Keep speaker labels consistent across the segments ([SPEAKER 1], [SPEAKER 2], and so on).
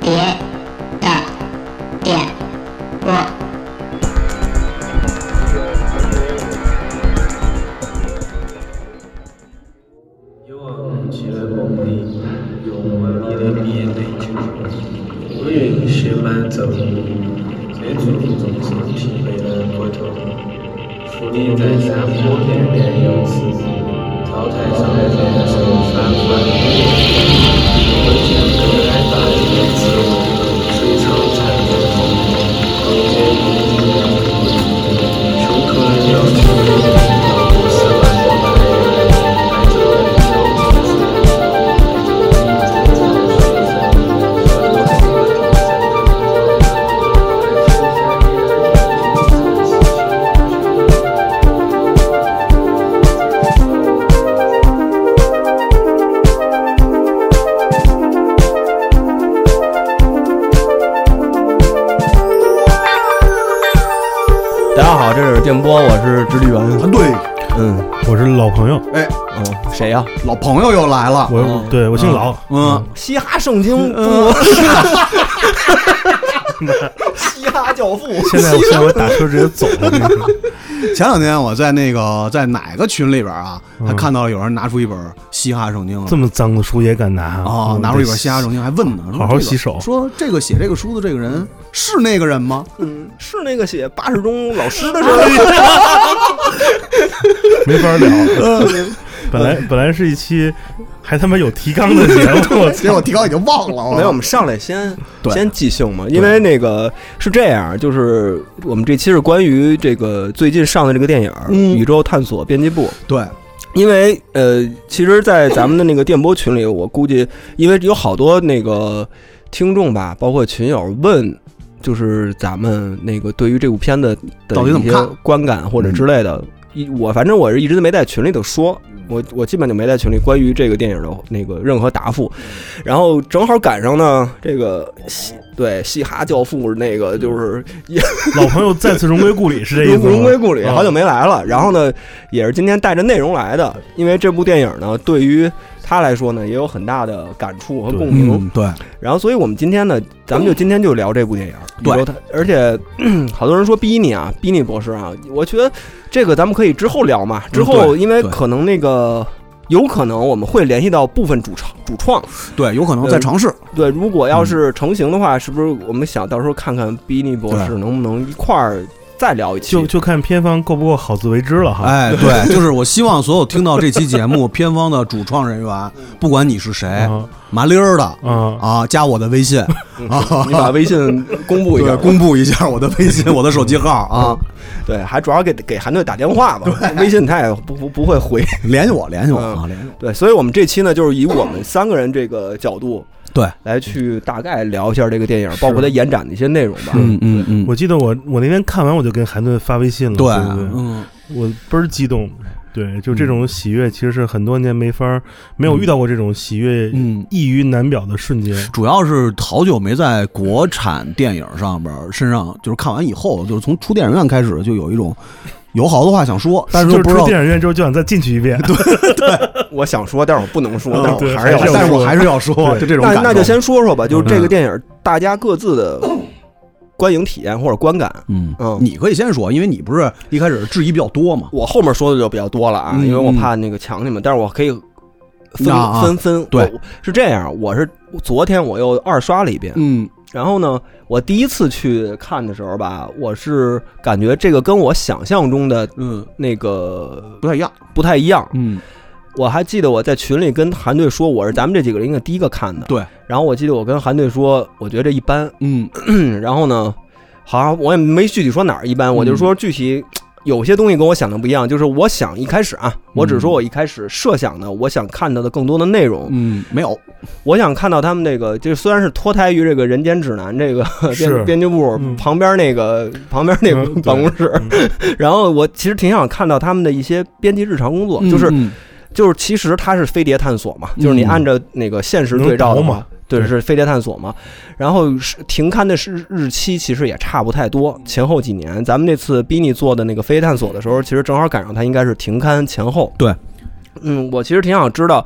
[SPEAKER 1] 别的点播。
[SPEAKER 2] 有我无极的梦里，有我你的眼泪球。我愿写满走，谁主总是疲惫的过头。浮立在山坡边边游子，草台上的人手翻翻滚滚。我想隔岸把你的指纹，水草缠着风，空间凝结的孤独，胸口的鸟鸣。仿佛是晚风的来源。白昼的小景色，白昼的小景色，我们走过的山丘，白色的。
[SPEAKER 3] 大家好，这是电波，我是直立员。
[SPEAKER 4] 团队，
[SPEAKER 3] 嗯
[SPEAKER 5] 我是老朋友，
[SPEAKER 4] 哎，
[SPEAKER 3] 嗯，谁呀、
[SPEAKER 4] 老朋友又来了，
[SPEAKER 5] 我、对我姓老，
[SPEAKER 4] 嗯，
[SPEAKER 3] 嘻哈圣经不， 嘻哈教父。
[SPEAKER 5] 现在现在我打车直接走了，
[SPEAKER 4] 前两天我在那个在哪个群里边啊，还看到有人拿出一本嘻哈圣经了
[SPEAKER 5] 嗯这么脏的书也敢拿
[SPEAKER 4] 啊，
[SPEAKER 5] 嗯
[SPEAKER 4] 拿出一本嘻哈圣经，还问呢，说
[SPEAKER 5] 好好
[SPEAKER 4] 这个
[SPEAKER 5] 洗手
[SPEAKER 4] 说这个写这个书的这个人是那个人 吗？
[SPEAKER 3] 嗯，是那个写八十中老师的 事儿。
[SPEAKER 5] 没 法聊。本来
[SPEAKER 4] 嗯
[SPEAKER 5] 本来是一期还他妈有提纲的节目， 我
[SPEAKER 4] 结果提纲已经忘了，
[SPEAKER 3] 没有，我们上来 先先即兴嘛，因为那个是这样，就是我们这期是关于这个最近上的这个电影《
[SPEAKER 4] 嗯
[SPEAKER 3] 宇宙探索编辑部》，
[SPEAKER 4] 对，
[SPEAKER 3] 因为呃，其实，在咱们的那个电波群里，我估计，因为有好多那个听众吧，包括群友问，就是咱们那个对于这部片子的
[SPEAKER 4] 到底怎
[SPEAKER 3] 一
[SPEAKER 4] 么
[SPEAKER 3] 些
[SPEAKER 4] 看嗯
[SPEAKER 3] 观感或者之类的，一我反正我是一直都没在群里头说，我我基本就没在群里关于这个电影的那个任何答复。然后正好赶上呢，这个嘻对嘻哈教父那个就是
[SPEAKER 5] 老朋友再次荣归故里是这意
[SPEAKER 3] 荣
[SPEAKER 5] 思吗？
[SPEAKER 3] 荣归故里，
[SPEAKER 5] 啊
[SPEAKER 3] 好久没来了。然后呢，也是今天带着内容来的，因为这部电影呢，对于他来说呢，也有很大的感触和共鸣。
[SPEAKER 4] 嗯，对，
[SPEAKER 3] 然后，所以我们今天呢，咱们就今天就聊这部电影。
[SPEAKER 4] 对
[SPEAKER 3] 宇宙探，而且咳好多人说逼你啊，逼你博士啊，我觉得这个咱们可以之后聊嘛。之后，
[SPEAKER 4] 对
[SPEAKER 3] 因为
[SPEAKER 4] 对
[SPEAKER 3] 可能那个。有可能我们会联系到部分主创，主创
[SPEAKER 4] 对，有可
[SPEAKER 5] 呃
[SPEAKER 4] 能在尝试，
[SPEAKER 3] 对，如果要是成型的话，是不是我们想到时候看看比尼博士能不能一块儿再聊一期？
[SPEAKER 5] 就就看片方够不够好自为之了哈。
[SPEAKER 4] 哎，对，就是我希望所有听到这期节目 片方的主创人员，不管你是谁，
[SPEAKER 5] 啊
[SPEAKER 4] 麻溜儿的
[SPEAKER 5] 啊，
[SPEAKER 4] 啊，加我的 微信，啊
[SPEAKER 3] 你把微信公布一下
[SPEAKER 4] 对，
[SPEAKER 3] 吧，
[SPEAKER 4] 公布一下我的微信，我的手机号啊
[SPEAKER 3] 啊，， 对，还主要给给韩队打电话吧，微信他也不不不会回，
[SPEAKER 4] 联系我，联系我啊，
[SPEAKER 3] 嗯
[SPEAKER 4] 联系我，
[SPEAKER 3] 对，所以我们这期呢，就是以我们三个人这个角度
[SPEAKER 4] 对，
[SPEAKER 3] 来去大概聊一下这个电影，包括它延展的一些内容吧。
[SPEAKER 4] 嗯嗯嗯，
[SPEAKER 5] 我记得我我那天看完我就跟韩顿发微信了，
[SPEAKER 4] 对，
[SPEAKER 5] 对不对
[SPEAKER 4] 嗯，
[SPEAKER 5] 我倍儿激动，对，就这种喜悦，其实是很多年没法儿没有遇到过这种喜悦，
[SPEAKER 4] 嗯
[SPEAKER 5] 溢于难表的瞬间。
[SPEAKER 4] 主要是好久没在国产电影上边儿身上，就是看完以后，就是从出电影院开始，就有一种有好多话想说，但是又
[SPEAKER 5] 就是
[SPEAKER 4] 不知道
[SPEAKER 5] 出，电影院之后就想再进去一遍，对，
[SPEAKER 3] 我想说，但是我不能说，
[SPEAKER 5] 嗯
[SPEAKER 3] 但是
[SPEAKER 5] 对
[SPEAKER 3] 我还是要
[SPEAKER 5] 还是
[SPEAKER 3] 说。
[SPEAKER 4] 但是我还是要说，
[SPEAKER 5] 对
[SPEAKER 4] 就这种
[SPEAKER 3] 那
[SPEAKER 4] 感受嗯
[SPEAKER 3] 那就，先说说吧，就是这个电影大家各自的观影体验或者观感。
[SPEAKER 4] 嗯
[SPEAKER 3] 嗯
[SPEAKER 4] 你可以先说，因为你不是一开始质疑比较多嘛，
[SPEAKER 3] 我后面说的就比较多了啊，
[SPEAKER 4] 嗯
[SPEAKER 3] 因为我怕那个抢你们，但是我可以分
[SPEAKER 4] 啊啊
[SPEAKER 3] 分分。
[SPEAKER 4] 对
[SPEAKER 3] 我，是这样，我是昨天我又二刷了一遍，
[SPEAKER 4] 嗯
[SPEAKER 3] 然后呢，我第一次去看的时候吧，我是感觉这个跟我想象中的
[SPEAKER 4] 嗯，
[SPEAKER 3] 那个
[SPEAKER 4] 不太一样，
[SPEAKER 3] 不太一样。
[SPEAKER 4] 嗯，
[SPEAKER 3] 我还记得我在群里跟韩队说，我是咱们这几个人应该第一个看的。
[SPEAKER 4] 对，
[SPEAKER 3] 然后我记得我跟韩队说，我觉得这一般。
[SPEAKER 4] 嗯
[SPEAKER 3] 嗯然后呢，好像我也没具体说哪儿一般，我就说具体。有些东西跟我想的不一样，就是我想一开始啊，我只说我一开始设想的，我想看到的更多的内容，
[SPEAKER 4] 嗯，没有，
[SPEAKER 3] 我想看到他们那个，就是虽然是脱胎于这个《人间指南》这个
[SPEAKER 5] 是
[SPEAKER 3] 编编辑部
[SPEAKER 5] 嗯
[SPEAKER 3] 旁边那个、旁边那个
[SPEAKER 5] 嗯对
[SPEAKER 3] 办公室，
[SPEAKER 5] 嗯
[SPEAKER 3] 然后我其实挺想看到他们的一些编辑日常工作，就是
[SPEAKER 4] 嗯
[SPEAKER 3] 就是其实它是飞碟探索嘛，就是你
[SPEAKER 4] 嗯
[SPEAKER 3] 按照那个现实对照的
[SPEAKER 5] 能倒
[SPEAKER 3] 话
[SPEAKER 5] 嘛，
[SPEAKER 3] 对
[SPEAKER 5] 对
[SPEAKER 3] 是飞碟探索嘛，然后是停刊的是日期其实也差不太多，前后几年，咱们这次逼你做的那个飞碟探索的时候，其实正好赶上它应该是停刊前后，
[SPEAKER 4] 对，
[SPEAKER 3] 嗯，我其实挺想知道，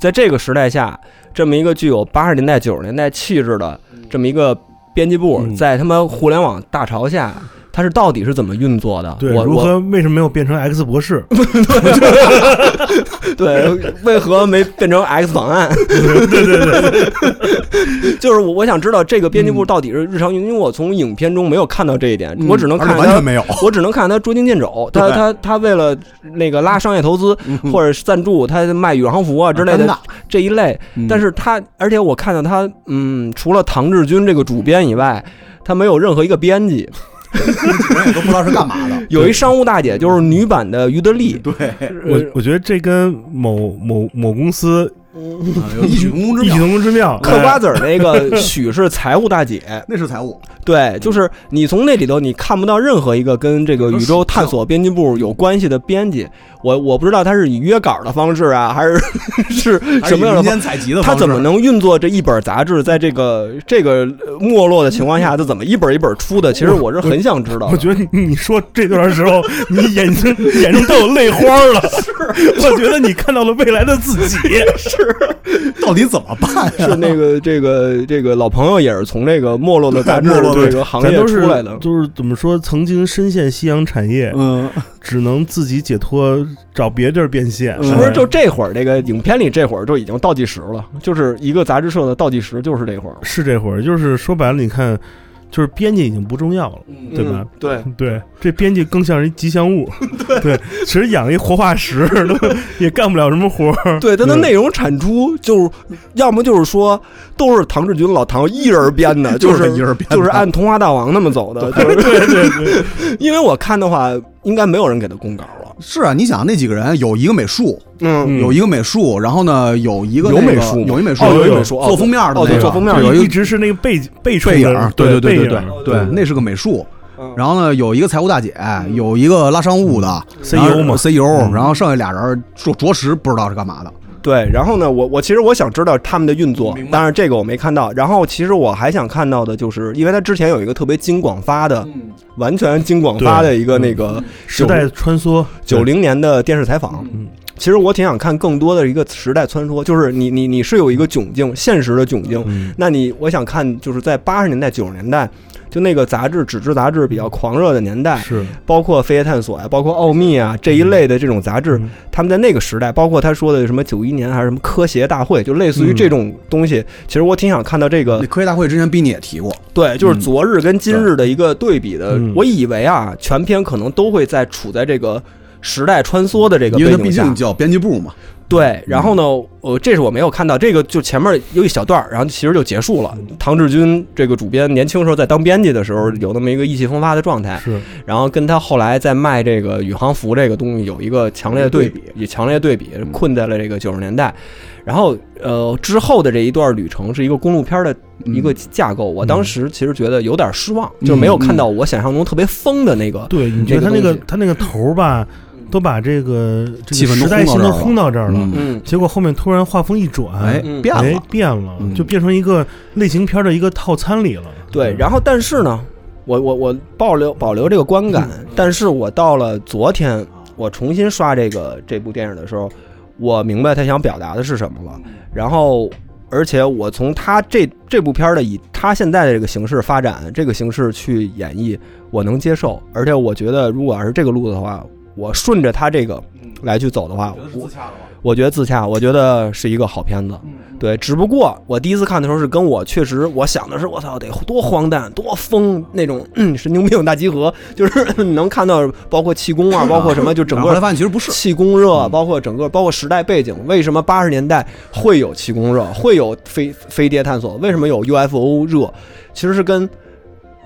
[SPEAKER 3] 在这个时代下，这么一个具有八十年代、九十年代气质的这么一个编辑部，
[SPEAKER 5] 嗯
[SPEAKER 3] 在他妈互联网大潮下，它是到底是怎么运作的？
[SPEAKER 5] 对，
[SPEAKER 3] 我
[SPEAKER 5] 如
[SPEAKER 3] 我
[SPEAKER 5] 何为什么没有变成 X 博士？
[SPEAKER 3] 对，为何没变成 X 档 案？对对对， 就是我我想知道这个编辑
[SPEAKER 4] 嗯
[SPEAKER 3] 部到底是日常运作，因为我从影片中没有看到这一点，我只能
[SPEAKER 4] 而
[SPEAKER 3] 看
[SPEAKER 4] 且完全
[SPEAKER 3] 他。
[SPEAKER 4] 没有。
[SPEAKER 3] 我只能看他捉襟见肘，他
[SPEAKER 4] 对嗯
[SPEAKER 3] 他他为了那个拉商业投资或者赞助，他卖羽绒服 啊之类
[SPEAKER 4] 真
[SPEAKER 3] 的
[SPEAKER 4] 的
[SPEAKER 3] 这一类，
[SPEAKER 4] 嗯
[SPEAKER 3] 但是他，而且我看到他，嗯，除了唐志军这个主编以外，他没有任何一个编辑。
[SPEAKER 4] 我也都不知道是干嘛 的。
[SPEAKER 3] 有一商务大姐，就是女版的于德利，
[SPEAKER 4] 对，
[SPEAKER 5] 我我觉得这跟某某某公司
[SPEAKER 4] 啊有异曲同工之
[SPEAKER 5] 异曲
[SPEAKER 4] 妙，
[SPEAKER 5] 同工之妙。
[SPEAKER 3] 嗑瓜
[SPEAKER 5] 哎
[SPEAKER 3] 子儿那个许是财务大姐，
[SPEAKER 4] 那是财务。
[SPEAKER 3] 对，就是你从那里头你看不到任何一个跟这个宇宙探索编辑部有关系的编辑。我我不知道他是以约稿的方式啊，还是是 什么样的方。
[SPEAKER 4] 采集的
[SPEAKER 3] 他怎么
[SPEAKER 4] 能？
[SPEAKER 3] 能运作这一本杂志，在这个这个呃没落的情况下，他怎么一本一本出的？其实我是很想知道的。
[SPEAKER 5] 我觉得你你说这段时候，你眼睛眼中都有泪花了。 我觉得你看到了未来的自己。
[SPEAKER 4] 到底怎么办呀？
[SPEAKER 3] 是那个这个这个老朋友也是从这个没落的杂志
[SPEAKER 4] 没落的
[SPEAKER 3] 这个行
[SPEAKER 5] 咱
[SPEAKER 3] 业
[SPEAKER 5] 都是
[SPEAKER 3] 出来的，
[SPEAKER 5] 就是怎么说，曾经深陷夕阳产业，
[SPEAKER 4] 嗯，
[SPEAKER 5] 只能自己解脱，找别地儿变现。
[SPEAKER 3] 是不是？
[SPEAKER 5] 哎
[SPEAKER 3] 就这会儿这个影片里这会儿就已经倒计时了，就是一个杂志社的倒计时就是这会儿，
[SPEAKER 5] 是这会儿？就是说白了，你看，就是编辑已经不重要了。对吧
[SPEAKER 3] 嗯？对，
[SPEAKER 5] 对，这编辑更像是一吉祥物。对，其实养一活化石都也干不了什么活儿。嗯
[SPEAKER 3] 对，但它内容产出就是，要么就是说都是唐志军老唐一人编 的，
[SPEAKER 4] 就是是一人编的
[SPEAKER 3] 就是按《童话大王》那么走的，对对对， 因为我看的话，应该没有人给他供稿了，
[SPEAKER 4] 是啊，你想那几个人，有一个美术，
[SPEAKER 3] 嗯，
[SPEAKER 4] 有一个美术，然后呢，有一个
[SPEAKER 3] 有
[SPEAKER 4] 那个
[SPEAKER 3] 美术吗
[SPEAKER 4] 有一美术，
[SPEAKER 5] 哦有一
[SPEAKER 3] 美术哦
[SPEAKER 4] 做封面的
[SPEAKER 3] 哦对
[SPEAKER 4] 那个
[SPEAKER 3] 做封面
[SPEAKER 5] 就
[SPEAKER 3] 有
[SPEAKER 4] 有
[SPEAKER 5] 嗯一
[SPEAKER 4] 一
[SPEAKER 5] 直是那个背背
[SPEAKER 4] 背
[SPEAKER 5] 冲
[SPEAKER 4] 影
[SPEAKER 5] 的
[SPEAKER 4] 儿，，对
[SPEAKER 5] 背
[SPEAKER 4] 对
[SPEAKER 5] 影
[SPEAKER 4] 对
[SPEAKER 5] 儿
[SPEAKER 4] 对
[SPEAKER 3] 对
[SPEAKER 4] 那是个美术。
[SPEAKER 3] 嗯
[SPEAKER 4] 然后呢，有一个财务大姐，有一个拉商务的
[SPEAKER 3] E
[SPEAKER 5] CEO
[SPEAKER 4] 然后
[SPEAKER 3] 嗯
[SPEAKER 5] 嘛
[SPEAKER 4] ，CEO，然后剩下俩人着着实不知道是干嘛的。
[SPEAKER 3] 对，然后呢，我我其实我想知道他们的运作
[SPEAKER 4] 明白，
[SPEAKER 3] 但是这个我没看到。然后其实我还想看到的就是，因为他之前有一个特别金广发的，完全金广发的一个那个
[SPEAKER 5] 时代穿梭
[SPEAKER 3] 九零年的电视采访。
[SPEAKER 5] 嗯
[SPEAKER 3] 其实我挺想看更多的一个时代穿梭，就是你你你是有一个窘境，现实的窘境。
[SPEAKER 5] 嗯
[SPEAKER 3] 那你我想看就是在八十年代九十年代。就那个杂志，纸质杂志比较狂热的年代，
[SPEAKER 5] 是
[SPEAKER 3] 包括《飞越探索》呀，包括《奥秘》啊这一类的这种杂志，
[SPEAKER 5] 嗯
[SPEAKER 3] 他们在那个时代，包括他说的什么九一年还是什么科协大会，就类似于这种东西。其实我挺想看到这个
[SPEAKER 4] 那，科学大会之前逼你也提过，
[SPEAKER 3] 对，就是昨日跟今日的一个对比的。
[SPEAKER 5] 嗯
[SPEAKER 3] 我以为啊，全篇可能都会在处在这个时代穿梭的这个
[SPEAKER 4] 因为
[SPEAKER 3] 背
[SPEAKER 4] 它毕
[SPEAKER 3] 景
[SPEAKER 4] 竟
[SPEAKER 3] 下。
[SPEAKER 4] 叫编辑部嘛。
[SPEAKER 3] 对，然后呢，呃，这是我没有看到，这个就前面有一小段儿，然后其实就结束了。唐志军这个主编年轻时候在当编辑的时候，有那么一个意气风发的状态。
[SPEAKER 5] 是
[SPEAKER 3] 然后跟他后来在卖这个宇航服这个东西有一个强烈的对比，也强烈对比，困在了这个九十年代。然后呃，之后的这一段旅程是一个公路片的一个架构，我当时其实觉得有点失望，就是没有看到我想象中特别疯的那个。
[SPEAKER 5] 对，你觉得他那
[SPEAKER 3] 那个
[SPEAKER 5] 个
[SPEAKER 3] 东西
[SPEAKER 5] 他那个头儿吧，都把这个这
[SPEAKER 4] 气
[SPEAKER 5] 个
[SPEAKER 4] 氛都
[SPEAKER 5] 时代性
[SPEAKER 4] 轰到这儿了
[SPEAKER 5] 都轰到这儿了，
[SPEAKER 4] 嗯，
[SPEAKER 3] 嗯，
[SPEAKER 5] 结果后面突然画风一转，
[SPEAKER 4] 哎
[SPEAKER 3] 嗯，
[SPEAKER 4] 变
[SPEAKER 5] 哎
[SPEAKER 4] 了，
[SPEAKER 5] 变了，
[SPEAKER 4] 嗯
[SPEAKER 5] 就变成一个类型片的一个套餐里了。
[SPEAKER 3] 对。然后但是呢，我我我保留保留这个观感，但是我到了昨天，我重新刷这个这部电影的时候，我明白他想表达的是什么了。然后，而且我从他这这部片儿的以他现在的这个形式发展，这个形式去演绎，我能接受。而且我觉得，如果要是这个路子的话，我顺着他这个来去走的话，我我觉得自洽，我觉得是一个好片子。对，只不过我第一次看的时候是跟我确实我想的是，我操，得多荒诞、多疯那种、嗯神经病大集合，就是能看到包括气功啊，包括什么，就整
[SPEAKER 4] 然后
[SPEAKER 3] 个
[SPEAKER 4] 后来发现其实不是，
[SPEAKER 3] 气功热，包括整个包括时代背景，为什么八十年代会有气功热，会有飞飞碟探索，为什么有 UFO 热，其实是跟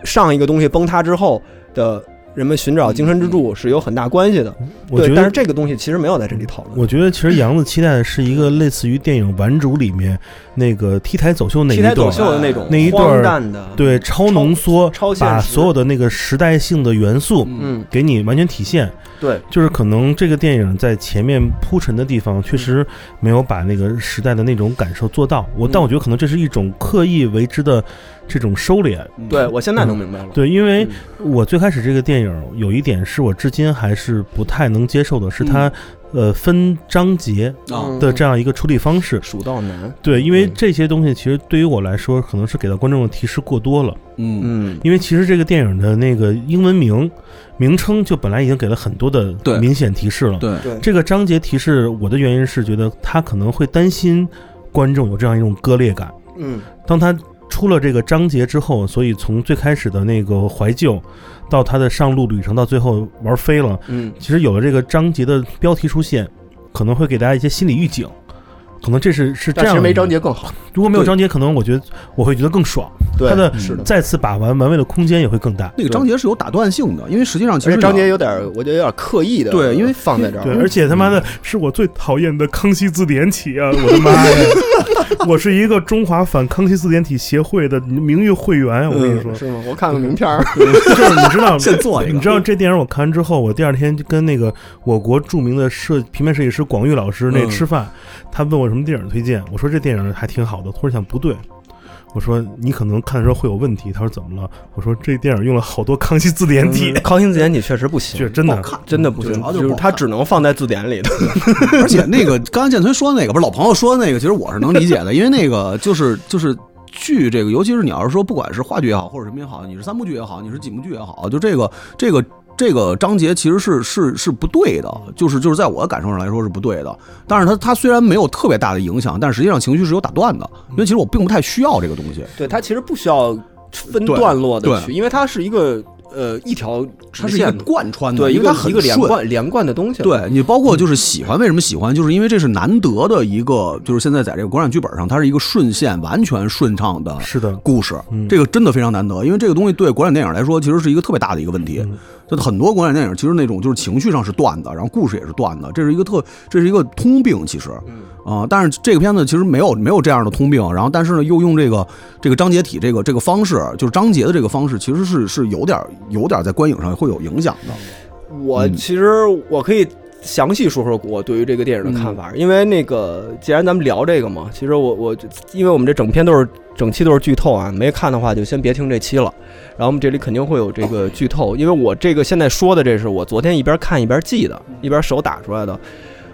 [SPEAKER 3] 上一个东西崩塌之后的人们寻找精神支柱是有很大关系的。
[SPEAKER 5] 我觉
[SPEAKER 3] 对，但是
[SPEAKER 5] 得，
[SPEAKER 3] 这个东西其实没有在这里讨论。
[SPEAKER 5] 我觉得其实杨子期待的是一个类似于电影《顽主》里面那个 T 台走秀那一
[SPEAKER 3] 题材
[SPEAKER 5] 段
[SPEAKER 3] 走秀
[SPEAKER 5] 儿，
[SPEAKER 3] 的那种
[SPEAKER 5] 那一段儿
[SPEAKER 3] 荒诞的，，
[SPEAKER 5] 对，超浓缩，
[SPEAKER 3] 超现实
[SPEAKER 5] 把所有的那个时代性的元素
[SPEAKER 3] 嗯，
[SPEAKER 5] 给你完全体现。
[SPEAKER 3] 对，
[SPEAKER 5] 就是可能这个电影在前面铺陈的地方，确实没有把那个时代的那种感受做到。我，
[SPEAKER 3] 嗯
[SPEAKER 5] 但我觉得可能这是一种刻意为之的这种收敛。
[SPEAKER 6] 嗯
[SPEAKER 4] 啊
[SPEAKER 3] 对我现在能明白了。
[SPEAKER 5] 对，因为
[SPEAKER 3] 嗯
[SPEAKER 5] 我最开始这个电影影有一点是我至今还是不太能接受的，是它、
[SPEAKER 3] 嗯
[SPEAKER 5] 呃分章节
[SPEAKER 6] 嗯
[SPEAKER 4] 啊
[SPEAKER 5] 的这样一个处理方式。
[SPEAKER 6] 蜀道难，
[SPEAKER 5] 对，因为
[SPEAKER 6] 嗯
[SPEAKER 5] 这些东西其实对于我来说，可能是给到观众的提示过多了。
[SPEAKER 4] 嗯，
[SPEAKER 6] 嗯
[SPEAKER 5] 因为其实这个电影的那个英文名名称就本来已经给了很多的
[SPEAKER 4] 对
[SPEAKER 5] 明显提示了。
[SPEAKER 4] 对，
[SPEAKER 6] 对
[SPEAKER 5] 这个章节提示我的原因是觉得他可能会担心观众有这样一种割裂感。
[SPEAKER 6] 嗯
[SPEAKER 5] 当他出了这个章节之后，所以从最开始的那个怀旧，到他的上路旅程，到最后玩飞了，
[SPEAKER 6] 嗯
[SPEAKER 5] 其实有了这个章节的标题出现，可能会给大家一些心理预警。可能这是是这
[SPEAKER 3] 但其
[SPEAKER 5] 样
[SPEAKER 3] 实
[SPEAKER 5] 的，
[SPEAKER 3] 没章节更好。
[SPEAKER 5] 如果没有
[SPEAKER 4] 对
[SPEAKER 5] 章节，可能我觉得我会觉得更爽，
[SPEAKER 3] 对
[SPEAKER 5] 它的嗯
[SPEAKER 3] 是的，
[SPEAKER 5] 再次把玩玩味的空间也会更大。
[SPEAKER 4] 那个章节是有打断性的，因为实际上其
[SPEAKER 3] 而且
[SPEAKER 4] 实
[SPEAKER 3] 章节有点儿，我觉得有点刻意的，
[SPEAKER 4] 对因为
[SPEAKER 3] 放在这
[SPEAKER 5] 对，
[SPEAKER 3] 儿，
[SPEAKER 5] 而且他妈的是我最讨厌的康熙字典体啊！我的妈呀，我是一个中华反康熙字典体协会的名誉会员啊，我跟你说，
[SPEAKER 3] 嗯是吗？我看看名片儿，
[SPEAKER 5] 就是你知 道
[SPEAKER 4] 先做一个
[SPEAKER 5] 你知道这电影我看完之后，我第二天就跟那个我国著名的设平面设计师广玉老师那
[SPEAKER 4] 嗯
[SPEAKER 5] 吃饭，他问我什么电影推荐，我说这电影还挺好的，突然想不对。我说你可能看的时候会有问题，他说怎么了？我说这电影用了好多康熙字典体，
[SPEAKER 3] 嗯
[SPEAKER 6] 康熙字典体确实不
[SPEAKER 5] 就
[SPEAKER 6] 行
[SPEAKER 5] 是，真
[SPEAKER 4] 不
[SPEAKER 5] 的
[SPEAKER 4] 好看
[SPEAKER 6] 真的不
[SPEAKER 4] 就
[SPEAKER 6] 行
[SPEAKER 4] 主要，就
[SPEAKER 6] 就是是
[SPEAKER 4] 不好
[SPEAKER 6] 它
[SPEAKER 4] 看
[SPEAKER 6] 只能放在字典里的。
[SPEAKER 4] 而且那个刚才建崔说的那个，不是老朋友说的那个，其实我是能理解的，因为那个就是就是剧这个，尤其是你要是说不管是话剧也好，或者什么也好，你是三部剧也好，你是几部剧也好，就这个这个。这个章节其实是是是不对的，就是就是在我的感受上来说是不对的。但是它它虽然没有特别大的影响，但实际上情绪是有打断的，因为其实我并不太需要这个东西。
[SPEAKER 3] 对它其实不需要分
[SPEAKER 4] 对
[SPEAKER 3] 段落的
[SPEAKER 4] 对
[SPEAKER 3] 去，因为它是一个呃一条直
[SPEAKER 4] 它是一个
[SPEAKER 3] 线的，
[SPEAKER 4] 贯穿的，
[SPEAKER 3] 对嗯一
[SPEAKER 4] 因为
[SPEAKER 3] 个
[SPEAKER 4] 它很
[SPEAKER 3] 一个连
[SPEAKER 4] 顺
[SPEAKER 3] 贯连贯的东西。
[SPEAKER 4] 对你包括就是喜欢，为什么喜欢？就是因为这是难得的一个，就是现在在这个国产剧本上，它是一个顺线完全顺畅的
[SPEAKER 5] 是的，
[SPEAKER 4] 故事，这个真的非常难得。因为这个东西对国产电影来说，其实是一个特别大的一个问题。就很多国产电影其实那种就是情绪上是断的，然后故事也是断的，这是一个特这是一个通病，其实。啊、但是这个片子其实没有没有这样的通病，然后但是呢，又用这个这个章节体这个这个方式，就是章节的这个方式，其实是是有点有点在观影上会有影响的。
[SPEAKER 3] 我其实我可以详细说说我对于这个电影的看法，因为那个既然咱们聊这个嘛，其实我我因为我们这整篇都是整期都是剧透啊，没看的话就先别听这期了。然后我们这里肯定会有这个剧透，因为我这个现在说的这是我昨天一边看一边记的，一边手打出来的。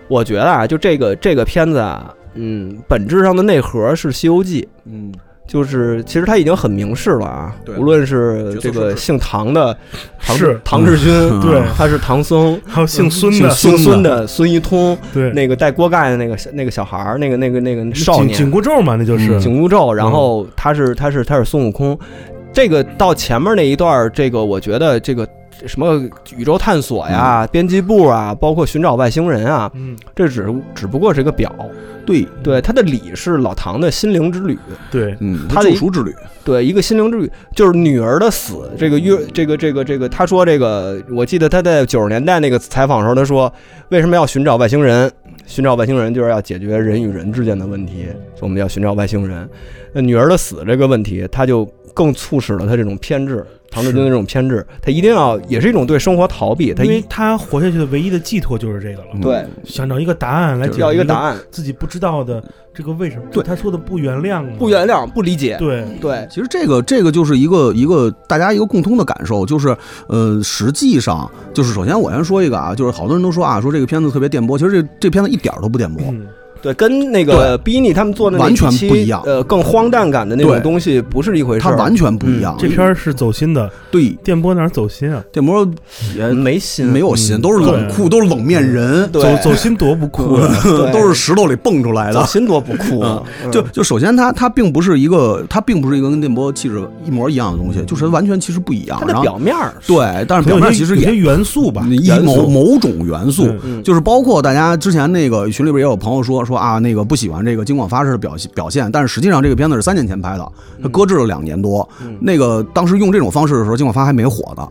[SPEAKER 3] 我觉得啊，就这个这个片子啊，嗯，本质上的内核是《西游记》，
[SPEAKER 4] 嗯，
[SPEAKER 3] 就是其实他已经很明示了啊
[SPEAKER 4] 对，
[SPEAKER 3] 无论是这
[SPEAKER 4] 角色设
[SPEAKER 3] 个
[SPEAKER 4] 置
[SPEAKER 3] 姓唐的唐
[SPEAKER 5] 是
[SPEAKER 3] 唐志军，
[SPEAKER 5] 对
[SPEAKER 3] 他是唐僧，
[SPEAKER 5] 还有姓孙的
[SPEAKER 3] 姓，嗯姓孙的孙一通，
[SPEAKER 5] 对，
[SPEAKER 3] 那个带锅盖的那个小那个小孩儿，那个那个那个少
[SPEAKER 5] 紧紧
[SPEAKER 3] 年
[SPEAKER 5] 箍咒嘛，那就是
[SPEAKER 4] 嗯
[SPEAKER 3] 紧箍咒，然后他是他是他是孙悟空，这个到前面那一段儿，这个我觉得这个什么宇宙探索呀、编辑部啊，包括寻找外星人啊，
[SPEAKER 5] 嗯，
[SPEAKER 3] 这只只不过是个表，
[SPEAKER 4] 对，
[SPEAKER 3] 对，他的理是老唐的心灵之旅，
[SPEAKER 5] 对，
[SPEAKER 4] 嗯，
[SPEAKER 3] 它的
[SPEAKER 4] 救赎之旅，
[SPEAKER 3] 对，一个心灵之旅，就是女儿的死。这个约，这个这个这个，他说这个，我记得他在九十年代那个采访时候，他说为什么要寻找外星人？寻找外星人就是要解决人与人之间的问题，我们要寻找外星人。那女儿的死这个问题，他就更促使了他这种偏执，唐志军的这种偏执，他一定要也是一种对生活逃避，他
[SPEAKER 5] 因为
[SPEAKER 3] 一
[SPEAKER 5] 他活下去的唯一的寄托就是这
[SPEAKER 4] 嗯
[SPEAKER 5] 个了，
[SPEAKER 3] 对
[SPEAKER 5] 想找一个答案来解决
[SPEAKER 3] 要一个答案，
[SPEAKER 5] 自己不知道的这个为什么？
[SPEAKER 4] 对
[SPEAKER 5] 他说的不原谅嘛，
[SPEAKER 3] 不原谅，不理解，
[SPEAKER 5] 对，
[SPEAKER 3] 对，
[SPEAKER 4] 其实这个这个就是一个一个大家一个共通的感受，就是呃，实际上就是首先我先说一个啊，就是好多人都说啊，说这个片子特别电波，其实这这片子一点儿都不电波，
[SPEAKER 5] 嗯，
[SPEAKER 3] 对，跟那个 b i n 他们做的那
[SPEAKER 4] 完全
[SPEAKER 3] 几期
[SPEAKER 4] 不一样
[SPEAKER 3] 呃，更荒诞感的那
[SPEAKER 4] 对
[SPEAKER 3] 种东西不是一回事
[SPEAKER 4] 它
[SPEAKER 3] 儿。嗯
[SPEAKER 4] 完全不一样。
[SPEAKER 5] 这片儿是走心的，
[SPEAKER 4] 对
[SPEAKER 5] 电波哪儿走心啊？
[SPEAKER 4] 电波也
[SPEAKER 3] 没心，
[SPEAKER 4] 没有心，都是冷酷，都是冷面人，
[SPEAKER 3] 对
[SPEAKER 5] 走走心多不酷啊！
[SPEAKER 3] 对
[SPEAKER 4] 都是嗯石头里蹦出来的
[SPEAKER 3] 走。心多不酷啊！
[SPEAKER 4] 就就首先它它并不是一个，它并不是一个跟电波气质一模一样的东西，就是完全其实不一样。
[SPEAKER 3] 它
[SPEAKER 4] 然
[SPEAKER 3] 的
[SPEAKER 4] 后
[SPEAKER 3] 表面儿
[SPEAKER 4] 对，但是
[SPEAKER 5] 可
[SPEAKER 4] 表
[SPEAKER 5] 能有
[SPEAKER 4] 面
[SPEAKER 5] 些
[SPEAKER 4] 其实
[SPEAKER 5] 有
[SPEAKER 4] 也
[SPEAKER 5] 些元素吧，
[SPEAKER 4] 一
[SPEAKER 3] 元
[SPEAKER 4] 某
[SPEAKER 3] 素
[SPEAKER 4] 某种元素
[SPEAKER 5] 对，
[SPEAKER 3] 嗯
[SPEAKER 4] 就是包括大家之前那个群里边也有朋友说说啊，那个不喜欢这个金广发式的表现表现，但是实际上这个片子是三年前拍的，它搁置了两年多。
[SPEAKER 3] 嗯
[SPEAKER 4] 那个当时用这种方式的时候，金广发还没火呢。啊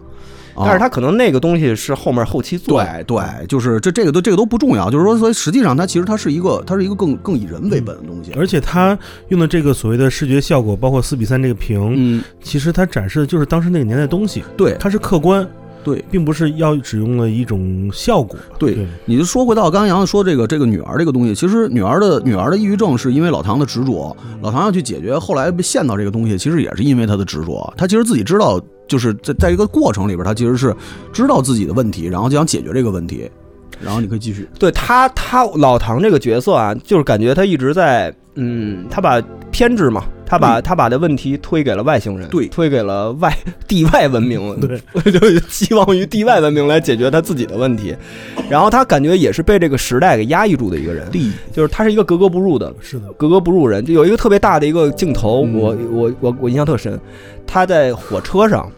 [SPEAKER 3] 但是它可能那个东西是后面后期做的，
[SPEAKER 4] 对对，就是这这个都这个都不重要，就是说，所以实际上它其实它是一个它是一个更更以人为
[SPEAKER 3] 嗯
[SPEAKER 4] 本的东西。
[SPEAKER 5] 而且他用的这个所谓的视觉效果，包括四比三这个屏，
[SPEAKER 4] 嗯，
[SPEAKER 5] 其实它展示的就是当时那个年代的东西，
[SPEAKER 4] 对
[SPEAKER 5] 它是客观，
[SPEAKER 4] 对
[SPEAKER 5] 并不是要只用了一种效果。
[SPEAKER 4] 对，你就说回到刚刚杨说这个这个女儿这个东西，其实女儿的女儿的抑郁症是因为老唐的执着，老唐要去解决，后来被陷到这个东西，其实也是因为他的执着。他其实自己知道，就是在在这个过程里边，他其实是知道自己的问题，然后就想解决这个问题。然后你可以继续，
[SPEAKER 3] 对他，他老唐这个角色啊，就是感觉他一直在，嗯，他把偏执嘛，他把、他把这问题推给了外星人，
[SPEAKER 4] 嗯对
[SPEAKER 3] 推给了外地外文明，
[SPEAKER 5] 对，
[SPEAKER 3] 就寄望于地外文明来解决他自己的问题。然后他感觉也是被这个时代给压抑住的一个人，
[SPEAKER 4] 利益
[SPEAKER 3] 就是他是一个格格不入的
[SPEAKER 5] 是的，
[SPEAKER 3] 格格不入人。就有一个特别大的一个镜头，
[SPEAKER 4] 嗯
[SPEAKER 3] 我我我我印象特深，他在火车上，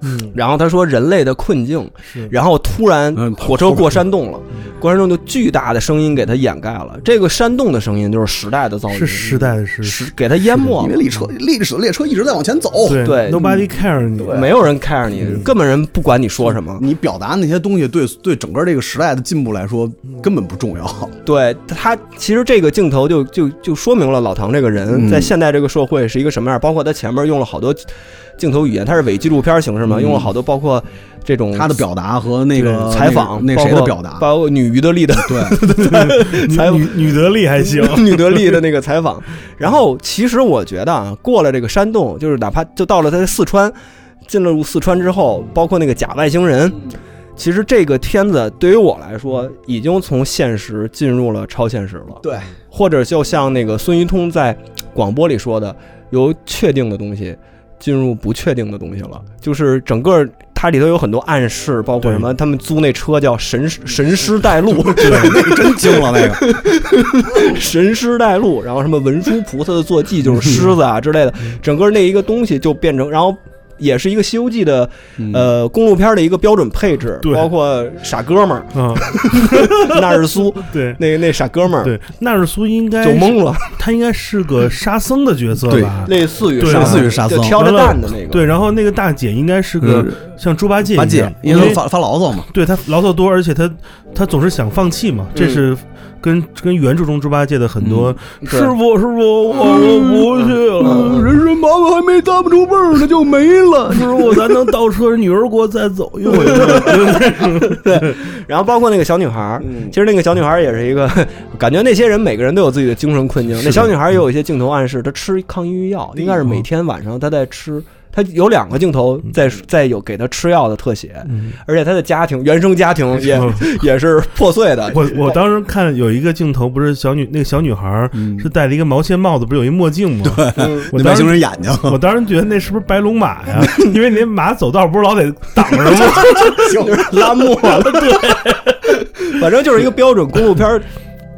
[SPEAKER 5] 嗯，
[SPEAKER 3] 然后他说人类的困境，
[SPEAKER 5] 是嗯
[SPEAKER 3] 然后突然
[SPEAKER 4] 嗯
[SPEAKER 3] 火车 过山洞了，过山洞就巨大的声音给它掩盖了。这个山洞的声音就是时代的噪音，
[SPEAKER 5] 嗯是时代的是
[SPEAKER 3] 时给它淹没
[SPEAKER 4] 因为
[SPEAKER 3] 了。
[SPEAKER 4] 列车历史列车一直在往前走，
[SPEAKER 5] 对
[SPEAKER 3] 对
[SPEAKER 5] nobody care 你，啊
[SPEAKER 3] 没有人 care 你，
[SPEAKER 5] 嗯
[SPEAKER 3] 根本人不管你说什么。
[SPEAKER 4] 你表达那些东西对对整个这个时代的进步来说根本不重要。
[SPEAKER 3] 对他，其实这个镜头就就就说明了老唐这个人
[SPEAKER 4] 嗯
[SPEAKER 3] 在现代这个社会是一个什么样。包括他前面用了好多镜头语言，他是伪纪录片形式嘛，用了好多包括这种
[SPEAKER 4] 嗯
[SPEAKER 3] 呃
[SPEAKER 4] 他的表达和那个
[SPEAKER 3] 采访，
[SPEAKER 4] 那个
[SPEAKER 3] 包
[SPEAKER 4] 那谁的
[SPEAKER 3] 括
[SPEAKER 4] 表达，
[SPEAKER 3] 包括女于德利的
[SPEAKER 4] 对，
[SPEAKER 5] 女
[SPEAKER 3] 才
[SPEAKER 5] 女女德力还 行，
[SPEAKER 3] 女德利的那个采访。然后其实我觉得啊，过了这个山洞，就是哪怕就到了他的四川，进了入四川之后，包括那个假外星人，其实这个片子对于我来说，已经从现实进入了超现实了。
[SPEAKER 4] 对，
[SPEAKER 3] 或者就像那个孙一通在广播里说的，由确定的东西进入不确定的东西了，就是整个。它里头有很多暗示，包括
[SPEAKER 5] 对
[SPEAKER 3] 什么？他们租那车叫神神师带 路，
[SPEAKER 4] 那个真惊了，那个
[SPEAKER 3] 神师带路，然后什么文殊菩萨的坐骑就是狮子啊之类的，
[SPEAKER 4] 嗯
[SPEAKER 3] 整个那一个东西就变成，然后也是一个《西游记的》
[SPEAKER 4] 嗯
[SPEAKER 3] 呃公路片的一个标准配置，
[SPEAKER 5] 对
[SPEAKER 3] 包括傻哥们儿
[SPEAKER 5] 啊，
[SPEAKER 3] 纳日苏，
[SPEAKER 5] 对
[SPEAKER 3] 那那傻哥们儿
[SPEAKER 5] 对，纳尔苏应该
[SPEAKER 3] 就懵了，
[SPEAKER 5] 他应该是个沙僧的角色
[SPEAKER 4] 对
[SPEAKER 5] 吧？
[SPEAKER 3] 类似于
[SPEAKER 5] 对
[SPEAKER 3] 沙
[SPEAKER 5] 类似
[SPEAKER 4] 于沙僧
[SPEAKER 3] 就挑着担的那个，
[SPEAKER 5] 对，然后那个大姐应该是个像猪八戒一
[SPEAKER 4] 八
[SPEAKER 5] 样，
[SPEAKER 4] 戒，因
[SPEAKER 5] 因
[SPEAKER 4] 为
[SPEAKER 5] 为
[SPEAKER 4] 发发牢骚嘛，
[SPEAKER 5] 对他牢骚多，而且他他总是想放弃嘛，这是跟跟原著中猪八戒的很多
[SPEAKER 3] 对
[SPEAKER 5] 师傅师傅，我我不去了，人参粑粑还没搭不出味儿呢就没了，就是我咱能倒车，女儿国再走一回，
[SPEAKER 3] 然后包括那个小女孩儿，
[SPEAKER 5] 嗯
[SPEAKER 3] 其实那个小女孩儿也是一个，感觉那些人每个人都有自己的精神困境。那小女孩儿
[SPEAKER 5] 嗯
[SPEAKER 3] 也有一些镜头暗示，她吃抗抑郁药，
[SPEAKER 5] 哎
[SPEAKER 3] 应该是每天晚上她在吃。她有两个镜头
[SPEAKER 5] 嗯
[SPEAKER 3] 在在有给她吃药的特写，而且她的家庭原生家庭也
[SPEAKER 5] 嗯
[SPEAKER 3] 也是破碎的。
[SPEAKER 5] 我我当时看有一个镜头，不是小女那个小女孩儿是戴了一个毛线帽子，不是有一墨镜吗？对，我
[SPEAKER 4] 那
[SPEAKER 5] 当
[SPEAKER 4] 外星
[SPEAKER 5] 时
[SPEAKER 4] 人眼 睛，
[SPEAKER 5] 我当时觉得那是不是白龙马呀？ 因为连马走道不是老得挡着吗？
[SPEAKER 3] 拉磨了，对，反正就是一个标准公路片儿。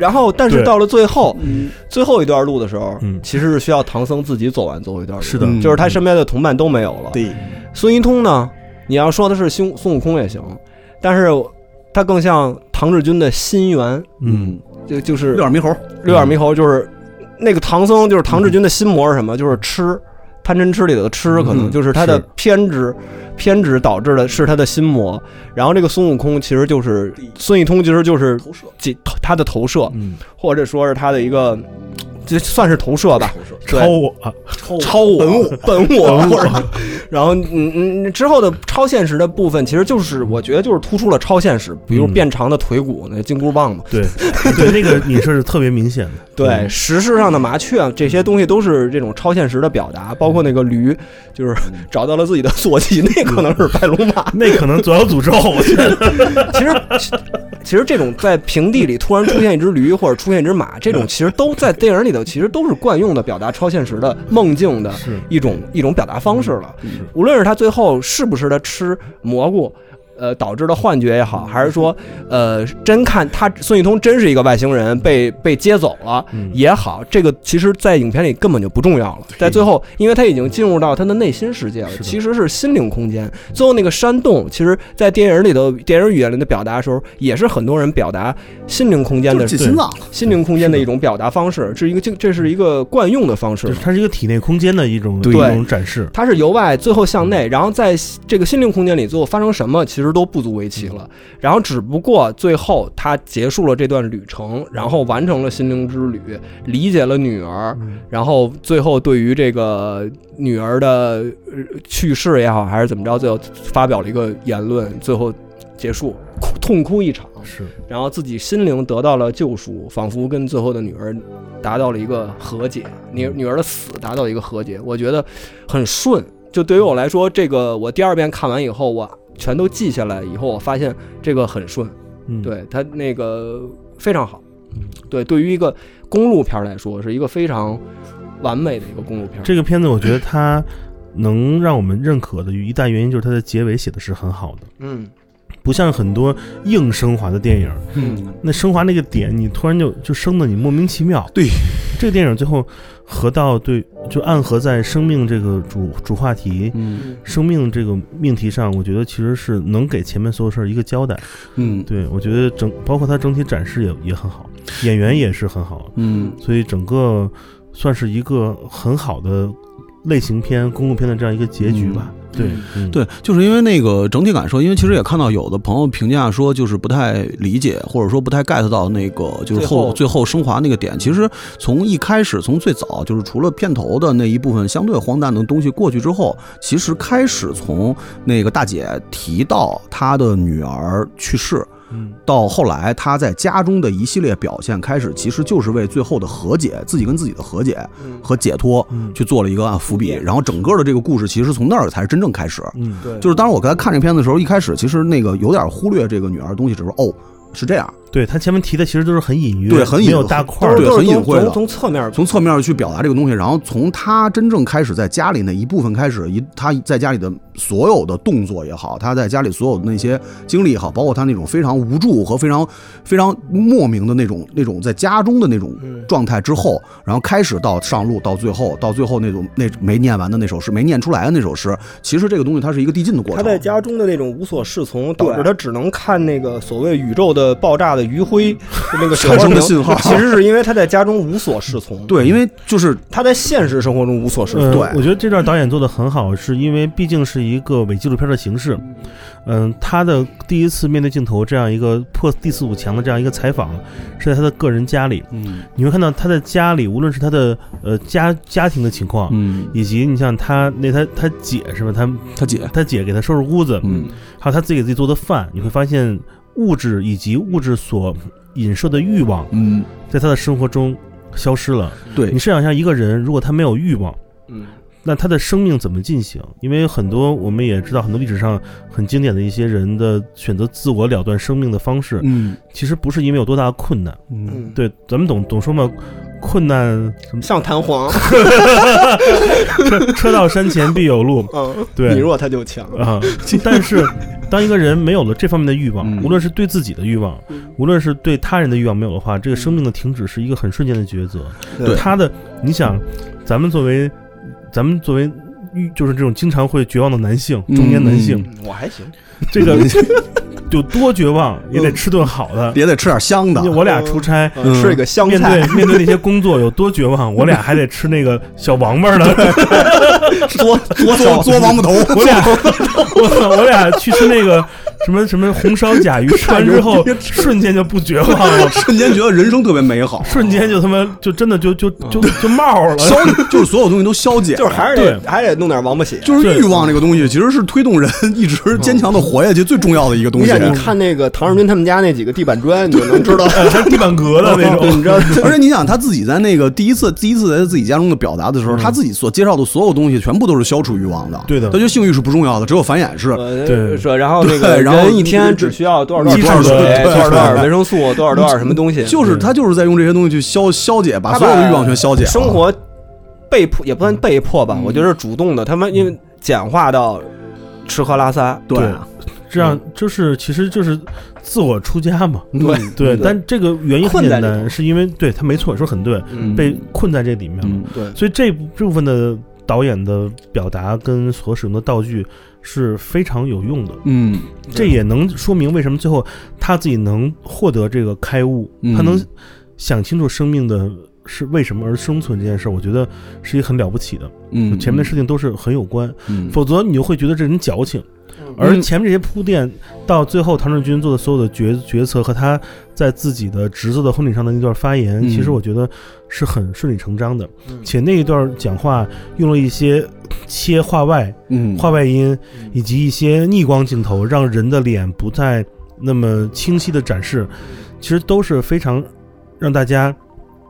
[SPEAKER 3] 然后，但是
[SPEAKER 5] 对
[SPEAKER 3] 到了最后，
[SPEAKER 4] 嗯
[SPEAKER 3] 最后一段路的时候，
[SPEAKER 5] 嗯
[SPEAKER 3] 其实是需要唐僧自己走完最后一段路。
[SPEAKER 5] 是的
[SPEAKER 4] 嗯
[SPEAKER 3] 就是他身边的同伴都没有了。
[SPEAKER 4] 对，
[SPEAKER 3] 孙一通呢，你要说他是孙孙悟空也行，但是他更像唐志军的心猿，
[SPEAKER 5] 嗯，
[SPEAKER 3] 就就是
[SPEAKER 4] 六耳猕猴，
[SPEAKER 3] 六耳猕
[SPEAKER 4] 嗯
[SPEAKER 3] 猴，就是那个唐僧，就是唐志军的心魔是什么？就是吃。贪嗔痴里头的痴，可能
[SPEAKER 4] 嗯
[SPEAKER 3] 就是他的
[SPEAKER 4] 是
[SPEAKER 3] 偏执，偏执导致的是他的心魔。然后这个孙悟空其实就是孙一通，其实就是
[SPEAKER 4] 投射，
[SPEAKER 3] 几他的投射，
[SPEAKER 5] 嗯
[SPEAKER 3] 或者说是他的一个，这算是投射吧。对
[SPEAKER 5] 超我啊
[SPEAKER 3] 超我、本我，或者，然后嗯嗯，之后的超现实的部分，其实就是我觉得就是突出了超现实，比如
[SPEAKER 5] 嗯
[SPEAKER 3] 变长的腿骨，那金箍棒嘛，嗯
[SPEAKER 5] 对 对，那个你是特别明显的， 嗯
[SPEAKER 3] 对，时事上的麻雀啊这些东西都是这种超现实的表达，包括那个驴，就是找到了自己的坐骑，那可能是白龙马，
[SPEAKER 5] 那可能左小诅咒，我 觉得
[SPEAKER 3] 其实，其其实这种在平地里突然出现一只驴或者出现一只马，这种其实都在电影里头，其实都是惯用的表达超现实的梦境的一种一种表达方式了。无论是他最后是不是他吃蘑菇。呃，导致的幻觉也好，还是说，呃，真看他孙艺通真是一个外星人被被接走了
[SPEAKER 4] 嗯
[SPEAKER 3] 也好，这个其实，在影片里根本就不重要了。在最后，因为他已经进入到他的内心世界了，其实是心灵空间。最后那个山洞，其实，在电影里头，电影语言里的表达的时候，也是很多人表达心灵空间
[SPEAKER 4] 就
[SPEAKER 3] 的
[SPEAKER 4] 是进心脏了，
[SPEAKER 3] 心灵空间的一种表达方式，这是一个这这是一个惯用的方式
[SPEAKER 5] 就。是它是一个体内空间的一种
[SPEAKER 4] 对
[SPEAKER 5] 一种展示，
[SPEAKER 3] 它是由外最后向内，然后在这个心灵空间里最后发生什么，其实都不足为奇了。然后只不过最后他结束了这段旅程，然后完成了心灵之旅，理解了女儿，然后最后对于这个女儿的呃去世也好，还是怎么着，最后发表了一个言论，最后结束，哭痛哭一场。
[SPEAKER 5] 是
[SPEAKER 3] 然后自己心灵得到了救赎，仿佛跟最后的女儿
[SPEAKER 5] 嗯
[SPEAKER 3] 达到了一个和解，女女儿的死达到一个和解，我觉得很顺。就对于我来说，这个我第二遍看完以后，我全都记下来以后，我发现这个很顺，
[SPEAKER 5] 嗯，
[SPEAKER 3] 对它那个非常好
[SPEAKER 5] 嗯。
[SPEAKER 3] 对，对于一个公路片来说，是一个非常完美的一个公路片。
[SPEAKER 5] 这个片子我觉得它能让我们认可的一大原因就是它的结尾写的是很好的，
[SPEAKER 3] 嗯
[SPEAKER 5] 不像很多硬升华的电影，
[SPEAKER 3] 嗯
[SPEAKER 5] 那升华那个点你突然就就升的你莫名其妙。
[SPEAKER 4] 对，
[SPEAKER 5] 这个电影最后合到对就暗合在生命这个主主话题。
[SPEAKER 4] 嗯
[SPEAKER 5] 生命这个命题上，我觉得其实是能给前面所有事儿一个交代。
[SPEAKER 4] 嗯
[SPEAKER 5] 对我觉得整包括它整体展示也也很好，演员也是很好，
[SPEAKER 4] 嗯，
[SPEAKER 5] 所以整个算是一个很好的类型片、公路片的这样一个结局吧。对，嗯，
[SPEAKER 4] 对，就是因为那个整体感受，因为其实也看到有的朋友评价说，就是不太理解，或者说不太 get 到那个就是后最后升华那个点。其实从一开始，从最早就是除了片头的那一部分相对荒诞的东西过去之后，其实开始从那个大姐提到她的女儿去世，
[SPEAKER 5] 嗯，
[SPEAKER 4] 到后来她在家中的一系列表现开始，其实就是为最后的和解，自己跟自己的和解
[SPEAKER 3] 嗯，
[SPEAKER 4] 和解脱
[SPEAKER 5] 嗯
[SPEAKER 4] 去做了一个啊伏笔。然后整个的这个故事其实从那儿才是真正开始。
[SPEAKER 5] 嗯，
[SPEAKER 3] 对，
[SPEAKER 4] 就是当时我刚才看这片子的时候，一开始其实那个有点忽略这个女儿的东西，只是说哦是这样，
[SPEAKER 5] 嗯对他前面提的其实都是很隐约，
[SPEAKER 4] 对很隐
[SPEAKER 5] 没有大块
[SPEAKER 3] 都
[SPEAKER 5] 儿
[SPEAKER 3] 是
[SPEAKER 4] 对
[SPEAKER 5] 的，
[SPEAKER 3] 都是
[SPEAKER 4] 很隐
[SPEAKER 3] 从
[SPEAKER 4] 晦的
[SPEAKER 3] 从从侧面
[SPEAKER 4] 从侧面去表达这个东西，然后从她真正开始在家里那一部分开始，一她在家里的所有的动作也好，她在家里所有的那些经历也好，包括她那种非常无助和非常非常莫名的那种那种在家中的那种
[SPEAKER 3] 嗯
[SPEAKER 4] 状态之后，然后开始到上路，到最后到最后那种那没念完的那首诗，没念出来的那首诗，其实这个东西它是一个递进的过
[SPEAKER 3] 他
[SPEAKER 4] 程。
[SPEAKER 3] 在家中的那种无所适从，
[SPEAKER 4] 对
[SPEAKER 3] 导致他只能看那个所谓宇宙的爆炸的余晖，那个
[SPEAKER 4] 产生的信号
[SPEAKER 3] 其实是因为他在家中无所适从。，
[SPEAKER 4] 对，因为就是
[SPEAKER 3] 他在现实生活中无所适从。
[SPEAKER 5] 呃
[SPEAKER 4] 对
[SPEAKER 5] 我觉得这段导演做的很好，是因为毕竟是一个伪纪录片的形式。嗯，他的第一次面对镜头这样一个破第四堵墙的这样一个采访，是在他的个人家里。
[SPEAKER 4] 嗯
[SPEAKER 5] 你会看到他在家里，无论是他的呃家家庭的情况，
[SPEAKER 4] 嗯，
[SPEAKER 5] 以及你像他那他他姐是吧？他
[SPEAKER 4] 她姐
[SPEAKER 5] 他姐给他收拾屋子，
[SPEAKER 4] 嗯。
[SPEAKER 5] 还有他自己给自己做的饭，你会发现物质以及物质所引射的欲望，
[SPEAKER 4] 嗯
[SPEAKER 5] 在他的生活中消失了。，
[SPEAKER 4] 对
[SPEAKER 5] 你，试想一下，一个人如果他没有欲望，
[SPEAKER 3] 嗯，
[SPEAKER 5] 那他的生命怎么进行？因为很多我们也知道，很多历史上很经典的一些人的选择自我了断生命的方式，
[SPEAKER 4] 嗯
[SPEAKER 5] 其实不是因为有多大的困难。
[SPEAKER 4] 嗯，
[SPEAKER 3] 嗯，
[SPEAKER 5] 对，咱们懂懂说嘛，困难什么
[SPEAKER 3] 像弹簧，
[SPEAKER 5] 车车到山前必有路，
[SPEAKER 3] 嗯，
[SPEAKER 5] 对，
[SPEAKER 3] 你弱他就强。
[SPEAKER 5] 啊、但是，当一个人没有了这方面的欲望，
[SPEAKER 4] 嗯
[SPEAKER 5] 无论是对自己的欲望，无论是对他人的欲望没有的话，这个生命的停止是一个很瞬间的抉择。
[SPEAKER 4] 对
[SPEAKER 5] 他的，你想，咱们作为，咱们作为。就是这种经常会绝望的男性，中年男性，
[SPEAKER 3] 嗯我还行，
[SPEAKER 5] 这个 有多绝望也得吃顿好的。
[SPEAKER 4] 也得吃点香的
[SPEAKER 5] 因为。我俩出差，
[SPEAKER 3] 嗯吃一个香
[SPEAKER 5] 面对
[SPEAKER 3] 菜，
[SPEAKER 5] 面对那些工作有多绝望，我俩还得吃那个小王 八的。
[SPEAKER 4] 嘬嘬嘬嘬王八头，
[SPEAKER 5] 我俩，我操，我俩去吃那个什么什么红烧 甲鱼，吃完之
[SPEAKER 3] 哎
[SPEAKER 5] 后瞬间就不绝望了，
[SPEAKER 4] 瞬间觉得人生特别美好，
[SPEAKER 5] 瞬间就他妈就真的就就
[SPEAKER 3] 嗯
[SPEAKER 5] 就就冒了。
[SPEAKER 4] 消就是所有东西都消解 了，
[SPEAKER 3] 就是还是得
[SPEAKER 5] 对。
[SPEAKER 3] 还得弄点王八血。
[SPEAKER 4] 就是欲望这个东西，其实是推动人一直坚强的活下去最重要的一个东
[SPEAKER 3] 你
[SPEAKER 4] 西。
[SPEAKER 3] 想，你 看那个唐世军他们家那几个地板砖，你就能知道
[SPEAKER 5] 呃，还是地板革的 那
[SPEAKER 3] 对，
[SPEAKER 5] 种，
[SPEAKER 3] 哦你知道，
[SPEAKER 4] 而且你想，他自己在那个第一次第一次在自己家中的表达的时候，
[SPEAKER 3] 嗯
[SPEAKER 4] 他自己所介绍的所有东西，全部都是消除欲望的。
[SPEAKER 5] 对的
[SPEAKER 4] 他觉得性欲是不重要的，只有繁衍是。
[SPEAKER 3] 呃
[SPEAKER 5] 对
[SPEAKER 3] 说然后那个
[SPEAKER 4] 对然后
[SPEAKER 3] 人一天只需要多少多
[SPEAKER 4] 你
[SPEAKER 3] 少
[SPEAKER 4] 吃
[SPEAKER 3] 水，
[SPEAKER 4] 对
[SPEAKER 3] 多少多少
[SPEAKER 4] 对
[SPEAKER 3] 维生素，多少多少什么东西，
[SPEAKER 4] 就是他就是在用这些东西去消消解，把
[SPEAKER 3] 他
[SPEAKER 4] 所有的欲望全消解了。
[SPEAKER 3] 生活被迫也不算被迫
[SPEAKER 4] 嗯
[SPEAKER 3] 吧，我觉得是主动的。他们因为简化到吃喝拉撒，
[SPEAKER 4] 对
[SPEAKER 5] 对这样就是其实就是自我出家嘛。
[SPEAKER 3] 嗯对
[SPEAKER 5] 对，但这个原因很
[SPEAKER 3] 困
[SPEAKER 5] 简
[SPEAKER 3] 在里头
[SPEAKER 5] 单，是因为对他没错，说很对，
[SPEAKER 3] 嗯
[SPEAKER 5] 被困在这里面了。
[SPEAKER 4] 嗯
[SPEAKER 3] 对
[SPEAKER 5] 所以这部分的导演的表达跟所使用的道具是非常有用的。
[SPEAKER 4] 嗯
[SPEAKER 5] 这也能说明为什么最后他自己能获得这个开悟，
[SPEAKER 4] 嗯
[SPEAKER 5] 他能想清楚生命的是为什么而生存这件事儿，我觉得是一个很了不起的。
[SPEAKER 4] 嗯，
[SPEAKER 5] 前面的事情都是很有关，
[SPEAKER 4] 嗯
[SPEAKER 5] 否则你就会觉得这人矫情。而前面这些铺垫，到最后唐振军做的所有的决决策和他在自己的侄子的婚礼上的那段发言，
[SPEAKER 4] 嗯
[SPEAKER 5] 其实我觉得是很顺理成章的。且那一段讲话用了一些切话外
[SPEAKER 4] 嗯
[SPEAKER 5] 画外音以及一些逆光镜头，让人的脸不再那么清晰的展示，其实都是非常让大家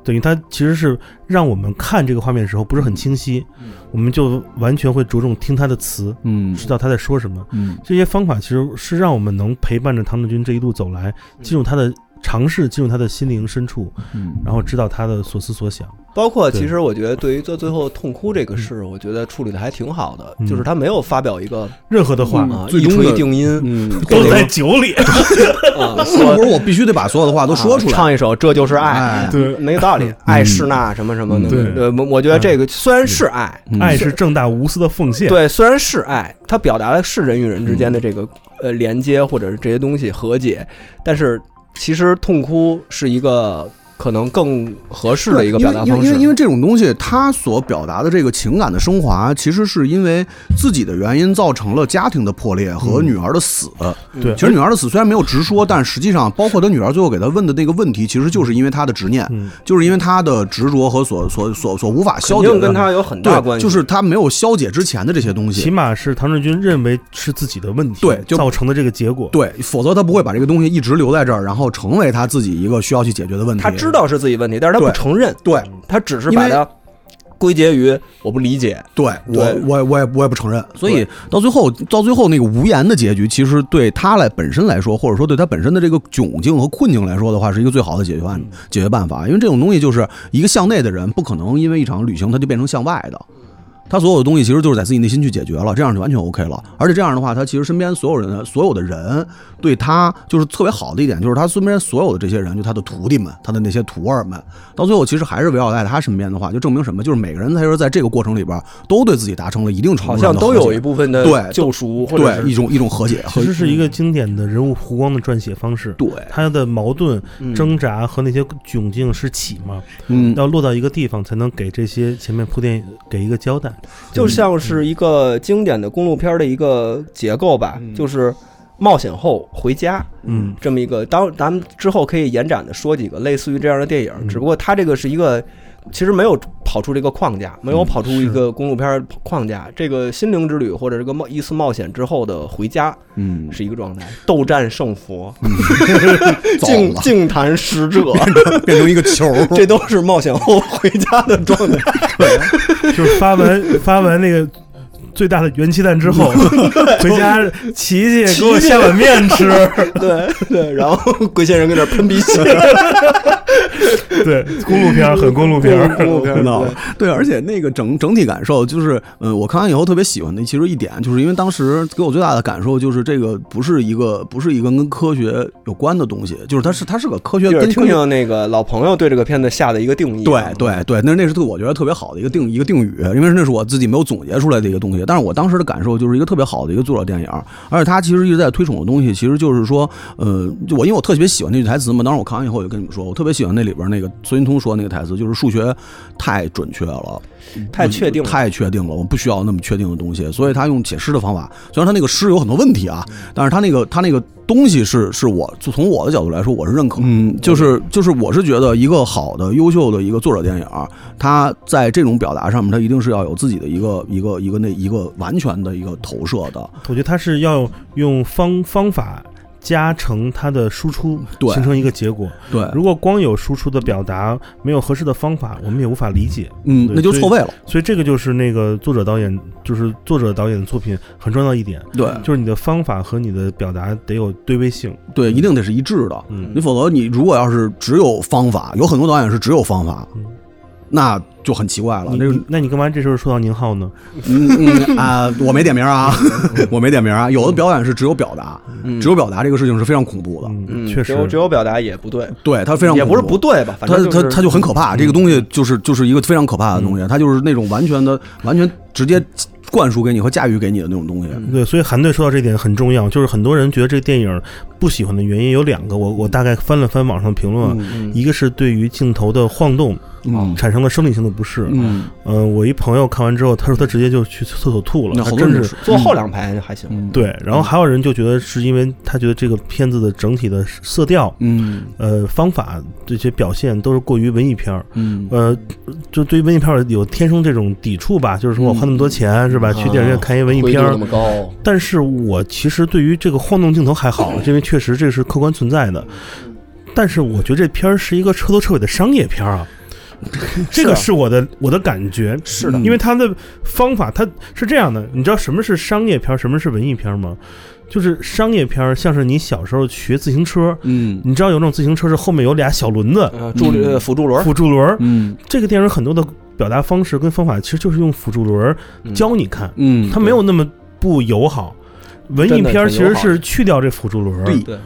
[SPEAKER 5] 等于它其实是让我们看这个画面的时候不是很清晰，我们就完全会着重听他的词，
[SPEAKER 4] 嗯
[SPEAKER 5] 知道他在说什么。
[SPEAKER 4] 嗯
[SPEAKER 5] 这些方法其实是让我们能陪伴着唐德军这一路走来，进入他的尝试，进入他的心灵深处，
[SPEAKER 4] 嗯，
[SPEAKER 5] 然后知道他的所思所想。
[SPEAKER 3] 包括其
[SPEAKER 5] 对
[SPEAKER 3] 实我觉得对于做最后痛哭这个事，我觉得处理的还挺好的，
[SPEAKER 5] 嗯
[SPEAKER 3] 就是他没有发表一个
[SPEAKER 5] 任何的话、
[SPEAKER 3] 啊
[SPEAKER 4] 最
[SPEAKER 3] 一
[SPEAKER 4] 初
[SPEAKER 3] 中
[SPEAKER 4] 的
[SPEAKER 3] 一定音
[SPEAKER 4] 嗯，
[SPEAKER 5] 都在酒里，
[SPEAKER 3] 啊，
[SPEAKER 4] 是
[SPEAKER 3] 说
[SPEAKER 4] 不是我必须得把所有的话都说出
[SPEAKER 3] 啊
[SPEAKER 4] 来？
[SPEAKER 3] 唱一首《这就是爱
[SPEAKER 4] 哎》，，
[SPEAKER 5] 对
[SPEAKER 3] 没有道理，爱是那什么什么的，
[SPEAKER 5] 对
[SPEAKER 3] 呃，我我觉得这个虽然是爱，
[SPEAKER 4] 嗯
[SPEAKER 5] 爱是正大无私的奉献。
[SPEAKER 3] 对，虽然是爱，它表达的是人与人之间的这个呃连接或者是这些东西和解，但是其实痛哭是一个可能更合适的一个表达
[SPEAKER 4] 因为
[SPEAKER 3] 方
[SPEAKER 4] 因为因
[SPEAKER 3] 式。
[SPEAKER 4] 为这种东西，它所表达的这个情感的升华，其实是因为自己的原因造成了家庭的破裂
[SPEAKER 3] 嗯
[SPEAKER 4] 和女儿的死。
[SPEAKER 5] 对
[SPEAKER 4] 其实女儿的死虽然没有直说，但实际上，包括他女儿最后给他问的那个问题，其实就是因为他的执念，
[SPEAKER 5] 嗯
[SPEAKER 4] 就是因为他的执着和所所所所无法消
[SPEAKER 3] 肯
[SPEAKER 4] 解
[SPEAKER 3] 定
[SPEAKER 4] 的
[SPEAKER 3] 跟他有很大关
[SPEAKER 4] 对，
[SPEAKER 3] 系，
[SPEAKER 4] 就是他没有消解之前的这些东
[SPEAKER 5] 起
[SPEAKER 4] 西。
[SPEAKER 5] 码是唐志军认为是自己的问题，
[SPEAKER 4] 对就
[SPEAKER 5] 造成的这个结果。
[SPEAKER 4] 对，否则他不会把这个东西一直留在这儿，然后成为他自己一个需要去解决的问题。
[SPEAKER 3] 他知道是自己问题，但是他不
[SPEAKER 4] 对
[SPEAKER 3] 承认，
[SPEAKER 4] 对，
[SPEAKER 3] 他只是
[SPEAKER 4] 因
[SPEAKER 3] 把
[SPEAKER 4] 为
[SPEAKER 3] 它归结于我不理解。
[SPEAKER 4] 对我
[SPEAKER 3] 对，
[SPEAKER 4] 我也我也我也不承认。所以到最后，到最后那个无言的结局，其实对他来本身来说，或者说对他本身的这个窘境和困境来说的话，是一个最好的解决办解决办法。因为这种东西就是一个向内的人，不可能因为一场旅行他就变成向外的。他所有的东西其实就是在自己内心去解决了，这样就完全 OK 了。而且这样的话，他其实身边所有人、所有的人对他就是特别好的一点，就是他身边所有的这些人，就他的徒弟们、他的那些徒儿们，到最后其实还是围绕在他身边的话，就证明什么？就是每个人他就是在这个过程里边都对自己达成了一定程
[SPEAKER 3] 好
[SPEAKER 4] 度
[SPEAKER 3] 像
[SPEAKER 4] 上的
[SPEAKER 3] 都
[SPEAKER 4] 和
[SPEAKER 3] 有
[SPEAKER 4] 解
[SPEAKER 3] 一部分的
[SPEAKER 4] 对
[SPEAKER 3] 救赎，或者
[SPEAKER 4] 对一
[SPEAKER 3] 是
[SPEAKER 4] 种一种和解和
[SPEAKER 5] 其实是一个经典的人物弧光的撰写方式。
[SPEAKER 4] 对，
[SPEAKER 5] 他的矛盾、挣扎和那些窘境是起嘛，
[SPEAKER 4] 嗯，
[SPEAKER 5] 要落到一个地方，才能给这些前面铺垫给一个交代。
[SPEAKER 3] 就像是一个经典的公路片儿的一个结构吧，就是冒险后回家，
[SPEAKER 5] 嗯，
[SPEAKER 3] 这么一个，当咱们之后可以延展的说几个类似于这样的电
[SPEAKER 4] 嗯
[SPEAKER 3] 影，只不过它这个是一个，其实没有跑出这个框架，没有跑出一个公路片儿框架。这个心灵之旅或者这个冒一次冒险之后的回家，
[SPEAKER 4] 嗯
[SPEAKER 3] 是一个状态，斗战胜佛，
[SPEAKER 4] 走
[SPEAKER 3] 净
[SPEAKER 4] 了，
[SPEAKER 3] 净坛使者，
[SPEAKER 4] 变成一个球儿，
[SPEAKER 3] 这都是冒险后回家的状 态。
[SPEAKER 5] 就是发完 发完那个最大的元气弹 之后，回家琪琪给我下碗 面吃。
[SPEAKER 3] 对对，然后龟仙人跟这儿喷鼻血，
[SPEAKER 5] 对，公路片儿很公路片儿，
[SPEAKER 3] 公路片儿
[SPEAKER 4] 知道了，对，而且那个整整体感受就是，嗯，我看完以后特别喜欢的，其实一点就是因为当时给我最大的感受就是这个不是一个不是一个跟科学有关的东西，就是它是它是个科学
[SPEAKER 3] 一会儿
[SPEAKER 4] 跟
[SPEAKER 3] 听啊
[SPEAKER 4] 科学。
[SPEAKER 3] 听那个老朋友对这个片子下的一个定义。啊
[SPEAKER 4] 对，对对，那那是特我觉得特别好的一个定一个定语，因为那是我自己没有总结出来的一个东西。但是我当时的感受就是一个特别好的一个作者电影，而且他其实一直在推崇的东西，其实就是说，呃，就我因为我特别喜欢那句台词嘛，当时我看完以后我就跟你们说，我特别喜欢那里边那个孙云通说那个台词，就是数学太准确了。
[SPEAKER 3] 太确定了。
[SPEAKER 4] 太确定了，我不需要那么确定的东西，所以他用写诗的方法。虽然他那个诗有很多问题啊，但是他那个他那个东西是是我就从我的角度来说，我是认可。嗯，就是就是我是觉得一个好的、优秀的一个作者电影，他在这种表达上面，他一定是要有自己的一个一个一个那一个完全的一个投射的。
[SPEAKER 5] 我觉得他是要用方方法加成它的输出，
[SPEAKER 4] 对
[SPEAKER 5] 形成一个结果。
[SPEAKER 4] 对，
[SPEAKER 3] 呃
[SPEAKER 5] 如果光有输出的表达，没有合适的方法，我们也无法理解。
[SPEAKER 4] 嗯，
[SPEAKER 5] 对
[SPEAKER 4] 那就
[SPEAKER 5] 所以
[SPEAKER 4] 错位了。
[SPEAKER 5] 所以这个就是那个作者导演，就是作者导演的作品很重要的一点，
[SPEAKER 4] 对
[SPEAKER 5] 就是你的方法和你的表达得有对位性。
[SPEAKER 4] 对，一定得是一致的。
[SPEAKER 5] 嗯
[SPEAKER 4] 你否则你如果要是只有方法，有很多导演是只有方法
[SPEAKER 5] 嗯，
[SPEAKER 4] 那就很奇怪了。
[SPEAKER 5] 你
[SPEAKER 4] 那
[SPEAKER 5] 你那你干嘛这时候说到宁浩呢？
[SPEAKER 4] 嗯嗯啊，我没点名啊， 我没点名啊。有的表演是只有表达，
[SPEAKER 3] 嗯
[SPEAKER 4] 只有表达这个事情是非常恐怖的，
[SPEAKER 5] 嗯，
[SPEAKER 3] 嗯，
[SPEAKER 5] 确
[SPEAKER 3] 只，
[SPEAKER 5] 实
[SPEAKER 3] 有只有表达也不对，
[SPEAKER 4] 对它非常
[SPEAKER 3] 也不是
[SPEAKER 4] 恐怖
[SPEAKER 3] 不。对吧？反
[SPEAKER 4] 它
[SPEAKER 3] 正
[SPEAKER 4] 它
[SPEAKER 3] 是
[SPEAKER 4] 它就很可怕，这个东西就是就是一个非常可怕的东西，它就是那种完全的、完全直接灌输给你和驾驭给你的那种东西。
[SPEAKER 5] 对，所以韩队说到这点很重要，就是很多人觉得这个电影不喜欢的原因有两个，我我大概翻了翻网上评论啊，
[SPEAKER 3] 嗯
[SPEAKER 5] 一个是对于镜头的晃动
[SPEAKER 4] 嗯
[SPEAKER 5] 产生了生理性的不适，
[SPEAKER 4] 嗯，
[SPEAKER 5] 嗯，我一朋友看完之后，他说他直接就去厕所吐了，
[SPEAKER 4] 那好
[SPEAKER 5] 他
[SPEAKER 4] 多
[SPEAKER 5] 真
[SPEAKER 4] 人
[SPEAKER 5] 是。
[SPEAKER 3] 坐后两排还行。
[SPEAKER 4] 嗯，
[SPEAKER 5] 对，然后还有人就觉得是因为他觉得这个片子的整体的色调、
[SPEAKER 4] 嗯
[SPEAKER 5] 呃方法这些表现都是过于文艺片儿，
[SPEAKER 4] 嗯
[SPEAKER 5] 呃，就对于文艺片儿有天生这种抵触吧，就是说我花那么多钱是吧，去电影院看一文艺
[SPEAKER 3] 灰
[SPEAKER 5] 片
[SPEAKER 3] 度
[SPEAKER 5] 儿
[SPEAKER 3] 那，么高，
[SPEAKER 5] 但是我其实对于这个晃动镜头还好，因为确实这是客观存在的。但是我觉得这片儿是一个彻头彻尾的商业片儿啊，这个是我的我的感觉，
[SPEAKER 4] 是的
[SPEAKER 5] 因为他的方法他是这样的，你知道什么是商业片儿，什么是文艺片儿吗？就是商业片儿，像是你小时候学自行车，
[SPEAKER 4] 嗯
[SPEAKER 5] 你知道有那种自行车是后面有俩小轮子
[SPEAKER 3] 呃，助力
[SPEAKER 4] 嗯
[SPEAKER 3] 呃辅助轮儿，
[SPEAKER 5] 辅助轮儿，
[SPEAKER 4] 嗯
[SPEAKER 5] 这个电影很多的表达方式跟方法其实就是用辅助轮儿
[SPEAKER 3] 嗯
[SPEAKER 5] 教你看，
[SPEAKER 4] 嗯，
[SPEAKER 5] 它没有那么不友好。文艺片儿其
[SPEAKER 3] 真的
[SPEAKER 5] 实
[SPEAKER 3] 很友
[SPEAKER 5] 是去掉这辅助轮儿，
[SPEAKER 4] 对
[SPEAKER 3] 对，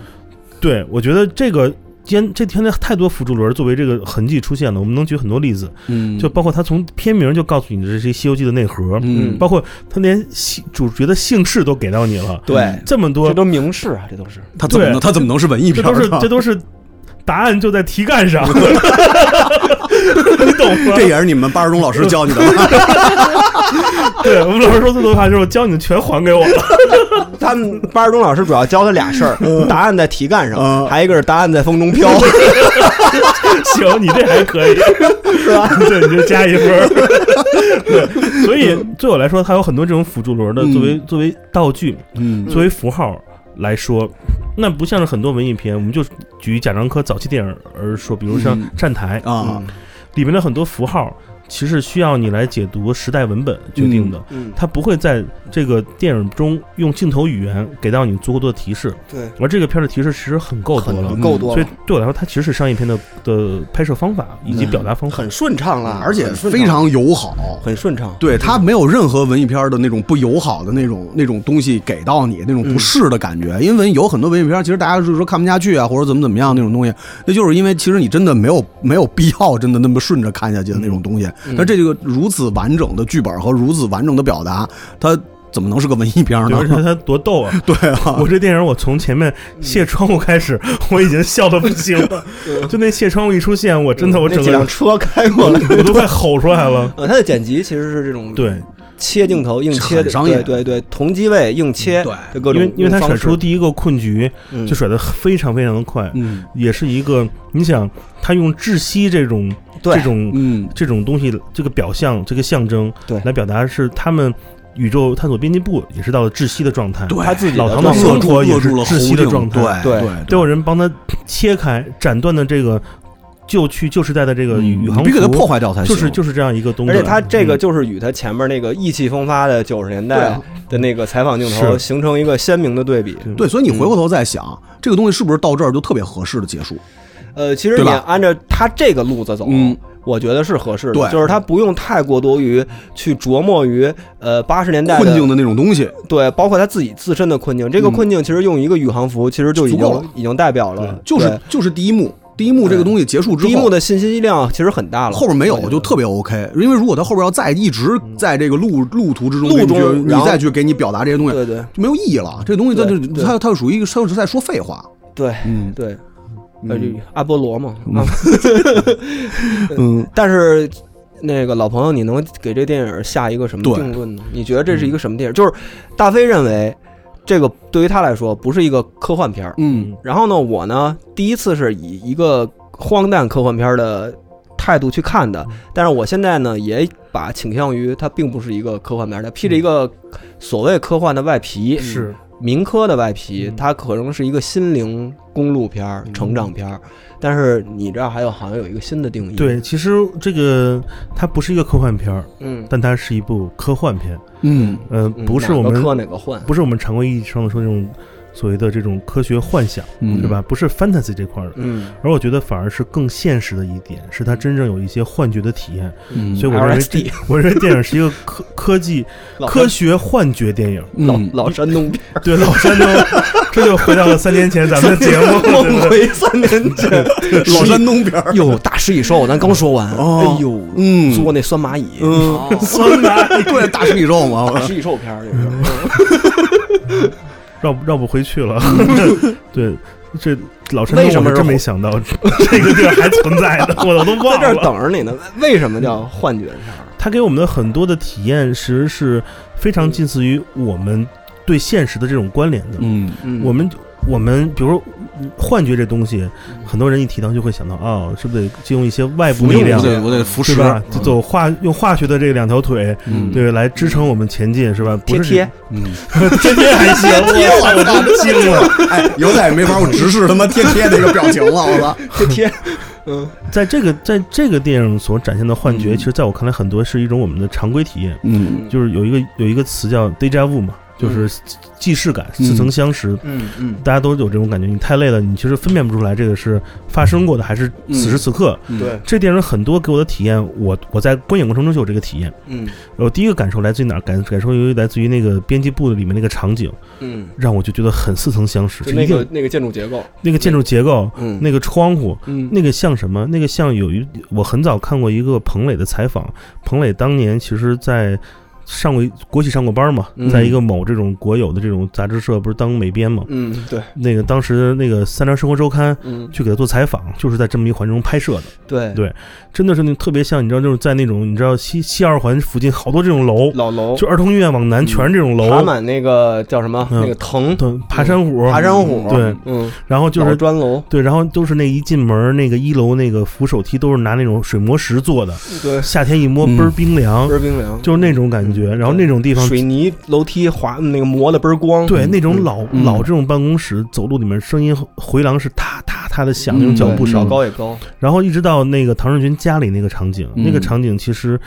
[SPEAKER 5] 对，我觉得这个。今天这天的太多辅助轮儿作为这个痕迹出现了，我们能举很多例子，
[SPEAKER 4] 嗯
[SPEAKER 5] 就包括他从片名就告诉你这是《西游记》的内核，
[SPEAKER 4] 嗯
[SPEAKER 5] 包括他连姓主角的姓氏都给到你了，
[SPEAKER 3] 对，
[SPEAKER 5] 这么
[SPEAKER 3] 这
[SPEAKER 5] 多，
[SPEAKER 3] 都明示啊，这都是
[SPEAKER 4] 他怎么能
[SPEAKER 5] 对
[SPEAKER 4] 他怎么能是文艺
[SPEAKER 5] 这
[SPEAKER 4] 片
[SPEAKER 5] 都
[SPEAKER 4] 儿
[SPEAKER 5] 是
[SPEAKER 4] 呢？
[SPEAKER 5] 这都是答案就在题干上，你懂吗？
[SPEAKER 4] 这也是你们八十中老师教你的吗？
[SPEAKER 5] 对我们老师说最多话就是我教你的全还给我了，
[SPEAKER 3] 他们
[SPEAKER 6] 巴尔东老师主要教他俩事 儿，
[SPEAKER 3] 嗯
[SPEAKER 6] 答案在题干上，
[SPEAKER 4] 嗯
[SPEAKER 6] 还有一个是答案在风中飘。
[SPEAKER 5] 行，你这还可以，是吧？ 对，你就加一分儿。对，所以对我来说，它有很多这种辅助轮的，
[SPEAKER 4] 嗯
[SPEAKER 5] 作为作为道具，
[SPEAKER 4] 嗯
[SPEAKER 5] 作为符号来说，那不像是很多文艺片，我们就举贾樟柯早期电影而说，比如像
[SPEAKER 4] 嗯
[SPEAKER 5] 《站台》
[SPEAKER 4] 啊，
[SPEAKER 5] 里面的很多符号，其实需要你来解读时代文本决定的。
[SPEAKER 3] 嗯
[SPEAKER 5] 它不会在这个电影中用镜头语言给到你足够多的提示，
[SPEAKER 3] 对，
[SPEAKER 5] 而这个片儿的提示其实很够多了
[SPEAKER 4] 嗯，
[SPEAKER 3] 够多
[SPEAKER 5] 所以
[SPEAKER 3] 了，嗯
[SPEAKER 5] 对我来说，它其实是商业片的的拍摄方法以及表达方法。
[SPEAKER 3] 很顺畅啊了，
[SPEAKER 4] 而且
[SPEAKER 3] 嗯很顺
[SPEAKER 4] 非
[SPEAKER 3] 畅
[SPEAKER 4] 常友好。
[SPEAKER 3] 很顺畅，
[SPEAKER 4] 对他没有任何文艺片儿的那种不友好的那种那种东西给到你那种不适的感觉，因为有很多文艺片儿，其实大家就是说看不下去啊，或者怎么怎么样那种东西，那就是因为其实你真的没有没有必要真的那么顺着看下去的那种东西。那、这个如此完整的剧本和如此完整的表达，它怎么能是个文艺片儿
[SPEAKER 5] 对，而
[SPEAKER 4] 呢？
[SPEAKER 5] 且它多 逗啊！
[SPEAKER 4] 对啊，
[SPEAKER 5] 我这电影，我从前面卸窗户开始，我已经笑的不行 了。就那卸窗户一出现，我真的
[SPEAKER 3] 嗯
[SPEAKER 5] 我
[SPEAKER 3] 那
[SPEAKER 5] 整
[SPEAKER 3] 几
[SPEAKER 5] 个
[SPEAKER 3] 辆
[SPEAKER 5] 人
[SPEAKER 3] 车嗯开过来。
[SPEAKER 5] 我都快吼出来了。
[SPEAKER 3] 呃，它的剪辑其实是这种
[SPEAKER 5] 对，
[SPEAKER 3] 切镜头、硬切
[SPEAKER 4] 很
[SPEAKER 3] 的，
[SPEAKER 4] 商业
[SPEAKER 3] 对对对，同机位硬切
[SPEAKER 4] 嗯对
[SPEAKER 3] 的各
[SPEAKER 5] 因
[SPEAKER 3] 种，
[SPEAKER 5] 为因为他甩
[SPEAKER 3] 方式
[SPEAKER 5] 出第一个困局，
[SPEAKER 3] 嗯
[SPEAKER 5] 就甩得非常非常的快，
[SPEAKER 4] 嗯
[SPEAKER 5] 也是一个你想他用窒息这种
[SPEAKER 3] 对
[SPEAKER 5] 这种
[SPEAKER 4] 嗯
[SPEAKER 5] 这种东西这个表象这个象征，
[SPEAKER 3] 对
[SPEAKER 5] 来表达是他们宇宙探索编辑部也是到了窒息的状态，
[SPEAKER 4] 对
[SPEAKER 3] 他自己
[SPEAKER 5] 老
[SPEAKER 3] 的
[SPEAKER 5] 唐
[SPEAKER 3] 状
[SPEAKER 5] 的
[SPEAKER 3] 态
[SPEAKER 5] 生
[SPEAKER 4] 扼住
[SPEAKER 5] 活也
[SPEAKER 4] 扼
[SPEAKER 5] 是
[SPEAKER 4] 住了
[SPEAKER 5] 窒息
[SPEAKER 4] 喉
[SPEAKER 5] 的
[SPEAKER 4] 定
[SPEAKER 5] 状态，
[SPEAKER 4] 对
[SPEAKER 3] 对
[SPEAKER 5] 都有人帮他切开斩断的这个旧去旧时代的这个宇宇航
[SPEAKER 4] 嗯你必须给它
[SPEAKER 5] 服
[SPEAKER 4] 破坏掉才行。
[SPEAKER 5] 就是就是这样一个东西，
[SPEAKER 3] 而且他这个
[SPEAKER 5] 嗯
[SPEAKER 3] 就是与他前面那个意气风发的九十年
[SPEAKER 4] 对
[SPEAKER 3] 代
[SPEAKER 4] 啊
[SPEAKER 3] 的那个采访镜头
[SPEAKER 5] 是
[SPEAKER 3] 形成一个鲜明的对比。
[SPEAKER 4] 对，所以你回过头再想，这个东西是不是到这儿就特别合适的结束？
[SPEAKER 3] 呃，其实
[SPEAKER 4] 对
[SPEAKER 3] 你
[SPEAKER 4] 吧
[SPEAKER 3] 按照他这个路子走
[SPEAKER 4] 嗯，
[SPEAKER 3] 我觉得是合适的，
[SPEAKER 4] 对
[SPEAKER 3] 就是他不用太过多于去琢磨于呃八十年代
[SPEAKER 4] 困
[SPEAKER 3] 的
[SPEAKER 4] 境的那种东西，
[SPEAKER 3] 对，包括他自己自身的困境。这个困境其实用一个宇航服其实就已
[SPEAKER 4] 足够了
[SPEAKER 3] 经已经代表了，
[SPEAKER 4] 就是
[SPEAKER 3] 嗯对
[SPEAKER 4] 就是第一幕，第一幕这个东西结束之
[SPEAKER 3] 第
[SPEAKER 4] 后，
[SPEAKER 3] 一幕的信息量其实很大了，
[SPEAKER 4] 后边没有
[SPEAKER 3] 我觉得
[SPEAKER 4] 就特别 OK，因为如果他后边要再一直在这个路路途之中，
[SPEAKER 3] 嗯路
[SPEAKER 4] 你
[SPEAKER 3] 中
[SPEAKER 4] 就你
[SPEAKER 3] 然后
[SPEAKER 4] 再去给你表达这些东西，
[SPEAKER 3] 对对
[SPEAKER 4] 就没有意义了。这个东西它就
[SPEAKER 3] 对对
[SPEAKER 4] 它它就属于一个它是在说废话。
[SPEAKER 3] 对
[SPEAKER 4] 嗯
[SPEAKER 3] 对，呃，就阿波罗嘛，啊
[SPEAKER 4] 嗯，
[SPEAKER 3] 但是那个老朋友，你能给这电影下一个什么
[SPEAKER 4] 对
[SPEAKER 3] 定论呢？你觉得这是一个什么电影？就是大飞认为这个对于他来说不是一个科幻片儿。
[SPEAKER 4] 嗯
[SPEAKER 3] 然后呢，我呢第一次是以一个荒诞科幻片儿的态度去看的，
[SPEAKER 5] 嗯
[SPEAKER 3] 但是我现在呢也把倾向于它并不是一个科幻片儿，它披着一个
[SPEAKER 5] 嗯
[SPEAKER 3] 所谓科幻的外皮，
[SPEAKER 5] 是
[SPEAKER 3] 民科的外皮
[SPEAKER 5] 嗯，
[SPEAKER 3] 它可能是一个心灵公路片儿、成长片儿，但是你这儿还有好像有一个新的定义，，
[SPEAKER 5] 对，其实这个它不是一个科幻片儿，
[SPEAKER 3] 嗯。
[SPEAKER 5] 但它是一部科幻片，
[SPEAKER 4] 嗯
[SPEAKER 5] 呃，
[SPEAKER 3] 嗯
[SPEAKER 5] 不是我
[SPEAKER 3] 哪
[SPEAKER 5] 们
[SPEAKER 3] 个科哪个换，
[SPEAKER 5] 不是我们常规意义上说那种所谓的这种科学幻想，
[SPEAKER 4] 嗯
[SPEAKER 5] 对吧？不是 fantasy 这块儿的。
[SPEAKER 3] 嗯，
[SPEAKER 5] 而我觉得反而是更现实的一点，是它真正有一些幻觉的体验，
[SPEAKER 4] 嗯
[SPEAKER 5] 所以我认为
[SPEAKER 3] RSD
[SPEAKER 5] 这，我认为电影是一个科科技
[SPEAKER 3] 老
[SPEAKER 5] 科学幻觉电影。
[SPEAKER 3] 老
[SPEAKER 4] 嗯
[SPEAKER 3] 老山东片儿，
[SPEAKER 5] 对，老山东，这就回到了三年前咱们的节目，对
[SPEAKER 3] 梦
[SPEAKER 5] 不对
[SPEAKER 3] 回三年前，
[SPEAKER 4] 老山东边儿
[SPEAKER 3] 哟，大师一说，我咱刚说完，
[SPEAKER 4] 哦
[SPEAKER 3] 哎呦，
[SPEAKER 4] 嗯
[SPEAKER 3] 做那哦酸蚂蚁，
[SPEAKER 4] 嗯，
[SPEAKER 5] 酸奶
[SPEAKER 4] 对，大食蚁兽嘛，
[SPEAKER 3] 大师一兽片儿就是，
[SPEAKER 5] 绕不绕不回去了。 对，这老山
[SPEAKER 3] 为
[SPEAKER 5] 东
[SPEAKER 3] 什
[SPEAKER 5] 我
[SPEAKER 3] 么是
[SPEAKER 5] 是
[SPEAKER 3] 火
[SPEAKER 5] 真没想到这个地儿还存在的，我都
[SPEAKER 3] 在
[SPEAKER 5] 忘
[SPEAKER 3] 这儿
[SPEAKER 5] 了。
[SPEAKER 3] 等着你呢。为什么叫幻觉片儿？
[SPEAKER 5] 它给我们的很多的体验，其实是非常近似于我们对现实的这种关联的。
[SPEAKER 4] 嗯
[SPEAKER 3] 嗯
[SPEAKER 5] 我们我们比如说嗯幻觉这东西，很多人一提到就会想到啊、哦，是不是得借用一些外部力
[SPEAKER 4] 我
[SPEAKER 5] 量，
[SPEAKER 4] 得我得扶
[SPEAKER 5] 是
[SPEAKER 4] 持，
[SPEAKER 5] 吧？就走化用化学的这两条腿，
[SPEAKER 4] 嗯
[SPEAKER 5] 对，来支撑我们前进，是吧？不
[SPEAKER 3] 贴
[SPEAKER 5] 是
[SPEAKER 3] 贴，
[SPEAKER 4] 嗯，
[SPEAKER 5] 贴贴还行，
[SPEAKER 4] 贴我操
[SPEAKER 5] 我都惊了。
[SPEAKER 4] 哎，以后再也没法我直视他妈贴贴那个表情了，我操，
[SPEAKER 3] 贴贴，嗯，
[SPEAKER 5] 在这个在这个电影所展现的幻觉，
[SPEAKER 4] 嗯
[SPEAKER 5] 其实在我看来，很多是一种我们的常规体验，
[SPEAKER 4] 嗯
[SPEAKER 5] 就是有一个有一个词叫 deja vu 嘛，就是既视感，似曾相识。
[SPEAKER 4] 嗯嗯
[SPEAKER 5] 大家都有这种感觉，你太累了，你其实分辨不出来这个是发生过的还是此时此刻。
[SPEAKER 4] 嗯
[SPEAKER 3] 对，
[SPEAKER 5] 这电影很多给我的体验，我我在观影过程中就有这个体验。
[SPEAKER 3] 嗯
[SPEAKER 5] 我第一个感受来自于哪儿？感感受于来自于那个编辑部里面那个场景，
[SPEAKER 3] 嗯，
[SPEAKER 5] 让我就觉得很似曾相识。
[SPEAKER 3] 就是那
[SPEAKER 5] 一
[SPEAKER 3] 个
[SPEAKER 5] 个
[SPEAKER 3] 那个建筑结构，
[SPEAKER 5] 那个建筑结构，
[SPEAKER 3] 嗯
[SPEAKER 5] 那个窗户，
[SPEAKER 3] 嗯
[SPEAKER 5] 那个像什么？那个像有一我很早看过一个彭磊的采访，彭磊当年其实在上过一国企上过班嘛
[SPEAKER 3] 嗯，
[SPEAKER 5] 在一个某这种国有的这种杂志社不是当美编嘛？
[SPEAKER 3] 嗯对
[SPEAKER 5] 那个当时那个《三联生活周刊》
[SPEAKER 3] 嗯
[SPEAKER 5] 去给他做采访，就是在这么一环中拍摄的，
[SPEAKER 3] 对
[SPEAKER 5] 对真的是那特别像你知道就是在那种你知道西西二环附近好多这种楼，
[SPEAKER 3] 老楼
[SPEAKER 5] 就儿童医院往南全是这种楼，
[SPEAKER 3] 爬满那个叫什么
[SPEAKER 5] 嗯
[SPEAKER 3] 那个藤
[SPEAKER 5] 对，爬山虎，
[SPEAKER 3] 爬山虎，
[SPEAKER 5] 对，
[SPEAKER 3] 嗯
[SPEAKER 5] 然后就
[SPEAKER 3] 老
[SPEAKER 5] 是
[SPEAKER 3] 砖楼，
[SPEAKER 5] 对，然后都是那一进门那个一楼那个扶手梯都是拿那种水磨石做的，
[SPEAKER 3] 对，
[SPEAKER 5] 夏天一摸
[SPEAKER 4] 嗯
[SPEAKER 5] 倍儿冰凉，
[SPEAKER 3] 倍儿冰凉，
[SPEAKER 5] 就是那种感觉。然后那种地方，
[SPEAKER 3] 水泥楼梯滑嗯那个磨的倍儿光，
[SPEAKER 5] 对那种老
[SPEAKER 4] 嗯
[SPEAKER 5] 老这种办公室走路里面声音回廊是踏踏踏的响，
[SPEAKER 4] 嗯
[SPEAKER 5] 那种脚
[SPEAKER 3] 对
[SPEAKER 5] 步
[SPEAKER 3] 老
[SPEAKER 5] 声。
[SPEAKER 3] 高也高，
[SPEAKER 5] 然后一直到那个唐人军家里那个场景，
[SPEAKER 4] 嗯
[SPEAKER 5] 那个场景其实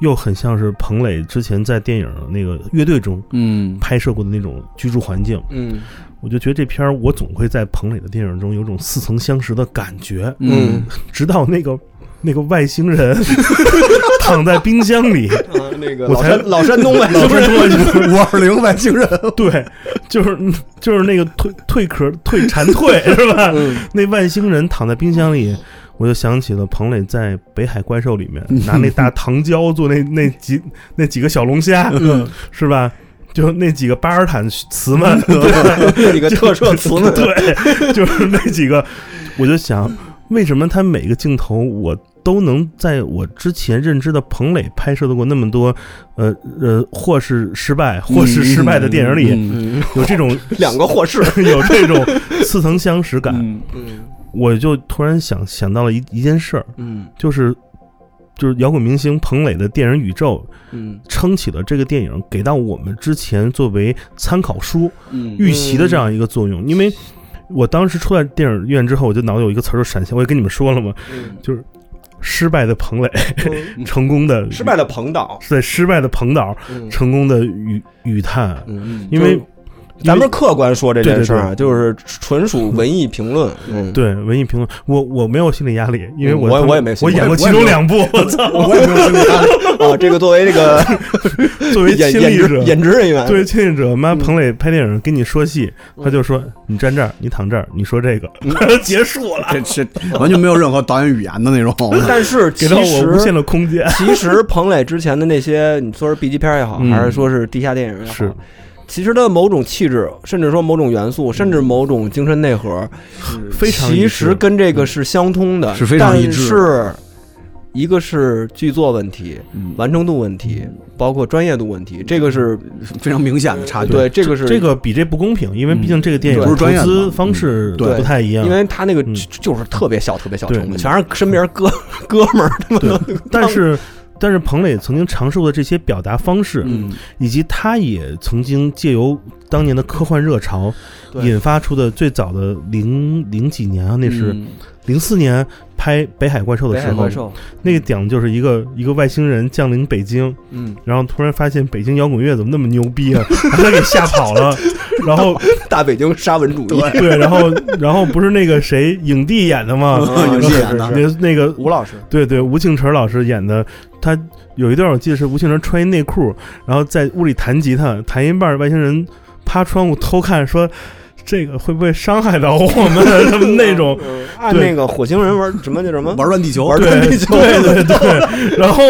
[SPEAKER 5] 又很像是彭磊之前在电影那个乐队中
[SPEAKER 4] 嗯
[SPEAKER 5] 拍摄过的那种居住环境。
[SPEAKER 3] 嗯
[SPEAKER 5] 我就觉得这片儿我总会在彭磊的电影中有种似曾相识的感觉，
[SPEAKER 3] 嗯，
[SPEAKER 5] 直到那个那个外星人 躺在冰箱里，
[SPEAKER 3] 啊那个
[SPEAKER 5] 我
[SPEAKER 3] 老
[SPEAKER 5] 才
[SPEAKER 3] 山老山东 呗，是不是？
[SPEAKER 5] 啊
[SPEAKER 4] 五二零外星人，
[SPEAKER 5] 对，就是就是那个蜕蜕壳蜕蝉蜕是吧？
[SPEAKER 3] 嗯
[SPEAKER 5] 那外星人躺在冰箱里，我就想起了彭磊在《北海怪兽》里 面拿那大糖胶做那那几那几个小龙虾，
[SPEAKER 3] 嗯
[SPEAKER 5] 是吧？就那几个巴尔坦词们，？
[SPEAKER 3] 嗯那几个特摄词呢
[SPEAKER 5] 对， 就是那几个，我就想，为什么他每个镜头我都能在我之前认知的彭磊拍摄的过那么多，呃呃，或是失败，或是失败的电影里，
[SPEAKER 4] 嗯
[SPEAKER 3] 嗯，
[SPEAKER 5] 有这种
[SPEAKER 3] 两个霍氏，
[SPEAKER 5] 有这种似曾相识感，
[SPEAKER 4] 嗯
[SPEAKER 3] 嗯
[SPEAKER 5] 我就突然想想到了一一件事儿，
[SPEAKER 3] 嗯
[SPEAKER 5] 就是。就是摇滚明星彭磊的电影宇宙
[SPEAKER 3] 嗯
[SPEAKER 5] 撑起了这个电影，给到我们之前作为参考书，
[SPEAKER 4] 嗯
[SPEAKER 5] 预习的这样一个作用。因为我当时出来电影院之后，我就脑子有一个词儿就闪现，我也跟你们说了嘛，
[SPEAKER 3] 嗯
[SPEAKER 5] 就是失败的彭磊，
[SPEAKER 3] 嗯，
[SPEAKER 5] 成功的
[SPEAKER 3] 失败的彭导，
[SPEAKER 5] 对失败的彭导，
[SPEAKER 3] 嗯
[SPEAKER 5] 成功的雨雨探，
[SPEAKER 3] 嗯，
[SPEAKER 5] 因为
[SPEAKER 3] 就咱们客观说这件事儿啊，
[SPEAKER 5] 对对对
[SPEAKER 3] 就是纯属文艺评论。嗯，
[SPEAKER 5] 对文艺评论，我我没有心理压力，因为
[SPEAKER 3] 嗯
[SPEAKER 5] 我
[SPEAKER 3] 我
[SPEAKER 5] 我
[SPEAKER 3] 我也没心
[SPEAKER 5] 我
[SPEAKER 3] 理压
[SPEAKER 5] 演
[SPEAKER 3] 力
[SPEAKER 5] 过其中两部，我 操，
[SPEAKER 4] 我也没有经历他，
[SPEAKER 3] 啊，这个作为这个
[SPEAKER 5] 作为
[SPEAKER 3] 演
[SPEAKER 5] 亲
[SPEAKER 3] 演
[SPEAKER 5] 历
[SPEAKER 3] 职
[SPEAKER 5] 者。
[SPEAKER 3] 演职人员，
[SPEAKER 5] 作为亲历者，妈，
[SPEAKER 3] 嗯
[SPEAKER 5] 彭磊拍电影跟你说戏，他就说你站这儿，你躺这儿，你说这个，
[SPEAKER 3] 嗯
[SPEAKER 5] 结束了，
[SPEAKER 4] 这这完全没有任何导演语言的那种。
[SPEAKER 3] 但是其
[SPEAKER 5] 给到我无限
[SPEAKER 3] 实
[SPEAKER 5] 的空 间。
[SPEAKER 3] 其实彭磊之前的那些，你说是 B 级片也好，
[SPEAKER 5] 嗯
[SPEAKER 3] 还是说是地下电影也
[SPEAKER 5] 是嗯
[SPEAKER 3] 好。其实的某种气质，甚至说某种元素，甚至某种精神内核，
[SPEAKER 5] 非常
[SPEAKER 3] 嗯
[SPEAKER 5] 一
[SPEAKER 3] 其
[SPEAKER 5] 致
[SPEAKER 3] 实跟这个是相通的，
[SPEAKER 4] 是非常一致
[SPEAKER 3] 但是一个是剧作问题、
[SPEAKER 4] 嗯
[SPEAKER 3] 完成度问题，包括专业度问题，这个是
[SPEAKER 4] 非常明显的差距。
[SPEAKER 3] 对，这个是
[SPEAKER 5] 嗯这个比这不公平，因为毕竟这个电影
[SPEAKER 4] 嗯不是
[SPEAKER 5] 投
[SPEAKER 4] 专业的
[SPEAKER 5] 资
[SPEAKER 4] 嘛
[SPEAKER 5] 方式
[SPEAKER 4] 嗯
[SPEAKER 3] 对
[SPEAKER 5] 不太一样
[SPEAKER 3] 因。为他那个
[SPEAKER 5] 嗯
[SPEAKER 3] 就就是特别小，特别小
[SPEAKER 5] 对嗯
[SPEAKER 3] 成本，全是身边 哥哥们儿他们都
[SPEAKER 5] 但是，但是彭磊曾经尝试过的这些表达方式，
[SPEAKER 4] 嗯
[SPEAKER 5] 以及他也曾经借由当年的科幻热潮
[SPEAKER 3] 对
[SPEAKER 5] 引发出的最早的零零几年啊，那是
[SPEAKER 4] 嗯
[SPEAKER 5] 零四年拍《北海怪兽》的
[SPEAKER 3] 北
[SPEAKER 5] 时
[SPEAKER 3] 海
[SPEAKER 5] 候
[SPEAKER 3] 怪，兽，
[SPEAKER 5] 那个讲的就是一个一个外星人降临北京，
[SPEAKER 3] 嗯，
[SPEAKER 5] 然后突然发现北京摇滚乐怎么那么牛逼啊，把他给吓跑了， 然后
[SPEAKER 3] 大北京沙文主义，
[SPEAKER 5] 对，然后然后不是那个谁影帝演的吗？
[SPEAKER 3] 啊
[SPEAKER 4] 有
[SPEAKER 3] 是
[SPEAKER 4] 戏演的
[SPEAKER 3] 是是
[SPEAKER 5] 那那个
[SPEAKER 3] 吴老师，
[SPEAKER 5] 对对，吴庆辰老师演的，他有一段我记得是吴庆辰穿一内裤，然后在屋里弹吉他，弹一半儿，外星人趴窗户偷看，说这个会不会伤害到我们啊什么 那种。
[SPEAKER 3] 嗯按
[SPEAKER 5] 对
[SPEAKER 3] 那个火星人玩什么叫什么
[SPEAKER 4] 玩转地球，
[SPEAKER 3] 玩
[SPEAKER 5] 对
[SPEAKER 3] 转地球，
[SPEAKER 5] 对对对，然后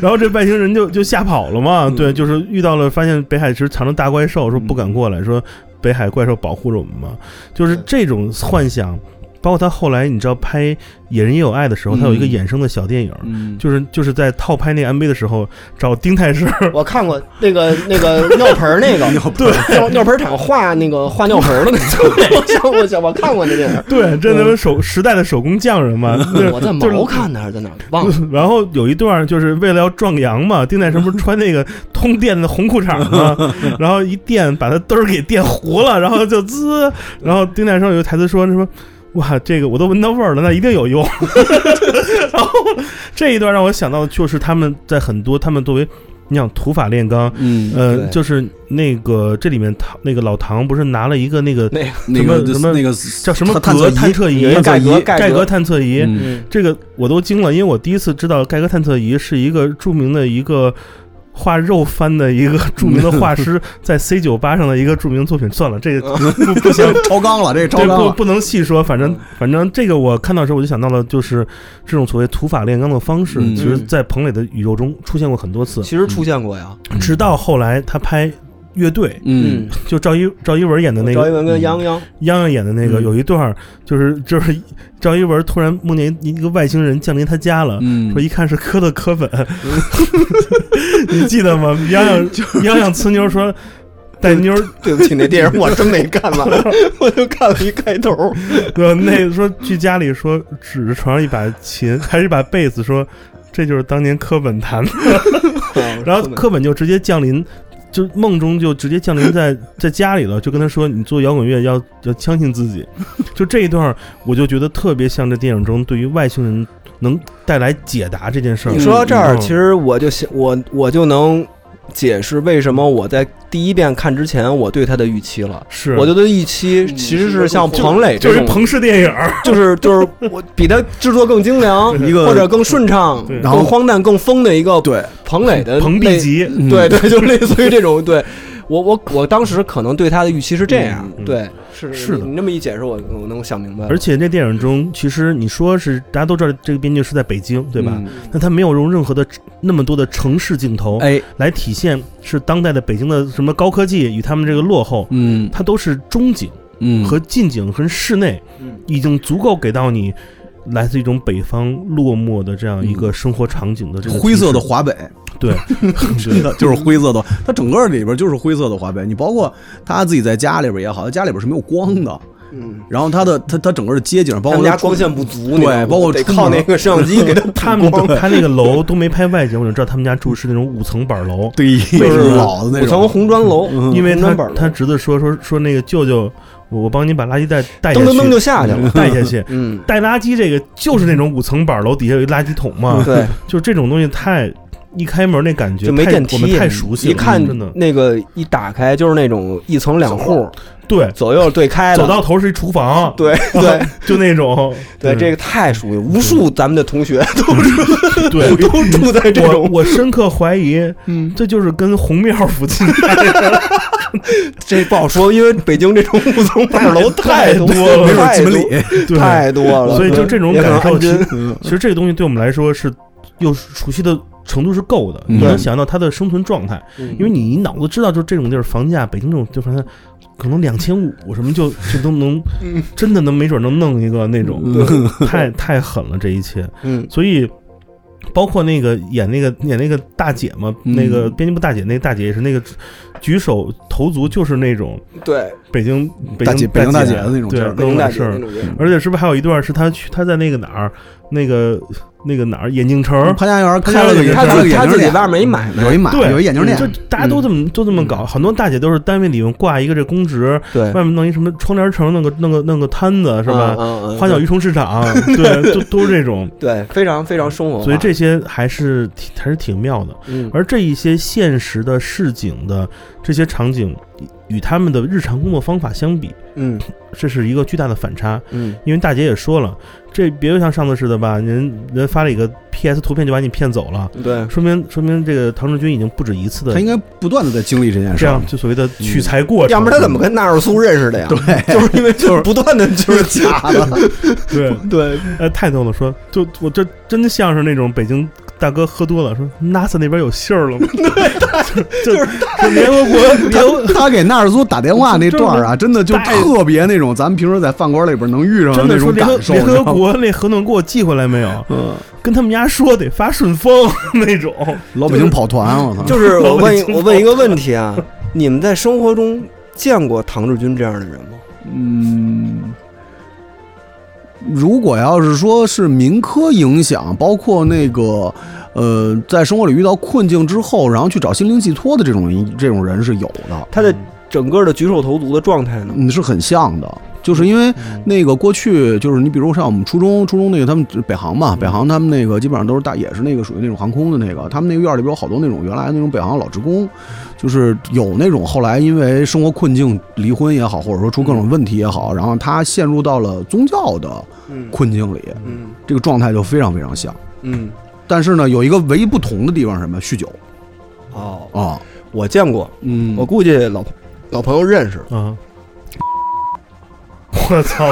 [SPEAKER 5] 然后这外星人就就吓跑了嘛，
[SPEAKER 3] 嗯
[SPEAKER 5] 对，就是遇到了发现北海其实藏着大怪兽，说不敢过来，说北海怪兽保护着我们嘛，就是这种幻想，包括他后来你知道拍《野人也有爱》的时候，他有一个
[SPEAKER 4] 嗯
[SPEAKER 5] 衍生的小电影，
[SPEAKER 4] 嗯，
[SPEAKER 5] 就是就是在套拍那个 MV 的时候找丁 太师，
[SPEAKER 3] 我看过那个那个尿盆儿那个
[SPEAKER 4] 尿
[SPEAKER 5] 对
[SPEAKER 3] 尿尿盆儿厂画那个画尿盆儿的那个，我想我想我看过那电影，
[SPEAKER 5] 对，这他妈手时代的手工匠人嘛。对
[SPEAKER 3] 嗯我在毛看的还是在哪儿忘了，
[SPEAKER 5] 然后有一段就是为了要壮阳嘛，丁太师不是穿那个通电的红裤衩 嘛，然后一电把他嘚儿给电糊了，然后就滋，然后丁太师有一个台词说什么。哇，这个我都闻到味儿了，那一定有用。 然后这一段让我想到的就是他们在很多他们作为你想土法炼钢，
[SPEAKER 4] 嗯，
[SPEAKER 5] 呃，
[SPEAKER 3] 对
[SPEAKER 5] 就是那个这里面唐那个老唐不是拿了一个那个
[SPEAKER 3] 那
[SPEAKER 4] 那个
[SPEAKER 5] 什么
[SPEAKER 4] 那个
[SPEAKER 5] 叫什么
[SPEAKER 4] 探测
[SPEAKER 5] 格
[SPEAKER 4] 仪
[SPEAKER 5] 探测仪
[SPEAKER 3] 有一个
[SPEAKER 5] 探测
[SPEAKER 3] 盖格
[SPEAKER 5] 仪
[SPEAKER 3] 盖
[SPEAKER 5] 盖
[SPEAKER 3] 格
[SPEAKER 5] 格探测仪，
[SPEAKER 4] 嗯
[SPEAKER 3] 嗯
[SPEAKER 5] 这个我都惊了，因为我第一次知道盖格探测仪是一个著名的一个画肉番的一个著名的画师在 C 九八上的一个著名作品。算了，这个不不行，
[SPEAKER 4] 超纲了，这个超
[SPEAKER 5] 这
[SPEAKER 4] 纲
[SPEAKER 5] 不
[SPEAKER 4] 了，
[SPEAKER 5] 不能细说。反正反正这个我看到的时候，我就想到了，就是这种所谓土法炼钢的方式，
[SPEAKER 4] 嗯
[SPEAKER 5] 其实在彭磊的宇宙中出现过很多次，
[SPEAKER 3] 其实出现过呀，
[SPEAKER 5] 直到后来他拍。乐队
[SPEAKER 4] 嗯，
[SPEAKER 5] 就赵一赵一文演嗯的那
[SPEAKER 3] 赵一
[SPEAKER 5] 个，
[SPEAKER 3] 文跟杨洋
[SPEAKER 5] 央央演的那个，
[SPEAKER 4] 嗯
[SPEAKER 5] 有一段儿就是就是赵一文突然梦见一一个外星人降临他家了，
[SPEAKER 4] 嗯
[SPEAKER 5] 说一看是磕的磕粉， 你记得吗？洋洋洋洋呲妞说。带妞儿
[SPEAKER 3] 对不起，那电影我真没看完， 我就看了一开头。
[SPEAKER 5] 呃，那说去家里说指着床上一把琴，还是一把贝斯，说这就是当年柯本弹的。
[SPEAKER 3] 嗯
[SPEAKER 5] 然后柯本就直接降临，就梦中就直接降临 在在家里了，就跟他说：“你做摇滚乐要要相信自 己。”就这一段儿，我就觉得特别像这电影中对于外星人能带来解答这件事儿。
[SPEAKER 3] 你说到这儿，
[SPEAKER 5] 嗯
[SPEAKER 3] 其实我就想，我我就能解释为什么我在第一遍看之前，我对他的预期了。
[SPEAKER 5] 是，
[SPEAKER 3] 我对他的预期其实嗯是像彭 磊
[SPEAKER 5] 就
[SPEAKER 3] 这
[SPEAKER 5] 是
[SPEAKER 3] 种，
[SPEAKER 5] 彭氏电影儿，
[SPEAKER 3] 就是就是我比他制作更精 良，
[SPEAKER 4] 一个
[SPEAKER 3] 或者更顺畅、
[SPEAKER 5] 对
[SPEAKER 3] 更
[SPEAKER 4] 然后
[SPEAKER 3] 荒诞、更疯的一个
[SPEAKER 4] 对，
[SPEAKER 3] 彭磊的
[SPEAKER 5] 彭
[SPEAKER 3] 类
[SPEAKER 5] 毕吉。
[SPEAKER 4] 嗯
[SPEAKER 3] 对对，就类似于这种。对我我我当时可能对他的预期是这样
[SPEAKER 5] 嗯嗯，
[SPEAKER 3] 对，是
[SPEAKER 5] 是的
[SPEAKER 3] 你你这么一解释，我我能想明白了。
[SPEAKER 5] 而且这电影中，其实你说是大家都知道这个编剧是在北京，对吧？
[SPEAKER 4] 嗯
[SPEAKER 5] 那他没有用任何的那么多的城市镜头
[SPEAKER 4] 哎，
[SPEAKER 5] 来体现是当代的北京的什么高科技与他们这个落后，
[SPEAKER 4] 嗯
[SPEAKER 5] 它都是中景
[SPEAKER 4] 嗯，
[SPEAKER 5] 和近景和室内，
[SPEAKER 3] 嗯
[SPEAKER 5] 已经足够给到你来自一种北方落寞的这样一
[SPEAKER 3] 嗯
[SPEAKER 5] 个生活场景的这个
[SPEAKER 4] 嗯灰色的
[SPEAKER 5] 提示
[SPEAKER 4] 华北，
[SPEAKER 5] 对，
[SPEAKER 4] 真的就是灰色的，它整个里边就是灰色的华北。你包括他自己在家里边也好，他家里边是没有光的，
[SPEAKER 3] 嗯，
[SPEAKER 4] 然后他的他他整个的街景，
[SPEAKER 3] 他
[SPEAKER 4] 包括
[SPEAKER 3] 们家
[SPEAKER 4] 他
[SPEAKER 3] 光
[SPEAKER 4] 窗
[SPEAKER 3] 线不足，
[SPEAKER 4] 对
[SPEAKER 3] 你知道吗
[SPEAKER 4] 包括
[SPEAKER 3] 得
[SPEAKER 4] 出门
[SPEAKER 3] 靠那个摄像 机给他
[SPEAKER 5] 他们他那个楼都没拍外景，我就知道他们家住的是那种五层板楼，
[SPEAKER 4] 对，
[SPEAKER 3] 就是
[SPEAKER 4] 老的
[SPEAKER 3] 五
[SPEAKER 4] 那
[SPEAKER 3] 层
[SPEAKER 4] 种，嗯
[SPEAKER 3] 红砖楼，
[SPEAKER 5] 因
[SPEAKER 3] 嗯红
[SPEAKER 5] 为他
[SPEAKER 3] 砖板楼
[SPEAKER 5] 他侄子说说说那个舅舅，我我帮你把垃圾袋带下
[SPEAKER 3] 噔
[SPEAKER 5] 去，
[SPEAKER 3] 噔噔就下去了。
[SPEAKER 5] 带下去。
[SPEAKER 3] 嗯，
[SPEAKER 5] 带垃圾这个就是那种五层板楼底下有一垃圾桶嘛，
[SPEAKER 3] 嗯对，
[SPEAKER 5] 就这种东西太一开门那感觉
[SPEAKER 3] 就没
[SPEAKER 5] 太
[SPEAKER 3] 电梯，
[SPEAKER 5] 我们太熟悉了，
[SPEAKER 3] 一看
[SPEAKER 5] 真的
[SPEAKER 3] 那个一打开就是那种一层两户，
[SPEAKER 5] 对，
[SPEAKER 3] 左右对开的，
[SPEAKER 5] 走到头是一厨房，
[SPEAKER 3] 对对
[SPEAKER 5] 就那种
[SPEAKER 3] 对，这个太熟悉，无数咱们的同学都。
[SPEAKER 5] 个嗯对
[SPEAKER 3] 都住在这
[SPEAKER 5] 我
[SPEAKER 3] 种嗯
[SPEAKER 5] 我深刻怀疑，这就是跟红庙附 近
[SPEAKER 3] 这不好说，因为北京这种五层板楼太
[SPEAKER 5] 太多了
[SPEAKER 4] 没准
[SPEAKER 3] 太
[SPEAKER 4] 几门
[SPEAKER 3] 多
[SPEAKER 4] 里，
[SPEAKER 5] 对，
[SPEAKER 3] 太多了，
[SPEAKER 5] 所以就这种
[SPEAKER 3] 也可能
[SPEAKER 5] 感受，
[SPEAKER 3] 安
[SPEAKER 5] 其实
[SPEAKER 3] 贞嗯
[SPEAKER 5] 其实这个东西对我们来说是又熟悉的程度是够的，
[SPEAKER 4] 嗯
[SPEAKER 5] 你能想到它的生存状态，
[SPEAKER 3] 嗯
[SPEAKER 5] 因为你一脑子知道，就这种地儿房价，北京这种地方房价可能两千五什么就就都能，
[SPEAKER 3] 嗯
[SPEAKER 5] 真的能没准能弄一个那种，太太狠了这一切，
[SPEAKER 3] 嗯
[SPEAKER 5] 所以。包括那个演那个演那个大姐嘛，
[SPEAKER 4] 嗯
[SPEAKER 5] 那个编辑部大姐，那个大姐也是那个举手投足就是那种
[SPEAKER 3] 对
[SPEAKER 5] 北京北
[SPEAKER 4] 大
[SPEAKER 5] 京
[SPEAKER 4] 姐北京大姐的那种
[SPEAKER 5] 对
[SPEAKER 4] 劲儿
[SPEAKER 5] 各
[SPEAKER 3] 北京大姐
[SPEAKER 5] 事儿
[SPEAKER 3] 那。
[SPEAKER 5] 嗯
[SPEAKER 3] 种人
[SPEAKER 5] 而且是不是还有一段是她去她在那个哪儿，那个那个哪儿眼镜城，
[SPEAKER 4] 潘家园
[SPEAKER 5] 潘
[SPEAKER 4] 开了个
[SPEAKER 5] 家园
[SPEAKER 3] 他
[SPEAKER 4] 开
[SPEAKER 3] 自
[SPEAKER 4] 了个
[SPEAKER 3] 己他
[SPEAKER 4] 眼
[SPEAKER 3] 自
[SPEAKER 4] 镜
[SPEAKER 3] 己
[SPEAKER 4] 店，
[SPEAKER 3] 外面
[SPEAKER 5] 嗯
[SPEAKER 3] 没买卖，
[SPEAKER 4] 有一马
[SPEAKER 5] 对
[SPEAKER 4] 嗯有一眼镜店嗯
[SPEAKER 5] 就，大家都这么都这么搞，很多大姐都是单位里面挂一个这公职，
[SPEAKER 4] 嗯
[SPEAKER 3] 对，
[SPEAKER 5] 外面弄一什么窗帘城，弄个弄个弄个摊子是吧？
[SPEAKER 3] 嗯？嗯嗯
[SPEAKER 5] 花鸟鱼虫市场， 对，都都是这种，
[SPEAKER 3] 对，非常非常生活化，
[SPEAKER 5] 所以这些还是挺还是挺妙的。
[SPEAKER 3] 嗯
[SPEAKER 5] 而这一些现实的市井的这些场景，与他们的日常工作方法相比，
[SPEAKER 3] 嗯
[SPEAKER 5] 这是一个巨大的反差。
[SPEAKER 3] 嗯
[SPEAKER 5] 因为大姐也说了，这别像上次似的吧，人人发了一个 PS 图片就把你骗走了，
[SPEAKER 3] 对，
[SPEAKER 5] 说明说明这个唐志军已经不止一次的
[SPEAKER 4] 他应该不断的在经历这件事
[SPEAKER 5] 这
[SPEAKER 4] 儿
[SPEAKER 5] 样，就所谓的取材过程，
[SPEAKER 3] 要不然他怎么跟纳尔苏认识的呀？对，就是因为就是不断的就是假 的，
[SPEAKER 5] 对？
[SPEAKER 3] 对，
[SPEAKER 5] 呃，太逗了，说就我这真像是那种北京大哥喝多了，说 NASA 那边有信儿了吗？对， 就是联合国联合
[SPEAKER 4] 他他给纳尔苏打电话那段儿啊，真的就
[SPEAKER 5] 太
[SPEAKER 4] 特别那种，咱们平时在饭馆里边能遇上
[SPEAKER 5] 真
[SPEAKER 4] 那
[SPEAKER 5] 的说
[SPEAKER 4] 种
[SPEAKER 5] 联
[SPEAKER 4] 感
[SPEAKER 5] 合
[SPEAKER 4] 受。
[SPEAKER 5] 联合
[SPEAKER 4] 你知道吗
[SPEAKER 5] 国那合同给我寄回来没有？
[SPEAKER 4] 嗯，
[SPEAKER 5] 跟他们家说得发顺丰 那种，
[SPEAKER 4] 老北京跑团，我 操！
[SPEAKER 3] 就是我问一我问 一个问题啊，你们在生活中见过唐志军这样的人吗？
[SPEAKER 4] 嗯，如果要是说是民科影响，包括那个呃，在生活里遇到困境之后，然后去找心灵寄托的这种这种人是有的，
[SPEAKER 3] 嗯他的整个的举手投足的状态呢？
[SPEAKER 4] 嗯，是很像的。就是因为那个过去就是你比如像我们初中，初中那个他们北航
[SPEAKER 3] 嗯
[SPEAKER 4] 嘛，北航他们那个基本上都是大也是那个属于那种航空的那个，他们那个院儿里边有好多那种原来那种北航老职
[SPEAKER 3] 嗯
[SPEAKER 4] 工，就是有那种后来因为生活困境离婚也好，
[SPEAKER 3] 嗯
[SPEAKER 4] 或者说出各种问题也好，然后他陷入到了宗教的
[SPEAKER 3] 嗯
[SPEAKER 4] 困境里，
[SPEAKER 3] 嗯
[SPEAKER 4] 这个状态就非常非常像。
[SPEAKER 3] 嗯，
[SPEAKER 4] 但是呢，有一个唯一不同的地方是什么？酗酒
[SPEAKER 3] 哦，
[SPEAKER 4] 啊，
[SPEAKER 3] 我见过，
[SPEAKER 4] 嗯
[SPEAKER 3] 我估计老老朋友认识，
[SPEAKER 5] 啊！ 我 操，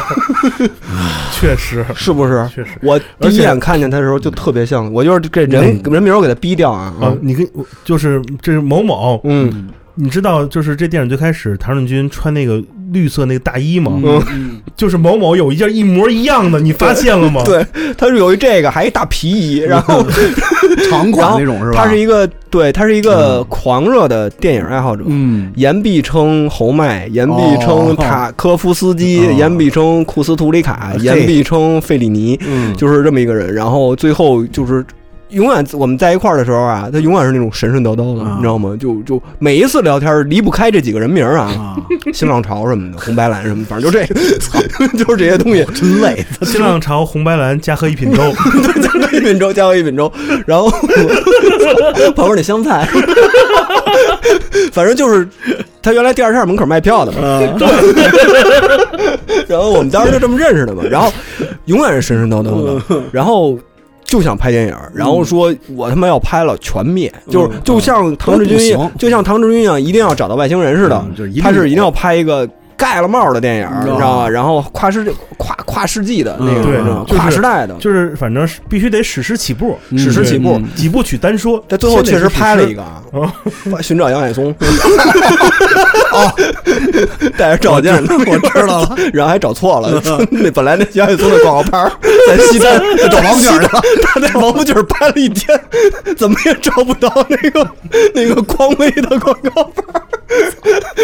[SPEAKER 5] 确实
[SPEAKER 3] 是不是？
[SPEAKER 5] 确实
[SPEAKER 3] 我第
[SPEAKER 5] 而
[SPEAKER 3] 一
[SPEAKER 5] 且
[SPEAKER 3] 眼看见他的时候就特别像，我就是这人人名儿我给他逼掉啊
[SPEAKER 5] 啊！你跟我就是这是某某，
[SPEAKER 3] 嗯
[SPEAKER 5] 你知道就是这电影最开始唐润军穿那个绿色那个大衣吗？
[SPEAKER 3] 嗯，
[SPEAKER 5] 就是某某有一件一模一样的，你发现了吗？
[SPEAKER 3] 对，他是有一这个，还一大皮衣，然后
[SPEAKER 4] 长款那种是吧？
[SPEAKER 3] 他是嗯一个对，他是一个狂热的电影爱好者。
[SPEAKER 4] 嗯
[SPEAKER 3] 言必称侯麦，言必称塔科夫斯基，
[SPEAKER 4] 哦啊
[SPEAKER 3] 言必称库斯图里卡，
[SPEAKER 4] 嘿
[SPEAKER 3] 言必称费里尼，
[SPEAKER 4] 嗯，
[SPEAKER 3] 就是这么一个人。然后最后就是永远我们在一块儿的时候啊，他永远是那种神神叨叨的，
[SPEAKER 4] 啊
[SPEAKER 3] 你知道吗？就就每一次聊天离不开这几个人名儿 啊，
[SPEAKER 4] 啊，
[SPEAKER 3] 新浪潮什么的，红白蓝什么的，反正就这个， 就是这些东西。
[SPEAKER 4] 真累。
[SPEAKER 5] 新浪潮红白蓝加喝 一品粥，
[SPEAKER 3] 加个一品粥，加个一品粥，然后 旁边那香菜，反正就是他原来第二扇门口卖票的嘛，
[SPEAKER 4] 啊
[SPEAKER 3] 然后我们当时就这么认识的嘛，然后永远是神神叨叨
[SPEAKER 4] 嗯
[SPEAKER 3] 的，然后。就想拍电影，然后说我他妈要拍了全灭，就是就像唐志军一
[SPEAKER 4] 嗯都不
[SPEAKER 3] 样
[SPEAKER 4] 行，
[SPEAKER 3] 就像唐志军一样，一定要找到外星人似的
[SPEAKER 4] 嗯就是一，定
[SPEAKER 3] 他
[SPEAKER 4] 有
[SPEAKER 3] 是一定要拍一个盖了帽的电影，
[SPEAKER 4] 嗯
[SPEAKER 3] 你知道吧？然后跨世跨跨世纪的那
[SPEAKER 4] 嗯
[SPEAKER 3] 个，
[SPEAKER 5] 对
[SPEAKER 3] 你知道吗
[SPEAKER 5] 就是
[SPEAKER 3] 跨时代的，
[SPEAKER 5] 就是反正是必须得史诗起步，
[SPEAKER 3] 史诗起步
[SPEAKER 5] 对嗯几部曲单说。
[SPEAKER 3] 但最后确实拍了一个
[SPEAKER 5] 个，
[SPEAKER 3] 啊
[SPEAKER 5] 哦，
[SPEAKER 3] 寻找杨海松， 带着照片，
[SPEAKER 4] 哦我知道了， 嗯
[SPEAKER 3] 然后还找错了， 那本来那杨海松的广告牌 儿在西单，
[SPEAKER 4] 找王府井去了。
[SPEAKER 3] 他在王府井拍了一天，怎么也找不到那个那个匡威的广告牌儿。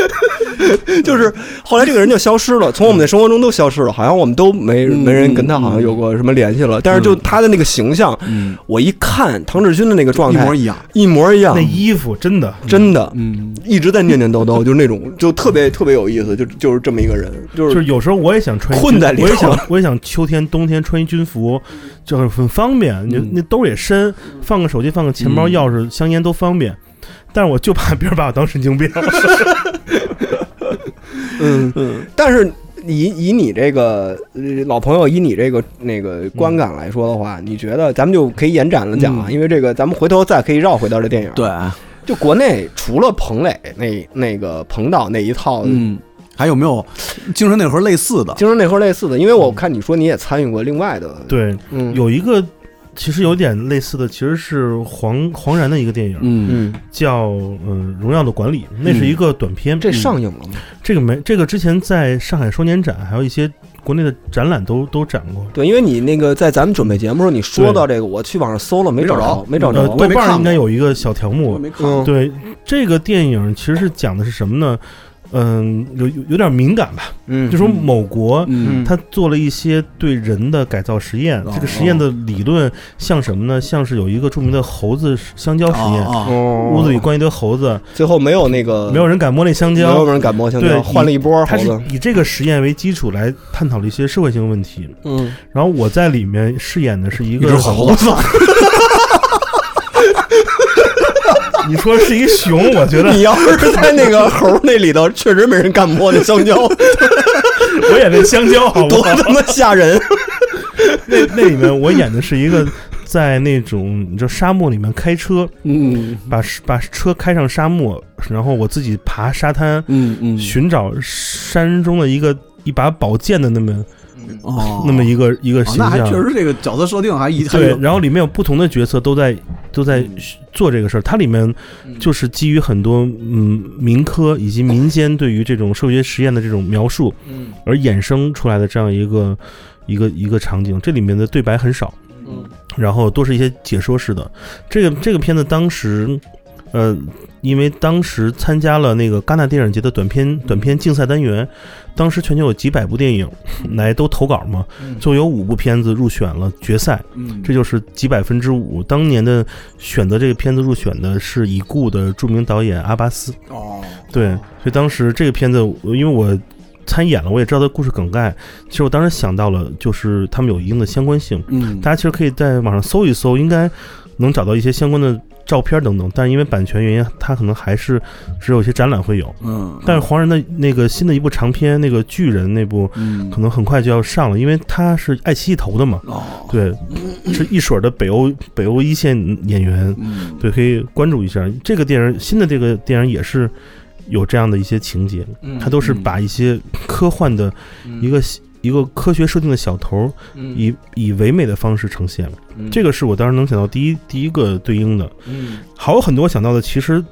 [SPEAKER 3] 就是后来这个人就消失了，从我们的生活中都消失了，好像我们都没
[SPEAKER 4] 嗯
[SPEAKER 3] 没人跟他好像有过什么联系了。但是就他的那个形象，
[SPEAKER 4] 嗯，
[SPEAKER 3] 我一看唐志军的那个状
[SPEAKER 4] 一
[SPEAKER 3] 态
[SPEAKER 4] 模一样。
[SPEAKER 3] 一模一样
[SPEAKER 5] 那，衣服真的
[SPEAKER 3] 真的，
[SPEAKER 4] 嗯，
[SPEAKER 3] 一直在念念叨叨，就是那种就特别特别有意思，就就是这么一个人，就
[SPEAKER 5] 就是是有时候我也想穿一军，
[SPEAKER 3] 困在里头
[SPEAKER 5] 我也想我也想秋天冬天穿一军服，就很很方便，你
[SPEAKER 4] 嗯
[SPEAKER 5] 那兜儿也深，放个手机、放个钱包、
[SPEAKER 4] 嗯
[SPEAKER 5] 钥匙、香烟都方便。但是我就怕别人把我当神经病，
[SPEAKER 3] 嗯嗯。但是以以你这个呃老朋友，以你这个那个观感来说的话，你觉得咱们就可以延展了讲啊，因为这个咱们回头再可以绕回到这电影。，
[SPEAKER 4] 对，
[SPEAKER 3] 就国内除了彭磊那那个彭导那一套，
[SPEAKER 4] 嗯，还有没有精神内核类似的？
[SPEAKER 3] 精神内核类似的，因为我看你说你也参与过另外的，，
[SPEAKER 5] 对，
[SPEAKER 3] 嗯，
[SPEAKER 5] 有一个其实有点类似的，其实是黄黄然的一个电影，
[SPEAKER 4] 嗯
[SPEAKER 3] 嗯，
[SPEAKER 5] 叫《嗯、荣耀的管理》，那是一个短片。
[SPEAKER 3] 这
[SPEAKER 5] 嗯
[SPEAKER 3] 上映了吗？
[SPEAKER 5] 这个没这个之前在上海双年展，还有一些国内的展览都都展过。
[SPEAKER 3] 对，因为你那个在咱们准备节目时候，你说
[SPEAKER 5] 对
[SPEAKER 3] 到这个，我去网上搜了，没
[SPEAKER 4] 没
[SPEAKER 3] 找着
[SPEAKER 4] 找着，
[SPEAKER 3] 没找
[SPEAKER 5] 呃
[SPEAKER 3] 着，，
[SPEAKER 5] 豆
[SPEAKER 4] 也没
[SPEAKER 5] 瓣
[SPEAKER 4] 看
[SPEAKER 5] 儿应该
[SPEAKER 4] 过
[SPEAKER 5] 有一个小条目。
[SPEAKER 4] 没看
[SPEAKER 3] 嗯，
[SPEAKER 5] 对，这个电影其实是讲的是什么呢？嗯，有有有点敏感吧，
[SPEAKER 3] 嗯，
[SPEAKER 5] 就说某国。
[SPEAKER 4] 嗯
[SPEAKER 5] 他做了一些对人的改造实验，
[SPEAKER 4] 哦
[SPEAKER 5] 这个实验的理论像什么呢？像是有一个著名的猴子香蕉实验，
[SPEAKER 4] 啊啊，
[SPEAKER 3] 哦
[SPEAKER 5] 屋子里关一堆猴子，
[SPEAKER 3] 最后没有那个
[SPEAKER 5] 没有人敢摸那香
[SPEAKER 3] 没有
[SPEAKER 5] 蕉。
[SPEAKER 3] 人敢摸香
[SPEAKER 5] 对
[SPEAKER 3] 蕉，换了一波
[SPEAKER 5] 他
[SPEAKER 3] 猴
[SPEAKER 5] 是
[SPEAKER 3] 子。
[SPEAKER 5] 以这个实验为基础来探讨了一些社会性问题。
[SPEAKER 3] 嗯，
[SPEAKER 5] 然后我在里面饰演的是一
[SPEAKER 4] 一
[SPEAKER 5] 个
[SPEAKER 4] 只猴子，
[SPEAKER 5] 你说是一熊，我觉得
[SPEAKER 3] 你要是在那个猴那里头，确实没人敢摸那香蕉，
[SPEAKER 5] 我演的香蕉，好不
[SPEAKER 3] 多
[SPEAKER 5] 好？
[SPEAKER 3] 他妈吓人！
[SPEAKER 5] 那那里面我演的是一个在那种你知道沙漠里面开车，
[SPEAKER 4] 嗯
[SPEAKER 5] 把把车开上沙漠，然后我自己爬沙滩，
[SPEAKER 4] 嗯嗯，
[SPEAKER 5] 寻找山中的一个一把宝剑的那么
[SPEAKER 4] 哦，
[SPEAKER 5] 那么一个一个
[SPEAKER 4] 哦
[SPEAKER 5] 形
[SPEAKER 4] 那还确
[SPEAKER 5] 象。
[SPEAKER 4] 实这个角色设定还一还
[SPEAKER 5] 对
[SPEAKER 4] 有，
[SPEAKER 5] 然后里面有不同的角色都在都在做这个事儿，它里面就是基于很多嗯民科以及民间对于这种社会学实验的这种描述，
[SPEAKER 3] 嗯
[SPEAKER 5] 而衍生出来的这样一个一个一个场景，这里面的对白很少，
[SPEAKER 3] 嗯，
[SPEAKER 5] 然后都是一些解说式的。这个这个片子当时，呃，因为当时参加了那个戛纳电影节的短片短片竞赛单元，当时全球有几百部电影来都投稿嘛，就有五部片子入选了决赛，
[SPEAKER 4] 嗯
[SPEAKER 5] 这就是几百分之五。当年的选择这个片子入选的是已故的著名导演阿巴斯。
[SPEAKER 4] 哦，
[SPEAKER 5] 对，所以当时这个片子，因为我参演了，我也知道他故事梗概。其实我当时想到了，就是他们有一定的相关性，
[SPEAKER 4] 嗯
[SPEAKER 5] 大家其实可以在网上搜一搜，应该能找到一些相关的照片等等。但因为版权原因，它可能还是只有一些展览会有。
[SPEAKER 4] 嗯，
[SPEAKER 5] 但是黄人的那个新的一部长片，那个巨人那部，
[SPEAKER 4] 嗯
[SPEAKER 5] 可能很快就要上了，因为他是爱奇艺投的嘛，
[SPEAKER 4] 哦，
[SPEAKER 5] 对，是一水儿的北欧北欧一线演员，
[SPEAKER 4] 嗯
[SPEAKER 5] 对，可以关注一下这个电影。新的这个电影也是有这样的一些情节，
[SPEAKER 3] 嗯
[SPEAKER 5] 它都是
[SPEAKER 4] 嗯
[SPEAKER 5] 把一些科幻的一个、一个科学设定的小头儿，以以唯美的方式呈现。
[SPEAKER 4] 嗯
[SPEAKER 5] 这
[SPEAKER 3] 个
[SPEAKER 5] 个是我当时能想到第一第一个对应的，还有很多我想到的，其实。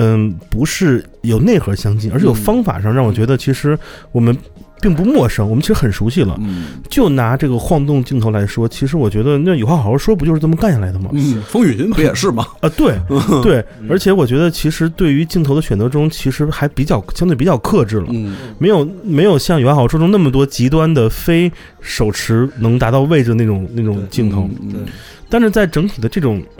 [SPEAKER 5] 嗯，不是有内核相近，而是有
[SPEAKER 4] 嗯
[SPEAKER 5] 方法上让我觉得，其实我们并不陌生，我们其实很熟悉了。
[SPEAKER 4] 嗯
[SPEAKER 5] 就拿这个晃动镜头来说，其实我觉得那有话好好说，不就是这么干下来的吗？
[SPEAKER 4] 嗯，风雨云不也是吗？
[SPEAKER 5] 啊， 对对，而且我觉得其实对于镜头的选择中，其实还比较相对比较克制了，
[SPEAKER 4] 嗯
[SPEAKER 5] 没有没有像有话好说中那么多极端的非手持能达到位置那种那种镜头，
[SPEAKER 4] 嗯
[SPEAKER 3] 对
[SPEAKER 5] 但是在整体的这种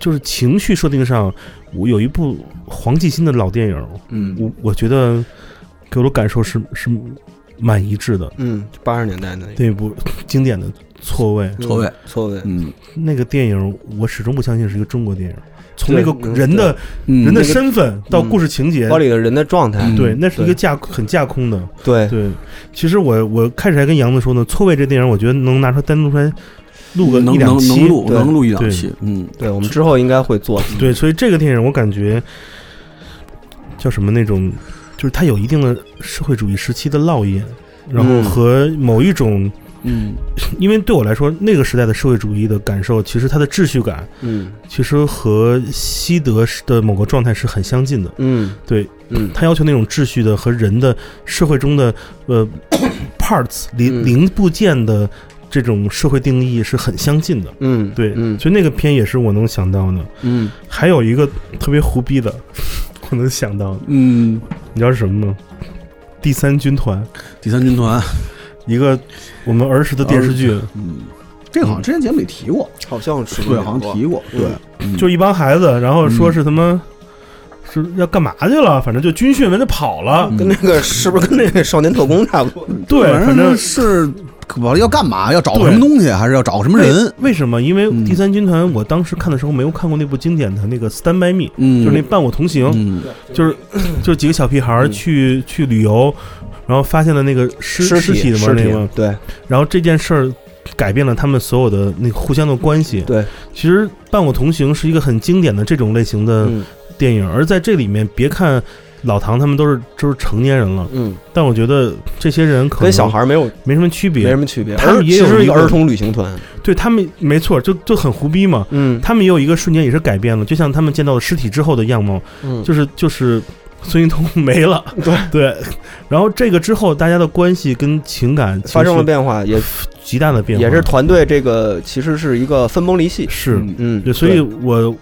[SPEAKER 5] 就是情绪设定上，我有一部黄继新的老电影，
[SPEAKER 3] 嗯
[SPEAKER 5] 我我觉得给我的感受是是蛮一致的，
[SPEAKER 3] 嗯，八十年代的
[SPEAKER 5] 那部经典的错位。
[SPEAKER 4] 错位
[SPEAKER 3] 错位，
[SPEAKER 4] 嗯
[SPEAKER 5] 那个电影，我始终不相信是一个中国电影。从那
[SPEAKER 3] 对
[SPEAKER 5] 个
[SPEAKER 3] 嗯
[SPEAKER 5] 人的
[SPEAKER 4] 嗯
[SPEAKER 5] 人的身份到故事情节，
[SPEAKER 3] 包里的人的状态，
[SPEAKER 5] 对，
[SPEAKER 4] 嗯
[SPEAKER 5] 那是一个架很架空的。
[SPEAKER 3] 对
[SPEAKER 5] 对，其实我我开始还跟杨子说呢，《错位》这电影，我觉得能拿出来单独出来录个
[SPEAKER 4] 能
[SPEAKER 5] 一两
[SPEAKER 4] 能
[SPEAKER 5] 期
[SPEAKER 4] 能。录
[SPEAKER 3] 对
[SPEAKER 4] 能录一两
[SPEAKER 5] 对
[SPEAKER 4] 期，嗯
[SPEAKER 3] 对，我们之后应该会做，
[SPEAKER 5] 对，所以这个电影我感觉叫什么那种，就是它有一定的社会主义时期的烙印，然后
[SPEAKER 3] 嗯
[SPEAKER 5] 和某一种，
[SPEAKER 4] 嗯
[SPEAKER 5] 因为对我来说，那个时代的社会主义的感受，其实它的秩序感
[SPEAKER 3] 嗯
[SPEAKER 5] 其实和西德式的某个状态是很相近的。
[SPEAKER 3] 嗯
[SPEAKER 5] 对
[SPEAKER 3] 嗯
[SPEAKER 5] 他要求那种秩序的和人的社会中的呃 parts 零
[SPEAKER 3] 嗯
[SPEAKER 5] 零部件的这种社会定义是很相近的。
[SPEAKER 3] 嗯，
[SPEAKER 5] 对，
[SPEAKER 3] 嗯
[SPEAKER 5] 所以那个片也是我能想到的。
[SPEAKER 3] 嗯
[SPEAKER 5] 还有一个特别胡逼的， 我能想到的，
[SPEAKER 4] 嗯，
[SPEAKER 5] 你知道是什么吗？第三军团，
[SPEAKER 4] 第三军团，
[SPEAKER 5] 一个我们儿时的电视剧，
[SPEAKER 4] 嗯，这个好像之前节目里提过，
[SPEAKER 3] 好像是
[SPEAKER 4] 对，好像提过，对，嗯
[SPEAKER 5] 就一帮孩子，然后说是他妈、是要干嘛去了，反正就军训完就跑了。
[SPEAKER 4] 嗯
[SPEAKER 3] 跟那个是不是跟那个少年特工差不多？
[SPEAKER 5] 对，反正
[SPEAKER 4] 是我要干嘛？要找
[SPEAKER 5] 对哎
[SPEAKER 4] 什么东西，还是要找个什么人？
[SPEAKER 5] 为什么？因为
[SPEAKER 4] 嗯
[SPEAKER 5] 第三军团，我当时看的时候没有看过那部经典的那个《Stand by Me》，
[SPEAKER 4] 嗯，
[SPEAKER 5] 就是那伴我同行，
[SPEAKER 4] 嗯
[SPEAKER 5] 就是就是几个小屁孩儿去去旅游，然后发现了那个 尸尸体
[SPEAKER 3] 体
[SPEAKER 5] 的嘛
[SPEAKER 3] 尸
[SPEAKER 5] 那个，
[SPEAKER 3] 对
[SPEAKER 5] 然后这件事儿改变了他们所有的那个互相的关系。
[SPEAKER 3] 对，
[SPEAKER 5] 其实伴我同行是一个很经典的这种类型的
[SPEAKER 3] 嗯
[SPEAKER 5] 电影，而在这里面，别看老唐他们都是都是成年人了，
[SPEAKER 3] 嗯，
[SPEAKER 5] 但我觉得这些人可
[SPEAKER 3] 跟小
[SPEAKER 5] 能
[SPEAKER 3] 孩儿没有
[SPEAKER 5] 没什么区
[SPEAKER 3] 没
[SPEAKER 5] 别
[SPEAKER 3] 什，么区别，
[SPEAKER 5] 他们
[SPEAKER 3] 而
[SPEAKER 5] 也
[SPEAKER 3] 其
[SPEAKER 5] 有
[SPEAKER 3] 实是
[SPEAKER 5] 一
[SPEAKER 3] 一个
[SPEAKER 5] 个
[SPEAKER 3] 儿童旅行团，
[SPEAKER 5] 对他们没错，就就很胡逼嘛。
[SPEAKER 3] 嗯
[SPEAKER 5] 他们也有一个瞬间也是改变了，就像他们见到了尸体之后的样貌，
[SPEAKER 3] 嗯
[SPEAKER 5] 就是就是孙一通没了，
[SPEAKER 3] 对
[SPEAKER 5] 对，然后这个之后大家的关系跟情感
[SPEAKER 3] 嗯发生了
[SPEAKER 5] 变
[SPEAKER 3] 变化，也
[SPEAKER 5] 极大的变化，
[SPEAKER 3] 也是团队这个其实是一个分崩离析，
[SPEAKER 5] 是，
[SPEAKER 3] 嗯，
[SPEAKER 5] 对，所以我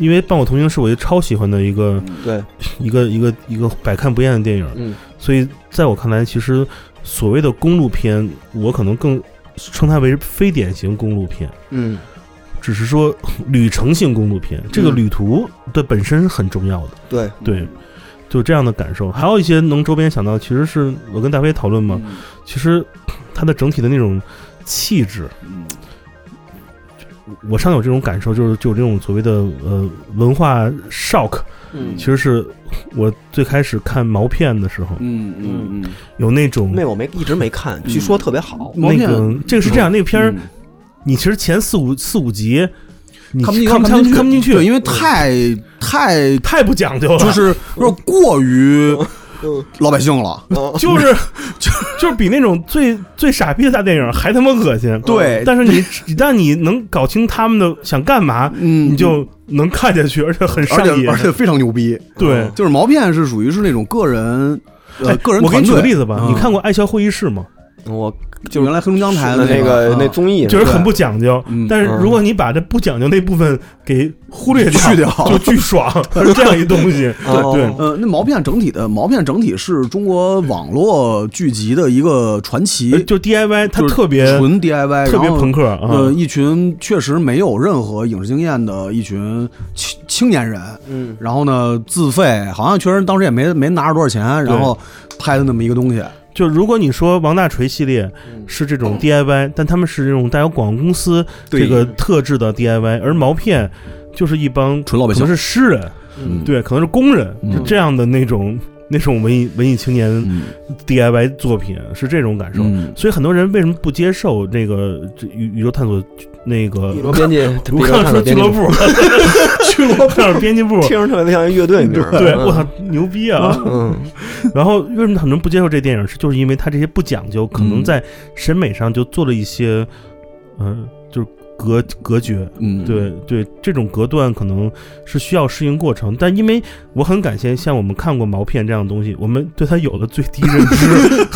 [SPEAKER 5] 因为《伴我同行》是我一个超喜欢的一个
[SPEAKER 3] 对，
[SPEAKER 5] 一个一个一个百看不厌的电影，
[SPEAKER 3] 嗯
[SPEAKER 5] 所以在我看来，其实所谓的公路片，我可能更称它为非典型公路片。
[SPEAKER 3] 嗯
[SPEAKER 5] 只是说旅程性公路片，这个旅途的本身是很重要的。
[SPEAKER 3] 对
[SPEAKER 5] 对，就这样的感受。还有一些能周边想到，其实是我跟大飞讨论
[SPEAKER 4] 嗯
[SPEAKER 5] 嘛，其实它的整体的那种气质，
[SPEAKER 4] 嗯
[SPEAKER 5] 我上次有这种感受，就是就有这种所谓的呃文化 shock，
[SPEAKER 3] 嗯
[SPEAKER 5] 其实是我最开始看毛片的时候
[SPEAKER 4] 嗯嗯嗯，
[SPEAKER 5] 有那种。
[SPEAKER 3] 那我没一直没看，据说特别好，
[SPEAKER 4] 毛
[SPEAKER 5] 那
[SPEAKER 4] 片
[SPEAKER 5] 个这个是这样，那个片儿
[SPEAKER 4] 嗯
[SPEAKER 5] 你其实前四五四五集，你
[SPEAKER 4] 看不进
[SPEAKER 5] 看
[SPEAKER 4] 看
[SPEAKER 5] 看
[SPEAKER 4] 不
[SPEAKER 5] 不进
[SPEAKER 4] 去，
[SPEAKER 5] 去，
[SPEAKER 4] 对，因为太太
[SPEAKER 5] 太不讲究了，
[SPEAKER 4] 就是有点过于
[SPEAKER 3] 嗯
[SPEAKER 4] 老百姓了。
[SPEAKER 5] 就是就就是比那种最最傻逼的大电影还他妈恶心。
[SPEAKER 4] 对
[SPEAKER 5] 但是你一旦你能搞清他们的想干嘛，
[SPEAKER 4] 嗯，
[SPEAKER 5] 你就能看下去，而且很
[SPEAKER 4] 而
[SPEAKER 5] 上
[SPEAKER 4] 且
[SPEAKER 5] 瘾
[SPEAKER 4] 而。且非常牛逼。
[SPEAKER 5] 对，
[SPEAKER 4] 就是毛片是属于是那种个人，呃，
[SPEAKER 5] 哎
[SPEAKER 4] 个人
[SPEAKER 5] 我给
[SPEAKER 4] 团
[SPEAKER 5] 你举个
[SPEAKER 4] 队
[SPEAKER 5] 例子吧，
[SPEAKER 4] 嗯
[SPEAKER 5] 你看过《爱笑会议室》吗？
[SPEAKER 3] 我
[SPEAKER 4] 就原来黑龙江台
[SPEAKER 3] 嗯的
[SPEAKER 4] 那
[SPEAKER 3] 那个嗯那综艺
[SPEAKER 5] 就是很不讲究
[SPEAKER 4] 嗯，
[SPEAKER 5] 但是如果你把这不讲究那部分给忽略掉，
[SPEAKER 4] 去掉
[SPEAKER 5] 就巨爽， 是这样一东西。
[SPEAKER 3] 哦
[SPEAKER 5] 对
[SPEAKER 4] 呃，那毛片整体的毛片整体是中国网络剧集的一个传
[SPEAKER 5] 对，
[SPEAKER 4] 奇，
[SPEAKER 5] 呃就 DIY，它
[SPEAKER 4] 就是
[SPEAKER 5] 特别
[SPEAKER 4] 纯 DIY，
[SPEAKER 5] 特别
[SPEAKER 4] 然后
[SPEAKER 5] 朋克啊。
[SPEAKER 4] 呃，一群确实没有任何影视经验的一群青青年人，
[SPEAKER 3] 嗯
[SPEAKER 4] 然后呢自费，好像确实当时也没没拿着多少钱，然后拍的那么一个东西，
[SPEAKER 5] 就如果你说王大锤系列
[SPEAKER 3] 嗯
[SPEAKER 5] 是这种 DIY，但他们是这种带有广告公司
[SPEAKER 4] 对
[SPEAKER 5] 这个特质的 DIY，而毛片就是一帮
[SPEAKER 4] 纯老百
[SPEAKER 5] 可
[SPEAKER 4] 姓
[SPEAKER 5] 能是诗人，
[SPEAKER 4] 嗯
[SPEAKER 5] 对，可能是工人，
[SPEAKER 4] 嗯
[SPEAKER 5] 就这样的那种那种文艺文艺青年
[SPEAKER 4] 嗯
[SPEAKER 5] DIY 作品是这种感受。
[SPEAKER 4] 嗯
[SPEAKER 5] 所以很多人为什么不接受这个这宇宇宙探索那个
[SPEAKER 3] 宇宙编辑，
[SPEAKER 5] 我
[SPEAKER 3] 宇宙
[SPEAKER 5] 刚
[SPEAKER 3] 探
[SPEAKER 5] 才
[SPEAKER 3] 索
[SPEAKER 5] 说俱
[SPEAKER 3] 编辑
[SPEAKER 5] 乐部， 俱乐部编辑部，
[SPEAKER 3] 听着特别像一乐队名儿。
[SPEAKER 5] 对，
[SPEAKER 3] 嗯
[SPEAKER 5] 我操，牛逼啊！
[SPEAKER 3] 嗯，
[SPEAKER 5] 然后为什么很多人不接受这电影？是就是因为他这些不讲究，可能在审美上就做了一些，嗯，就是隔隔绝。
[SPEAKER 4] 嗯，
[SPEAKER 5] 对对，这种隔断可能是需要适应过程，但因为我很感谢像我们看过毛片这样的东西，我们对它有了最低认知。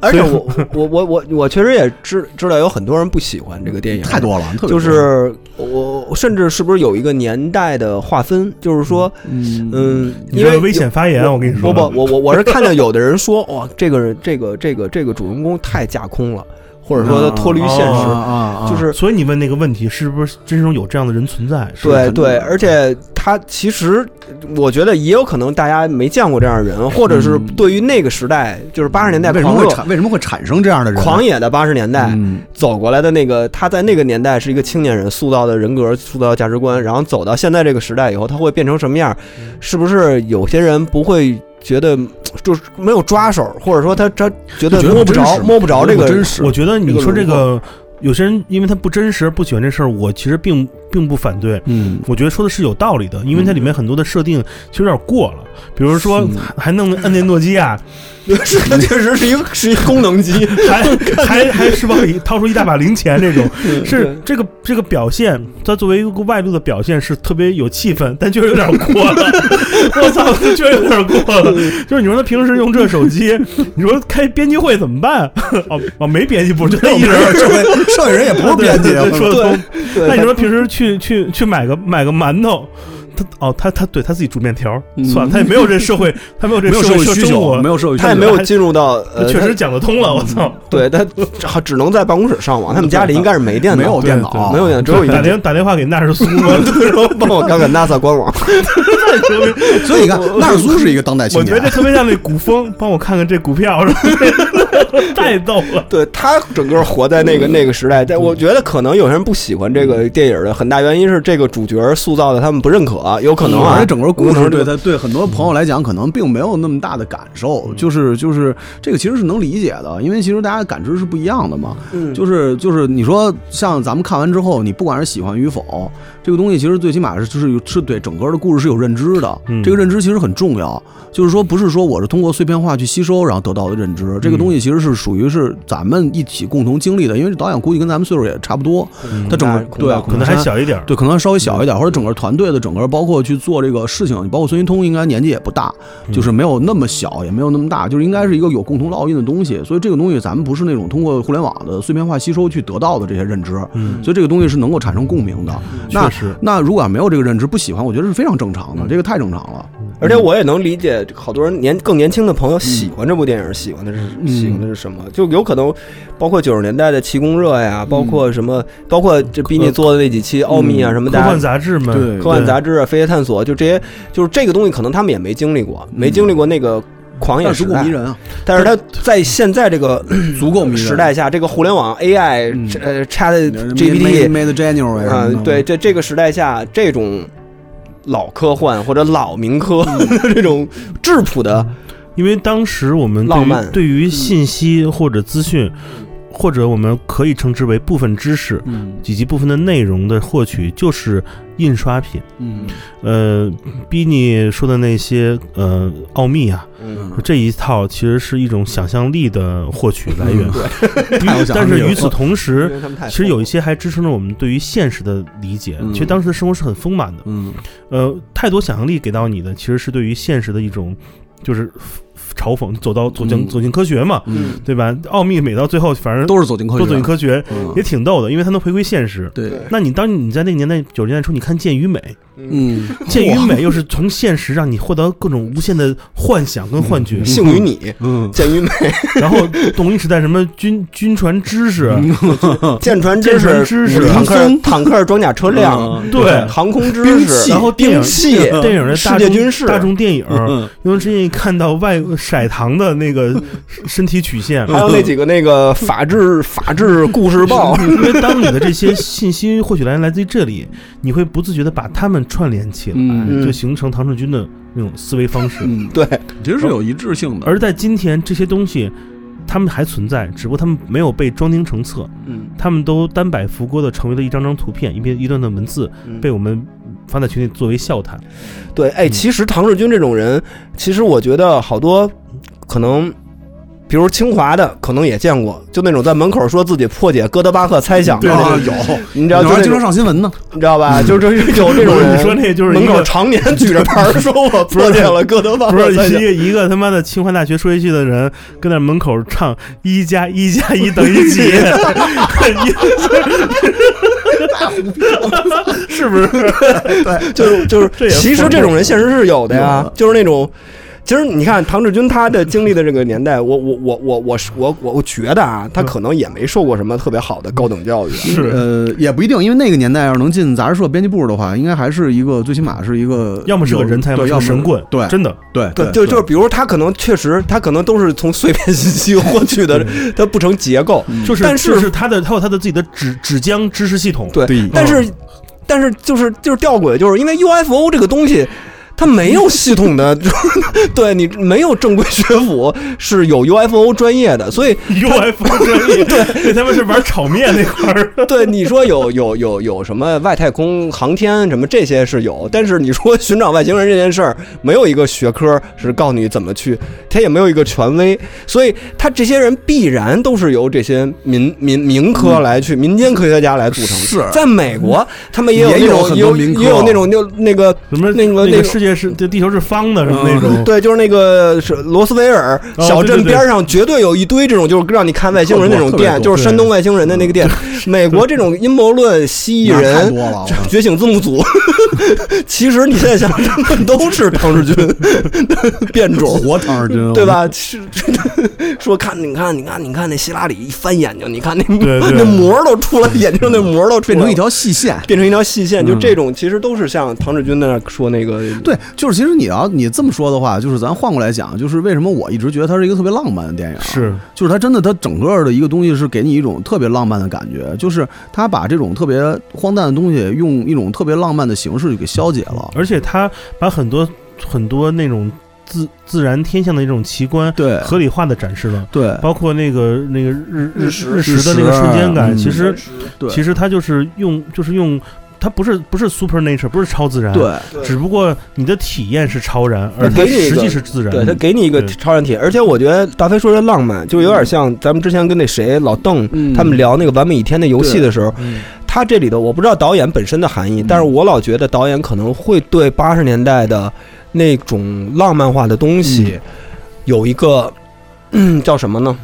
[SPEAKER 3] 而且我我我我我确实也知知道有很多人不喜欢这个电影，
[SPEAKER 4] 太多了，特
[SPEAKER 3] 就
[SPEAKER 4] 别多
[SPEAKER 3] 是我甚至是不是有一个年代的划分，就是说，
[SPEAKER 4] 嗯
[SPEAKER 3] 嗯，
[SPEAKER 5] 你
[SPEAKER 3] 因
[SPEAKER 5] 这
[SPEAKER 3] 为
[SPEAKER 5] 危险发言，啊我跟你说，
[SPEAKER 3] 不不，我我我是看见有的人说，哇，这个人这个这个这个主人公太架空了，或者说他脱离现
[SPEAKER 4] 啊
[SPEAKER 3] 实，
[SPEAKER 4] 啊啊，
[SPEAKER 3] 就是
[SPEAKER 5] 所以你问那个问题，是不是真正有这样的人存在？是
[SPEAKER 3] 对
[SPEAKER 5] 吧
[SPEAKER 4] 很
[SPEAKER 3] 对，
[SPEAKER 4] 多
[SPEAKER 3] 而且他其实，我觉得也有可能大家没见过这样的人，或者是
[SPEAKER 4] 嗯
[SPEAKER 3] 对于那个时代，就是八十年代
[SPEAKER 4] 为什
[SPEAKER 3] 狂
[SPEAKER 4] 么会
[SPEAKER 3] 热、
[SPEAKER 4] 产为什么会产生这样的人？啊
[SPEAKER 3] 狂野的八十年代
[SPEAKER 4] 嗯
[SPEAKER 3] 走过来的那个，他在那个年代是一个青年人塑造的人格、塑造的价值观，然后走到现在这个时代以后，他会变成什么样？是不是有些人不会？觉得就是没有抓手，或者说他他觉得
[SPEAKER 4] 就觉得
[SPEAKER 3] 摸不
[SPEAKER 4] 不真
[SPEAKER 3] 着
[SPEAKER 4] 实
[SPEAKER 3] 摸不着这
[SPEAKER 4] 觉得
[SPEAKER 3] 个
[SPEAKER 4] 不真实
[SPEAKER 5] 我觉得你说这
[SPEAKER 3] 这个
[SPEAKER 5] 个，有些人因为他不真实不喜欢这事儿，我其实并并不反对。
[SPEAKER 4] 嗯，
[SPEAKER 5] 我觉得说的是有道理的，因为它里面很多的设定其实有点过了，比如说
[SPEAKER 4] 是
[SPEAKER 5] 还还弄摁那诺基亚，
[SPEAKER 3] 它确实是一个是一个功能机，
[SPEAKER 5] 还 还还是往里掏出一大把零钱这种，是这个这个表现，它作为一个外露的表现是特别有气氛，但确实有点过了。 我操，确实有点过了。
[SPEAKER 4] 嗯
[SPEAKER 5] 就是你说他平时用这手机，你说开编辑会怎么办？ 哦哦，没编辑部，就他 一人。
[SPEAKER 4] 剩下剩下人也不是编辑，
[SPEAKER 5] 对对对说得通。
[SPEAKER 3] 对
[SPEAKER 5] 那你说平时去去去买个买个馒头，他哦他他对他自己煮面条，算了，他也没有这社会，他没有这
[SPEAKER 4] 嗯没有社
[SPEAKER 5] 会
[SPEAKER 4] 会
[SPEAKER 5] 生
[SPEAKER 4] 需求，
[SPEAKER 5] 活，
[SPEAKER 4] 哎没有嗯社会需求，
[SPEAKER 3] 他也没有进入到呃，
[SPEAKER 5] 确实讲得通了。我操，
[SPEAKER 3] 对他只只能在办公室上网，他们家里应该是没电脑，
[SPEAKER 4] 没有电
[SPEAKER 5] 对
[SPEAKER 4] 脑，
[SPEAKER 5] 对
[SPEAKER 3] 没有电脑，只 有一
[SPEAKER 5] 打
[SPEAKER 3] 个。
[SPEAKER 5] 电打电话给纳什苏
[SPEAKER 4] 嗯
[SPEAKER 5] 罗，
[SPEAKER 3] 帮我看看 NASA 官网，
[SPEAKER 4] 所以你看，纳尔苏是一个当代青
[SPEAKER 5] 我觉得
[SPEAKER 4] 年
[SPEAKER 5] 这，特别像那古风，帮我看看这股票， 太逗了。
[SPEAKER 3] 对他整个活在
[SPEAKER 5] 嗯
[SPEAKER 3] 那个那个时代，但我觉得可能有些人不喜欢这个电影的很大原因是这个主角塑造的他们不认可，
[SPEAKER 5] 嗯
[SPEAKER 3] 有可能
[SPEAKER 4] 而
[SPEAKER 3] 啊
[SPEAKER 4] 且，整个故
[SPEAKER 3] 有可
[SPEAKER 4] 事
[SPEAKER 3] 能
[SPEAKER 4] 对他对很多朋友来讲，可能并没有那么大的感受，就是就是这个其实是能理解的，因为其实大家的感知是不一样的嘛。就是就是你说像咱们看完之后，你不管是喜欢与否，这个东西其实最起码是就是有是对整个的故事是有认知的，
[SPEAKER 5] 嗯
[SPEAKER 4] 这个认知其实很重要。就是说，不是说我是通过碎片化去吸收然后得到的认知，这个东西其实是属于是咱们一起共同经历的，因为这导演估计跟咱们岁数也差不多，他整个
[SPEAKER 3] 孔
[SPEAKER 4] 对
[SPEAKER 3] 大
[SPEAKER 4] 孔
[SPEAKER 5] 啊可能
[SPEAKER 4] 大
[SPEAKER 5] 还
[SPEAKER 4] 山
[SPEAKER 5] 小一点儿，
[SPEAKER 4] 对，可能稍微小一点，或者整个团队的整个包括去做这个事情，包括孙云通应该年纪也不大，就是没有那么小，也没有那么大，就是应该是一个有共同烙印的东西。所以这个东西咱们不是那种通过互联网的碎片化吸收去得到的这些认知，
[SPEAKER 5] 嗯
[SPEAKER 4] 所以这个东西是能够产生共鸣的。那
[SPEAKER 5] 确实
[SPEAKER 4] 那如果要没有这个认知，不喜欢，我觉得是非常正常的，这个太正常了。
[SPEAKER 3] 而且我也能理解好多人年更年轻的朋友喜欢这部电影，喜欢的是、
[SPEAKER 4] 嗯
[SPEAKER 3] 喜欢的是什么？就有可能包括九十年代的气功热
[SPEAKER 5] 嗯
[SPEAKER 3] 呀，包括什么，包括这比你做的那几期《奥秘》啊什么
[SPEAKER 5] 嗯科
[SPEAKER 3] 大家
[SPEAKER 5] 幻杂志们，
[SPEAKER 4] 对
[SPEAKER 3] 科幻杂志啊、飞碟探索，就这些，就是这个东西，可能他们也没经历过，
[SPEAKER 5] 嗯
[SPEAKER 3] 没经历过那个狂野
[SPEAKER 4] 但
[SPEAKER 3] 时
[SPEAKER 4] 足够
[SPEAKER 3] 代
[SPEAKER 4] 迷。人啊，
[SPEAKER 3] 但是他在现在这 个
[SPEAKER 4] 足够迷人。
[SPEAKER 3] 时代下，这个互联网 AI
[SPEAKER 4] 嗯
[SPEAKER 3] 这呃 Chat
[SPEAKER 4] made
[SPEAKER 3] GPT
[SPEAKER 4] made January
[SPEAKER 3] 啊
[SPEAKER 4] 什么的，
[SPEAKER 3] 对，这这个时代下，这种老科幻或者老民科
[SPEAKER 5] 嗯
[SPEAKER 3] 这种质朴的，
[SPEAKER 5] 因为当时我们对
[SPEAKER 3] 浪
[SPEAKER 5] 于
[SPEAKER 3] 漫
[SPEAKER 5] 对于信息或者资讯，或者我们可以称之为部分知识
[SPEAKER 4] 嗯
[SPEAKER 5] 以及部分的内容的获取，就是印刷品。
[SPEAKER 4] 嗯
[SPEAKER 5] 呃，比你说的那些呃奥秘啊，这一套其实是一种想象力的获取来源。与
[SPEAKER 4] 太有想象
[SPEAKER 5] 但
[SPEAKER 4] 力
[SPEAKER 5] 是
[SPEAKER 4] 了
[SPEAKER 5] 与此同时
[SPEAKER 3] 嗯因，为他们太
[SPEAKER 5] 其实有一些还支撑着我们对于现实的理解。
[SPEAKER 4] 嗯
[SPEAKER 5] 其实当时的生活是很丰满的，
[SPEAKER 4] 嗯
[SPEAKER 5] 呃，太多想象力给到你的，其实是对于现实的一种就是嘲讽，走到走进、
[SPEAKER 4] 嗯
[SPEAKER 5] 走进科学嘛，
[SPEAKER 4] 嗯，
[SPEAKER 5] 对吧？奥秘每到最后，反正
[SPEAKER 4] 都是走进科学，
[SPEAKER 5] 嗯走进科学，
[SPEAKER 4] 嗯
[SPEAKER 5] 也挺逗的，因为它能回归现实。
[SPEAKER 4] 对，
[SPEAKER 5] 那你当你在那个年代九十年代初，你看《剑与美》，
[SPEAKER 4] 嗯，
[SPEAKER 5] 《剑与美》又是从现实让你获得各种无限的幻想跟幻觉，
[SPEAKER 3] 幸于你，
[SPEAKER 4] 嗯，
[SPEAKER 3] 鉴 于美
[SPEAKER 5] 然后动力时代什么军军船知识，
[SPEAKER 4] 嗯
[SPEAKER 3] 舰船
[SPEAKER 5] 舰
[SPEAKER 3] 知
[SPEAKER 5] 船
[SPEAKER 3] 识、
[SPEAKER 5] 知识，
[SPEAKER 3] 坦克、坦克装甲车辆、
[SPEAKER 5] 嗯对，
[SPEAKER 3] 航空知
[SPEAKER 4] 兵
[SPEAKER 3] 识，
[SPEAKER 4] 器
[SPEAKER 5] 然后电影
[SPEAKER 3] 兵器
[SPEAKER 5] 电影的
[SPEAKER 3] 世
[SPEAKER 5] 大
[SPEAKER 3] 界
[SPEAKER 5] 众
[SPEAKER 3] 军事
[SPEAKER 5] 大众电影
[SPEAKER 4] 嗯，
[SPEAKER 5] 因为之前看到外色糖的 那个身体曲线，
[SPEAKER 3] 还有那几个那个
[SPEAKER 5] 嗯
[SPEAKER 3] 法制法制故事报，
[SPEAKER 5] 因为当你的这些信息获取来源来自于这里，你会不自觉的把它们串联起来，
[SPEAKER 4] 嗯
[SPEAKER 5] 就形成唐顺军的那种思维方式。
[SPEAKER 4] 嗯，
[SPEAKER 3] 对，
[SPEAKER 4] 其实是有一致性的。
[SPEAKER 5] 而在今天，这些东西他们还存在，只不过他们没有被装订成册，
[SPEAKER 3] 嗯，
[SPEAKER 5] 他们都单摆浮郭的成为了一张张图片、一篇一段段文字，被我们发在群里作为笑谈。
[SPEAKER 3] 对，哎，
[SPEAKER 5] 嗯
[SPEAKER 3] 其实唐志军这种人，其实我觉得好多可能，比如清华的可能也见过，就那种在门口说自己破解哥德巴赫猜想的，
[SPEAKER 4] 啊，有，
[SPEAKER 3] 你
[SPEAKER 4] 你
[SPEAKER 3] 知道就
[SPEAKER 4] 还
[SPEAKER 3] 那
[SPEAKER 4] 经
[SPEAKER 3] 种，
[SPEAKER 4] 常上新闻呢。
[SPEAKER 3] 你知道吧？就就就有这种人，
[SPEAKER 5] 你啊说那就是一
[SPEAKER 3] 门口
[SPEAKER 5] 个。
[SPEAKER 3] 常年举着牌儿说 我破解了哥德巴
[SPEAKER 5] 不
[SPEAKER 3] 赫
[SPEAKER 5] 是
[SPEAKER 3] 猜想
[SPEAKER 5] 一。个一个他妈的清华大学数学系的人跟那门口唱一加一加一等 于几，是不是？
[SPEAKER 3] 就是就是
[SPEAKER 5] 这，也
[SPEAKER 3] 其实这种人现实是有的
[SPEAKER 4] 有
[SPEAKER 5] 啊
[SPEAKER 3] 呀，就是那种。其实你看唐志军他的经历的这个年代，我我我我我是我我我觉得啊，
[SPEAKER 5] 嗯
[SPEAKER 3] 他可能也没受过什么特别好的高等教育，啊
[SPEAKER 5] 是，
[SPEAKER 4] 呃，也不一定，因为那个年代要是能进杂志社编辑部的话，应该还是一个最起码是一个
[SPEAKER 5] 要么是个人才，
[SPEAKER 4] 有对
[SPEAKER 5] 么是
[SPEAKER 4] 要
[SPEAKER 5] 个神棍，
[SPEAKER 4] 对
[SPEAKER 5] 真的。
[SPEAKER 4] 对
[SPEAKER 3] 对，就就是比如他可能确实，他可能都是从碎片信息获取的， 它不成结构。
[SPEAKER 5] 就是，
[SPEAKER 3] 但是
[SPEAKER 5] 就是他的，他有他的自己的纸纸浆知识系统，嗯
[SPEAKER 3] 对嗯
[SPEAKER 4] 对
[SPEAKER 3] 但 是但是就是就是吊诡，就是因为 UFO 这个东西。它没有系统的，就是 对你没有正规学府是有 UFO 专业的，所以
[SPEAKER 5] UFO 专业，对，他们是玩炒面那 块儿，
[SPEAKER 3] 对你说有有有有什么外太空航天什么这些是有，但是你说寻找外星人这件事儿，没有一个学科是告诉你怎么去，他也没有一个权威，所以他这些人必然都是由这些民民民科来去、民间科学家来组成的。
[SPEAKER 4] 嗯是
[SPEAKER 3] 在美国，他们也有
[SPEAKER 4] 也
[SPEAKER 3] 那
[SPEAKER 4] 有
[SPEAKER 3] 种
[SPEAKER 4] 很
[SPEAKER 3] 也
[SPEAKER 4] 多
[SPEAKER 3] 有
[SPEAKER 4] 民科
[SPEAKER 3] 也有那种就那个
[SPEAKER 5] 什么
[SPEAKER 3] 那个
[SPEAKER 5] 那
[SPEAKER 3] 那个
[SPEAKER 5] 个
[SPEAKER 3] 嗯
[SPEAKER 5] 世界是这地球是方的什么那 种，
[SPEAKER 3] 对，就是那个是罗斯维尔
[SPEAKER 5] 哦
[SPEAKER 3] 小
[SPEAKER 5] 对
[SPEAKER 3] 镇
[SPEAKER 5] 对对
[SPEAKER 3] 边上，绝对有一堆这种，就是让你看外星人那种
[SPEAKER 4] 特别多特
[SPEAKER 3] 店，
[SPEAKER 4] 别
[SPEAKER 3] 就
[SPEAKER 4] 多
[SPEAKER 3] 是山东外星人的那个店。 美国这种阴谋论、蜥蜴
[SPEAKER 4] 那太
[SPEAKER 3] 人
[SPEAKER 4] 多了 我、
[SPEAKER 3] 觉醒字幕组， 其实你现在想，他们都是唐志军 变种。
[SPEAKER 4] 活唐尔军，
[SPEAKER 3] 对？吧？是说看，你看，你看，你看那希拉里一翻眼睛，你看 那
[SPEAKER 5] 对对
[SPEAKER 3] 那膜儿都出来，眼睛上那膜儿都出来
[SPEAKER 4] 变
[SPEAKER 3] 了，
[SPEAKER 4] 成一条细线。
[SPEAKER 3] 变成一条细线，就这种其实都是像唐志军在那说那个，
[SPEAKER 4] 对，就是其实你要你这么说的话，就是咱换过来讲，就是为什么我一直觉得它是一个特别浪漫的电影，
[SPEAKER 5] 是
[SPEAKER 4] 就是它真的它整个的一个东西是给你一种特别浪漫的感觉，就是它把这种特别荒诞的东西用一种特别浪漫的形式给消解了。
[SPEAKER 5] 而且他把很多很多那种自自然天象的那种奇观
[SPEAKER 4] 对
[SPEAKER 5] 合理化的展示了，
[SPEAKER 4] 对
[SPEAKER 5] 包括那个那个日日
[SPEAKER 3] 日食
[SPEAKER 5] 日食的那个瞬间感，
[SPEAKER 4] 日食
[SPEAKER 5] 其实
[SPEAKER 4] 对
[SPEAKER 5] 其实他就是用就是用，他不是不是 super nature，不是超自然，，
[SPEAKER 4] 对，
[SPEAKER 5] 只不过你的体验是超然，
[SPEAKER 3] 它
[SPEAKER 5] 而它
[SPEAKER 3] 给你一
[SPEAKER 5] 实
[SPEAKER 3] 个
[SPEAKER 5] 际是自然，
[SPEAKER 3] 对他给你一个
[SPEAKER 5] 对嗯
[SPEAKER 3] 超人体，而且我觉得大飞说这浪漫，就有点像咱们之前跟那谁老邓
[SPEAKER 4] 嗯
[SPEAKER 3] 他们聊那个《完美一天》的游戏的时候，
[SPEAKER 5] 嗯
[SPEAKER 3] 他这里头我不知道导演本身的含义，但是我老觉得导演可能会对八十年代的那种浪漫化的东
[SPEAKER 5] 嗯
[SPEAKER 3] 西有一个。嗯，叫什么呢？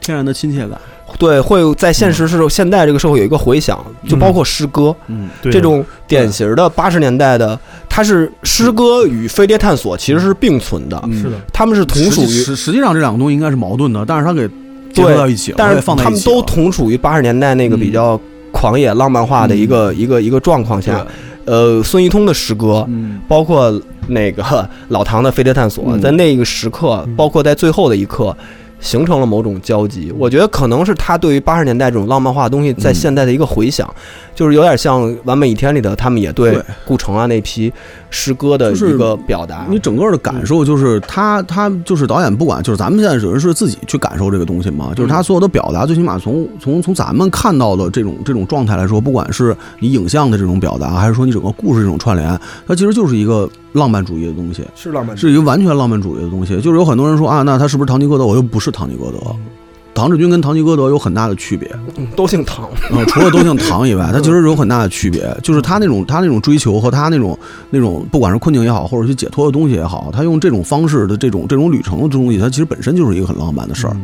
[SPEAKER 4] 天然的亲切感，
[SPEAKER 3] 对，会在现
[SPEAKER 5] 嗯
[SPEAKER 3] 实是现代这个社会有一个回响，就包括诗歌、
[SPEAKER 4] 嗯，
[SPEAKER 5] 对
[SPEAKER 3] 这种典型的八十年代的，它是诗歌与飞碟探索其实是并存的，
[SPEAKER 5] 是的，
[SPEAKER 3] 他们是嗯同属
[SPEAKER 4] 啊实际
[SPEAKER 3] 于
[SPEAKER 4] 实实际上这两个东西应该是矛盾的，但是它给结合到一起了，
[SPEAKER 3] 但
[SPEAKER 4] 给
[SPEAKER 3] 是
[SPEAKER 4] 放在
[SPEAKER 3] 他
[SPEAKER 4] 一
[SPEAKER 3] 们
[SPEAKER 4] 起了嗯
[SPEAKER 3] 都同属于八十年代那个比较狂野浪漫化的一个、一个一个状况下，呃，孙一通的诗歌。
[SPEAKER 4] 嗯
[SPEAKER 3] 包括那个 老唐的《飞碟探索》，
[SPEAKER 4] 嗯
[SPEAKER 3] 在那个时刻，包括在最后的一刻，形成了某种交集。我觉得可能是他对于八十年代这种浪漫化的东西，在
[SPEAKER 4] 嗯
[SPEAKER 3] 现代的一个回响，就是有点像《完美一天》里的他们也对
[SPEAKER 4] 对
[SPEAKER 3] 顾城啊那批诗歌的
[SPEAKER 4] 就是
[SPEAKER 3] 一个表达。
[SPEAKER 4] 你整个的感受就是他，他就是导演，不管就是咱们现在只是自己去感受这个东西嘛，就是
[SPEAKER 3] 嗯
[SPEAKER 4] 他所有的表达，最起码从从从咱们看到的这种这种状态来说，不管是你影像的这种表达，还是说你整个故事这种串联，它其实就是一个浪漫主义的东西，
[SPEAKER 3] 是浪漫
[SPEAKER 4] 是一个完全浪漫主义的东西。就是有很多人说啊，那他是不是唐吉诃德？我又不是唐吉诃德，
[SPEAKER 3] 嗯
[SPEAKER 4] 唐志军跟唐吉诃德有很大的区别。
[SPEAKER 3] 都姓唐，
[SPEAKER 4] 嗯，除了都姓唐以外，他其实有很大的区别，就是他那种他那种追求和他那种那种不管是困境也好，或者去解脱的东西也好，他用这种方式的这种这种旅程的东西，他其实本身就是一个很浪漫的事儿。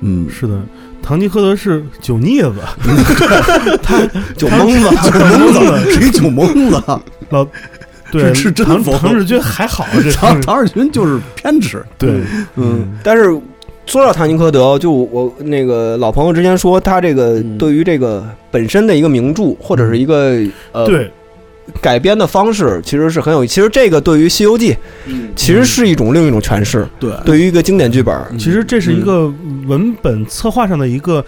[SPEAKER 4] 嗯，
[SPEAKER 5] 是的。唐吉诃德是酒腻子，
[SPEAKER 3] 酒蒙子。
[SPEAKER 4] 酒蒙子，谁酒蒙子？
[SPEAKER 5] 老对
[SPEAKER 4] 是是真
[SPEAKER 5] 唐
[SPEAKER 4] 否
[SPEAKER 5] 唐志军还好，啊这
[SPEAKER 4] 唐唐二群就是偏执。
[SPEAKER 5] 对，
[SPEAKER 4] 嗯，
[SPEAKER 3] 但是说到唐吉诃德，就我那个老朋友之前说，他这个
[SPEAKER 4] 嗯
[SPEAKER 3] 对于这个本身的一个名著或者是一个呃
[SPEAKER 5] 对，
[SPEAKER 3] 改编的方式其实是很有意，其实这个对于《西游记》
[SPEAKER 4] 嗯
[SPEAKER 3] 其实是一种另一种诠释，
[SPEAKER 4] 对
[SPEAKER 3] 对于一个经典剧本，
[SPEAKER 4] 嗯
[SPEAKER 5] 其实这是一个文本策划上的一个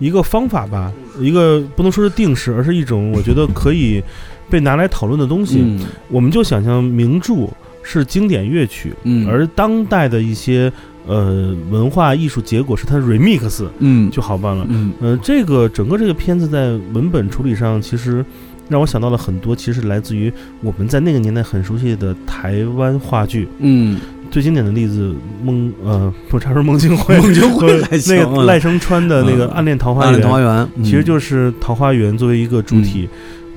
[SPEAKER 5] 一个方法吧，一个不能说是定式，而是一种我觉得可以被拿来讨论的东西。
[SPEAKER 4] 嗯
[SPEAKER 5] 我们就想象名著是经典乐曲，
[SPEAKER 4] 嗯
[SPEAKER 5] 而当代的一些呃文化艺术结果是它的 remix
[SPEAKER 4] 嗯
[SPEAKER 5] 就好办了。
[SPEAKER 4] 嗯
[SPEAKER 5] 呃，这个整个这个片子在文本处理上，其实让我想到了很多，其实来自于我们在那个年代很熟悉的台湾话剧。
[SPEAKER 4] 嗯
[SPEAKER 5] 最经典的例子，孟呃，不差说孟京辉，
[SPEAKER 4] 嗯孟京辉
[SPEAKER 5] 和
[SPEAKER 4] 还 行啊嗯
[SPEAKER 5] 那个赖声川的那个《暗恋桃花
[SPEAKER 4] 暗
[SPEAKER 5] 源
[SPEAKER 4] 恋》桃花源
[SPEAKER 5] 其实
[SPEAKER 4] 是
[SPEAKER 5] 就是桃花源作为一个主体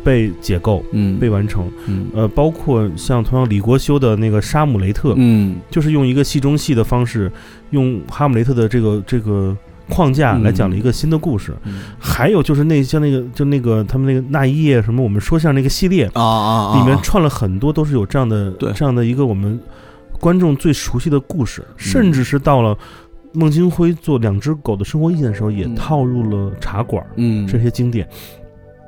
[SPEAKER 5] 被解构、
[SPEAKER 4] 嗯
[SPEAKER 5] 被完成。
[SPEAKER 4] 嗯
[SPEAKER 5] 呃，包括像同样李国修的那个《杀姆雷特》
[SPEAKER 4] 嗯
[SPEAKER 5] 就是用一个戏中戏的方式，用哈姆雷特的这个这个框架来讲了一个新的故事。
[SPEAKER 4] 嗯
[SPEAKER 5] 还有就是那像那个就那个他们那个那一夜什么我们说相声那个系列，
[SPEAKER 4] 啊啊啊
[SPEAKER 5] 里面串了很多都是有这样的
[SPEAKER 4] 对嗯
[SPEAKER 5] 这样的一个我们观众最熟悉的故事，甚至是到了孟京辉做《两只狗的生活意见》的时候，也
[SPEAKER 4] 嗯
[SPEAKER 5] 套入了茶馆儿
[SPEAKER 4] 嗯
[SPEAKER 5] 这些经典。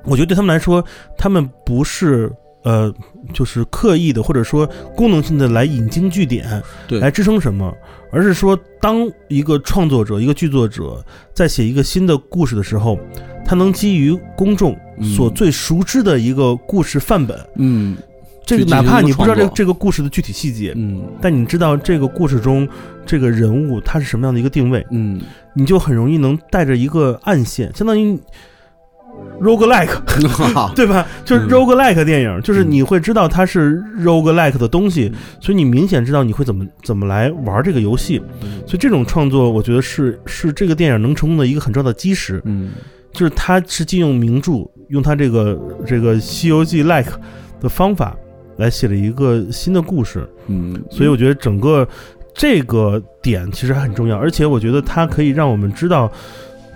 [SPEAKER 5] 我觉得对他们来说，他们不是。呃，就是刻意的，或者说功能性的来引经据典，
[SPEAKER 4] 对
[SPEAKER 5] 来支撑什么，而是说，当一个创作者、一个剧作者在写一个新的故事的时候，他能基于公众所
[SPEAKER 4] 嗯
[SPEAKER 5] 最熟知的一个故事范本，
[SPEAKER 4] 嗯
[SPEAKER 5] 这个
[SPEAKER 4] 去进行一
[SPEAKER 5] 哪
[SPEAKER 4] 个
[SPEAKER 5] 怕你不知道这
[SPEAKER 4] 创
[SPEAKER 5] 个
[SPEAKER 4] 作
[SPEAKER 5] 这个故事的具体细节，
[SPEAKER 4] 嗯
[SPEAKER 5] 但你知道这个故事中这个人物他是什么样的一个定位，
[SPEAKER 4] 嗯，
[SPEAKER 5] 你就很容易能带着一个暗线，相当于 roguelike，
[SPEAKER 4] 好
[SPEAKER 5] 对吧？就是
[SPEAKER 4] 嗯
[SPEAKER 5] roguelike 电影，就是你会知道它是 roguelike 的东西，
[SPEAKER 4] 嗯
[SPEAKER 5] 所以你明显知道你会怎么怎么来玩这个游戏。
[SPEAKER 4] 嗯
[SPEAKER 5] 所以这种创作，我觉得是是这个电影能成功的一个很重要的基石，
[SPEAKER 4] 嗯
[SPEAKER 5] 就是它是借用名著，用它这个这个《西游记》like 的方法来写了一个新的故事。
[SPEAKER 4] 嗯，
[SPEAKER 5] 所以我觉得整个这个点其实还很重要，而且我觉得它可以让我们知道，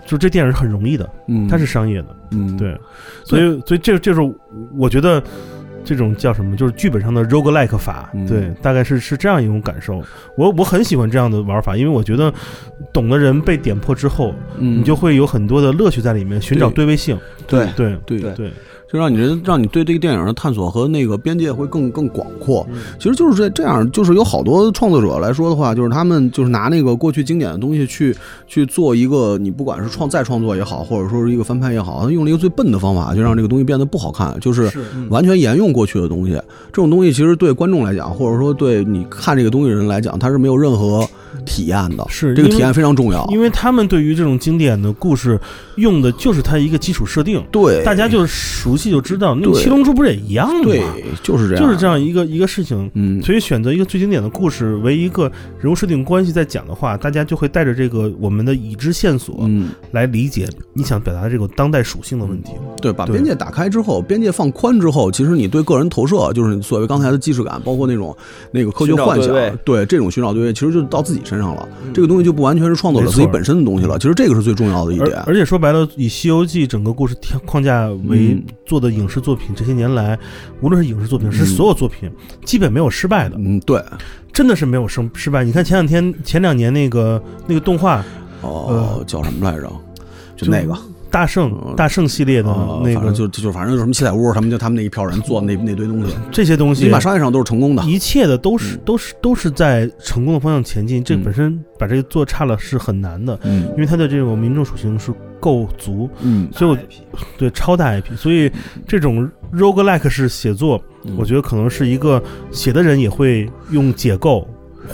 [SPEAKER 5] 就这电影是很容易的，
[SPEAKER 4] 嗯
[SPEAKER 5] 它是商业的，
[SPEAKER 4] 嗯
[SPEAKER 5] 对，所以所以这就是我觉得。这种叫什么？就是剧本上的 roguelike 法，
[SPEAKER 4] 嗯
[SPEAKER 5] 对，大概是是这样一种感受。我我很喜欢这样的玩法，因为我觉得懂的人被点破之后，
[SPEAKER 4] 嗯
[SPEAKER 5] 你就会有很多的乐趣在里面，寻找
[SPEAKER 4] 对
[SPEAKER 5] 对位性。
[SPEAKER 4] 对
[SPEAKER 5] 对
[SPEAKER 4] 对
[SPEAKER 5] 对对，
[SPEAKER 4] 就让你人让你对这个电影的探索和那个边界会更更广阔。
[SPEAKER 5] 嗯
[SPEAKER 4] 其实就是这这样，就是有好多创作者来说的话，就是他们就是拿那个过去经典的东西去去做一个，你不管是创再创作也好，或者说是一个翻拍也好，他用了一个最笨的方法，就让这个东西变得不好看，就是
[SPEAKER 5] 嗯
[SPEAKER 4] 完全沿用过去的东西。这种东西其实对观众来讲，或者说对你看这个东西的人来讲，他是没有任何体验的。
[SPEAKER 5] 是
[SPEAKER 4] 这个
[SPEAKER 5] 因为
[SPEAKER 4] 体验非常重要，
[SPEAKER 5] 因为他们对于这种经典的故事用的就是它一个基础设定，
[SPEAKER 4] 对
[SPEAKER 5] 大家就熟悉就知道。那
[SPEAKER 4] 对
[SPEAKER 5] 七龙珠不是也一样的
[SPEAKER 4] 对
[SPEAKER 5] 吗？
[SPEAKER 4] 就是这样，
[SPEAKER 5] 就是这样一个一个事情。
[SPEAKER 4] 嗯，
[SPEAKER 5] 所以选择一个最经典的故事为一个人物设定关系在讲的话，大家就会带着这个我们的已知线索
[SPEAKER 4] 嗯。
[SPEAKER 5] 来理解你想表达的这个当代属性的问题。
[SPEAKER 4] 对，把
[SPEAKER 5] 对
[SPEAKER 4] 边界打开之后，边界放宽之后，其实你对个人投射，就是所谓刚才的既视感，包括那种那个科学
[SPEAKER 3] 寻找
[SPEAKER 4] 幻想
[SPEAKER 3] 对位，
[SPEAKER 4] 对这种寻找对位，其实就到自己身上了。这个东西就不完全是创作者
[SPEAKER 5] 嗯没
[SPEAKER 4] 自
[SPEAKER 5] 错嗯
[SPEAKER 4] 己本身的东西了，其实这个是最重要的一
[SPEAKER 5] 而
[SPEAKER 4] 点。
[SPEAKER 5] 而且说白了，以《西游记》整个故事天框架为
[SPEAKER 4] 嗯
[SPEAKER 5] 做的影视作品，这些年来，无论是影视作品，是所有作品，基本没有失败的。
[SPEAKER 4] 嗯，对，
[SPEAKER 5] 真的是没有生失败。你看前两天、前两年那个那个动画
[SPEAKER 4] 哦，叫什么来着？就
[SPEAKER 5] 呃就
[SPEAKER 4] 那个，
[SPEAKER 5] 大圣
[SPEAKER 4] 嗯
[SPEAKER 5] 大圣系列的
[SPEAKER 4] 呃，
[SPEAKER 5] 那
[SPEAKER 4] 反
[SPEAKER 5] 个，
[SPEAKER 4] 正就就反正就是什么七彩屋，他们就他们那一票人做的那那堆东西，
[SPEAKER 5] 这些东
[SPEAKER 4] 起
[SPEAKER 5] 西
[SPEAKER 4] 码，商业上都是成功的。
[SPEAKER 5] 一切的都是都是都是在成功的方向前进。这
[SPEAKER 4] 嗯
[SPEAKER 5] 本身把这个做差了是很难的，
[SPEAKER 4] 嗯
[SPEAKER 5] 因为它的这种民众属性是够足，
[SPEAKER 4] 嗯，
[SPEAKER 5] 所以我对超大 IP，所以这种 roguelike 式写作，
[SPEAKER 4] 嗯
[SPEAKER 5] 我觉得可能是一个写的人也会用解构。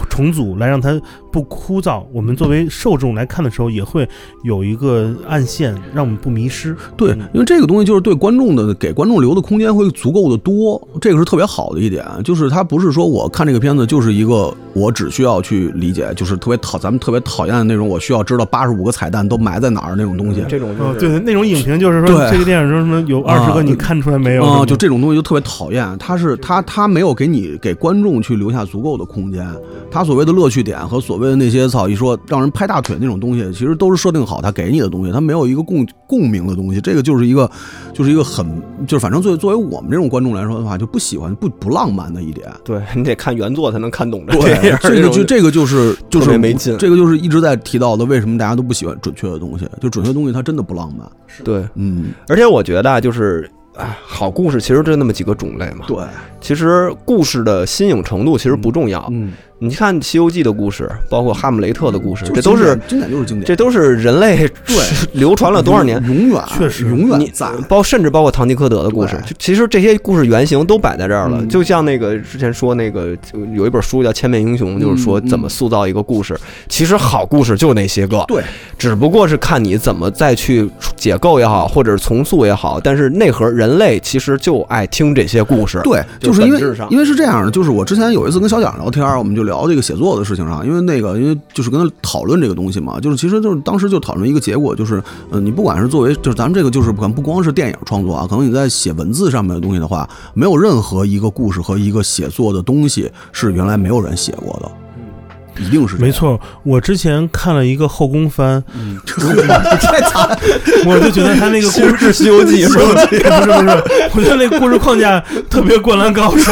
[SPEAKER 5] 重组来让它不枯燥，我们作为受众来看的时候，也会有一个暗线，让我们不迷失。
[SPEAKER 4] 对
[SPEAKER 5] 嗯，
[SPEAKER 4] 因为这个东西就是对观众的给观众留的空间会足够的多，这个是特别好的一点，就是它不是说我看这个片子就是一个我只需要去理解，就是特别讨咱们特别讨厌的那种，我需要知道八十五个彩蛋都埋在哪儿那种东西。
[SPEAKER 3] 嗯这种
[SPEAKER 5] 哦
[SPEAKER 3] 就，是
[SPEAKER 5] 对，那种影评就是说
[SPEAKER 4] 对
[SPEAKER 5] 这个电影中什么有
[SPEAKER 4] 啊
[SPEAKER 5] 二十个，你看出来没有？
[SPEAKER 4] 啊、
[SPEAKER 5] 什么
[SPEAKER 4] 就这种东西就特别讨厌，它是它它没有给你给观众去留下足够的空间，它所谓的乐趣点和所谓的那些操一说让人拍大腿那种东西，其实都是设定好它给你的东西，它没有一个共共鸣的东西，这个就是一个就是一个很就是反正作为作为我们这种观众来说的话，就不喜欢不不浪漫的一点。
[SPEAKER 3] 对 你得看原作才能看懂这
[SPEAKER 4] 对
[SPEAKER 3] 电影，，
[SPEAKER 4] 这个
[SPEAKER 3] 种
[SPEAKER 4] 就这个就是就
[SPEAKER 3] 特
[SPEAKER 4] 是
[SPEAKER 3] 别没劲
[SPEAKER 4] 这个就是一直在提到的，为什么大家都不喜欢准确的东西？就准确的东西它真的不浪漫。
[SPEAKER 3] 对。
[SPEAKER 4] 嗯
[SPEAKER 3] 而且我觉得啊，就是哎，好故事其实就那么几个种类嘛。
[SPEAKER 4] 对，
[SPEAKER 3] 其实故事的新颖程度其实不重要。
[SPEAKER 4] 嗯，
[SPEAKER 3] 你看《西游记》的故事，包括《哈姆雷特》的故事，
[SPEAKER 4] 啊就
[SPEAKER 3] 这都是
[SPEAKER 4] 经典经典就是经典，
[SPEAKER 3] 这都是人类 流传了多少年？
[SPEAKER 4] 永远
[SPEAKER 5] 确实
[SPEAKER 4] 永
[SPEAKER 3] 你呃
[SPEAKER 4] 远在。
[SPEAKER 3] 包甚至包括《堂吉诃德》的故事
[SPEAKER 4] 对，
[SPEAKER 3] 就其实这些故事原型都摆在这儿了。
[SPEAKER 4] 嗯
[SPEAKER 3] 就像那个之前说那个就有一本书叫《千面英雄》，就是说
[SPEAKER 4] 嗯嗯
[SPEAKER 3] 怎么塑造一个故事。其实好故事就那些个，
[SPEAKER 4] 嗯对，
[SPEAKER 3] 只不过是看你怎么再去解构也好，或者是重塑也好。但是内核人类其实就爱听这些故事。
[SPEAKER 4] 对，
[SPEAKER 3] 就是
[SPEAKER 4] 因为
[SPEAKER 3] 本质上
[SPEAKER 4] 因为是这样的，就是我之前有一次跟小蒋聊天，我们就聊这个写作的事情上，因为那个因为就是跟他讨论这个东西嘛，就是其实就是当时就讨论一个结果，就是呃，你不管是作为就是咱们这个就是不管不光是电影创作啊，可能你在写文字上面的东西的话，没有任何一个故事和一个写作的东西是原来没有人写过的，一定是这样嗯
[SPEAKER 5] 没，错，我之前看了一个后宫番，
[SPEAKER 4] 太惨了，
[SPEAKER 5] 我就觉得他那个故事 是《西游记》，不是不是 不是，我觉得那故事框架特别《灌篮高 手》，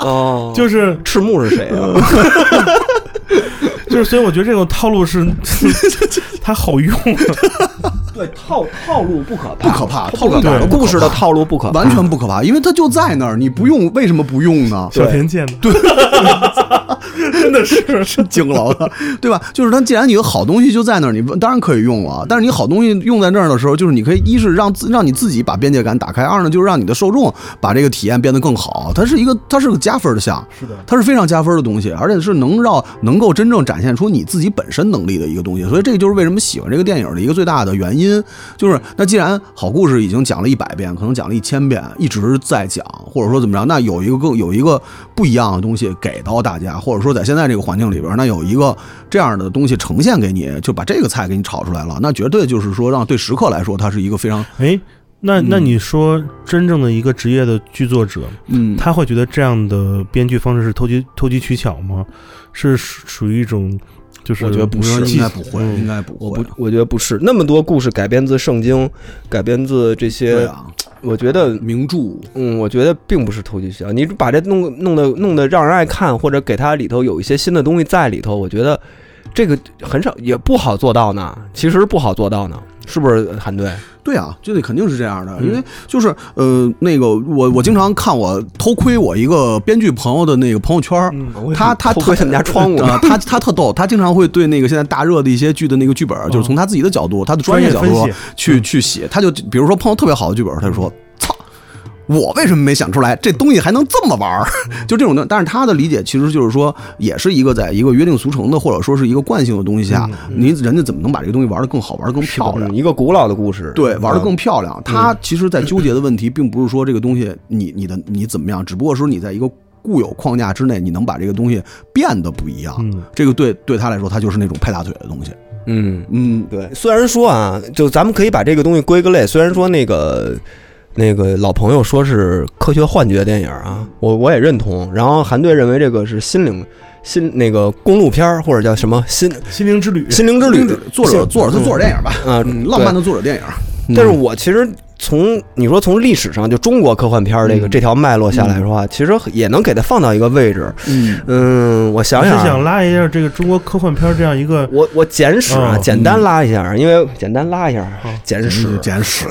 [SPEAKER 3] 哦，就
[SPEAKER 5] 就是
[SPEAKER 3] 赤木是谁啊？
[SPEAKER 5] 就是，所以我觉得这种套 路是它好用啊，
[SPEAKER 3] 对，套套路不可
[SPEAKER 4] 不可怕，套路一点
[SPEAKER 5] 对
[SPEAKER 4] 都不可
[SPEAKER 3] 故事的
[SPEAKER 4] 怕
[SPEAKER 3] 套路不可怕，
[SPEAKER 4] 完全不可怕，因为它就在那儿，你不用，为什么不用呢？
[SPEAKER 5] 小田健的，对，真的是
[SPEAKER 4] 真惊了，我操对吧？就是它，既然你的好东西就在那儿，你当然可以用了。但是你好东西用在那儿的时候，就是你可以一是让自让你自己把边界感打开，二呢就是让你的受众把这个体验变得更好。它是一个，它是个加分的项，
[SPEAKER 5] 是的
[SPEAKER 4] 它是非常加分的东西，而且是能让能够真正展现出你自己本身能力的一个东西。所以这就是为什么喜欢这个电影的一个最大的原因，就是那既然好故事已经讲了一百遍，可能讲了一千遍，一直在讲，或者说怎么着，那有一个更有一个不一样的东西给到大家，或者说在现在这个环境里边，那有一个这样的东西呈现给你，就把这个菜给你炒出来了，那绝对就是说让对食客来说，它是一个非常
[SPEAKER 5] 哎。那那你说，真正的一个职业的剧作者，
[SPEAKER 4] 嗯
[SPEAKER 5] 他会觉得这样的编剧方式是投机投机取巧吗？是属属于一种，就是
[SPEAKER 4] 我觉得不是，
[SPEAKER 5] 技
[SPEAKER 4] 应该不会，
[SPEAKER 5] 嗯
[SPEAKER 4] 应该不
[SPEAKER 3] 我
[SPEAKER 4] 会啊
[SPEAKER 3] 不，，我觉得不是。那么多故事改编自圣经，改编自这
[SPEAKER 4] 对
[SPEAKER 3] 些，
[SPEAKER 4] 啊，
[SPEAKER 3] 我觉得，
[SPEAKER 4] 名著。
[SPEAKER 3] 嗯，我觉得并不是投机取巧。你把这弄弄得弄得让人爱看，或者给它里头有一些新的东西在里头，我觉得这个很少，也不好做到呢。其实不好做到呢，是不是？韩队，
[SPEAKER 4] 对啊，这得肯定是这样的，因为就是呃，那个我我经常看我偷窥我一个编剧朋友的那个朋友圈儿，
[SPEAKER 5] 嗯
[SPEAKER 4] 他他
[SPEAKER 3] 偷窥他
[SPEAKER 4] 特
[SPEAKER 3] 们家窗 户
[SPEAKER 4] 啊，他他特逗，他经常会对那个现在大热的一些剧的那个剧本儿，就是从他自己的角度，他的专业角
[SPEAKER 5] 嗯专业
[SPEAKER 4] 度
[SPEAKER 5] 分析嗯
[SPEAKER 4] 去去写，他就比如说碰到特别好的剧本儿，他就说操。我为什么没想出来这东西还能这么玩儿？ 就这种的，但是他的理解其实就是说，也是一个在一个约定俗成的或者说是一个惯性的东西下，
[SPEAKER 5] 嗯
[SPEAKER 4] 你人家怎么能把这个东西玩得更好，玩得更漂亮？
[SPEAKER 3] 嗯一个古老的故事，
[SPEAKER 4] 对，玩的
[SPEAKER 3] 嗯
[SPEAKER 4] 更漂亮。他其实，在纠结的问题，并不是说这个东西你你的你怎么样，只不过说你在一个固有框架之内，你能把这个东西变得不一样。
[SPEAKER 5] 嗯
[SPEAKER 4] 这个对对他来说，他就是那种拍大腿的东西。
[SPEAKER 3] 嗯。
[SPEAKER 4] 嗯，
[SPEAKER 3] 对，虽然说啊，就咱们可以把这个东西归个类，虽然说那个那个老朋友说是科学幻觉电影啊，我我也认同。然后韩队认为这个是心灵心那个公路片儿或者叫什么心
[SPEAKER 5] 心灵之旅，
[SPEAKER 3] 心灵之旅
[SPEAKER 4] 作者作者是作者电影吧？
[SPEAKER 3] 啊、
[SPEAKER 4] 嗯，浪漫的嗯作者电影。
[SPEAKER 3] 对。但是我其实从你说从历史上就中国科幻片儿这个、
[SPEAKER 4] 嗯
[SPEAKER 3] 这条脉络下来说啊，其实也能给它放到一个位置。
[SPEAKER 4] 嗯，
[SPEAKER 3] 嗯，我想
[SPEAKER 5] 我是
[SPEAKER 3] 想啊，
[SPEAKER 5] 想拉一下这个中国科幻片儿这样一个
[SPEAKER 3] 我我简史啊，
[SPEAKER 5] 哦
[SPEAKER 3] 简单拉一下，因为简单拉一下
[SPEAKER 5] 好
[SPEAKER 3] 简史。
[SPEAKER 4] 嗯
[SPEAKER 3] 啊
[SPEAKER 4] 哦简史，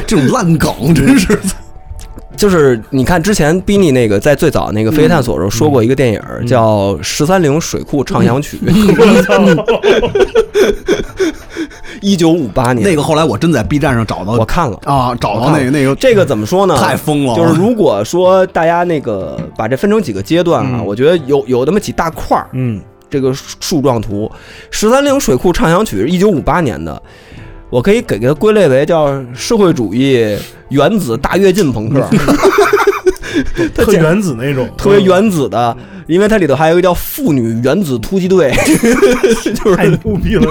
[SPEAKER 4] 这种烂梗真是。
[SPEAKER 3] 嗯就是你看之前 b i n 那个在最早那个《飞越探索》时候说过一个电影
[SPEAKER 4] 嗯
[SPEAKER 3] 儿叫《十三陵水库畅 想曲》，一九五八年
[SPEAKER 4] 那个后来我真在 B 站上找到
[SPEAKER 3] 我看了。
[SPEAKER 4] 啊，找到那个那个
[SPEAKER 3] 这个怎么说呢？
[SPEAKER 4] 太疯了啊
[SPEAKER 3] 就是如果说大家那个把这分成几个阶段
[SPEAKER 4] 嗯
[SPEAKER 3] 啊，我觉得有有那么几大块儿，
[SPEAKER 5] 嗯，
[SPEAKER 3] 这个树状图，《十三陵水库畅想曲》是一九五八年的，我可以给它归类为叫社会主义原子大跃进朋克，它
[SPEAKER 5] 特
[SPEAKER 3] 简
[SPEAKER 5] 原子那种，
[SPEAKER 3] 特别原子的，因为它里头还有一个叫妇女原子突击队，就
[SPEAKER 5] 嗯，太
[SPEAKER 3] 是
[SPEAKER 5] 牛逼了，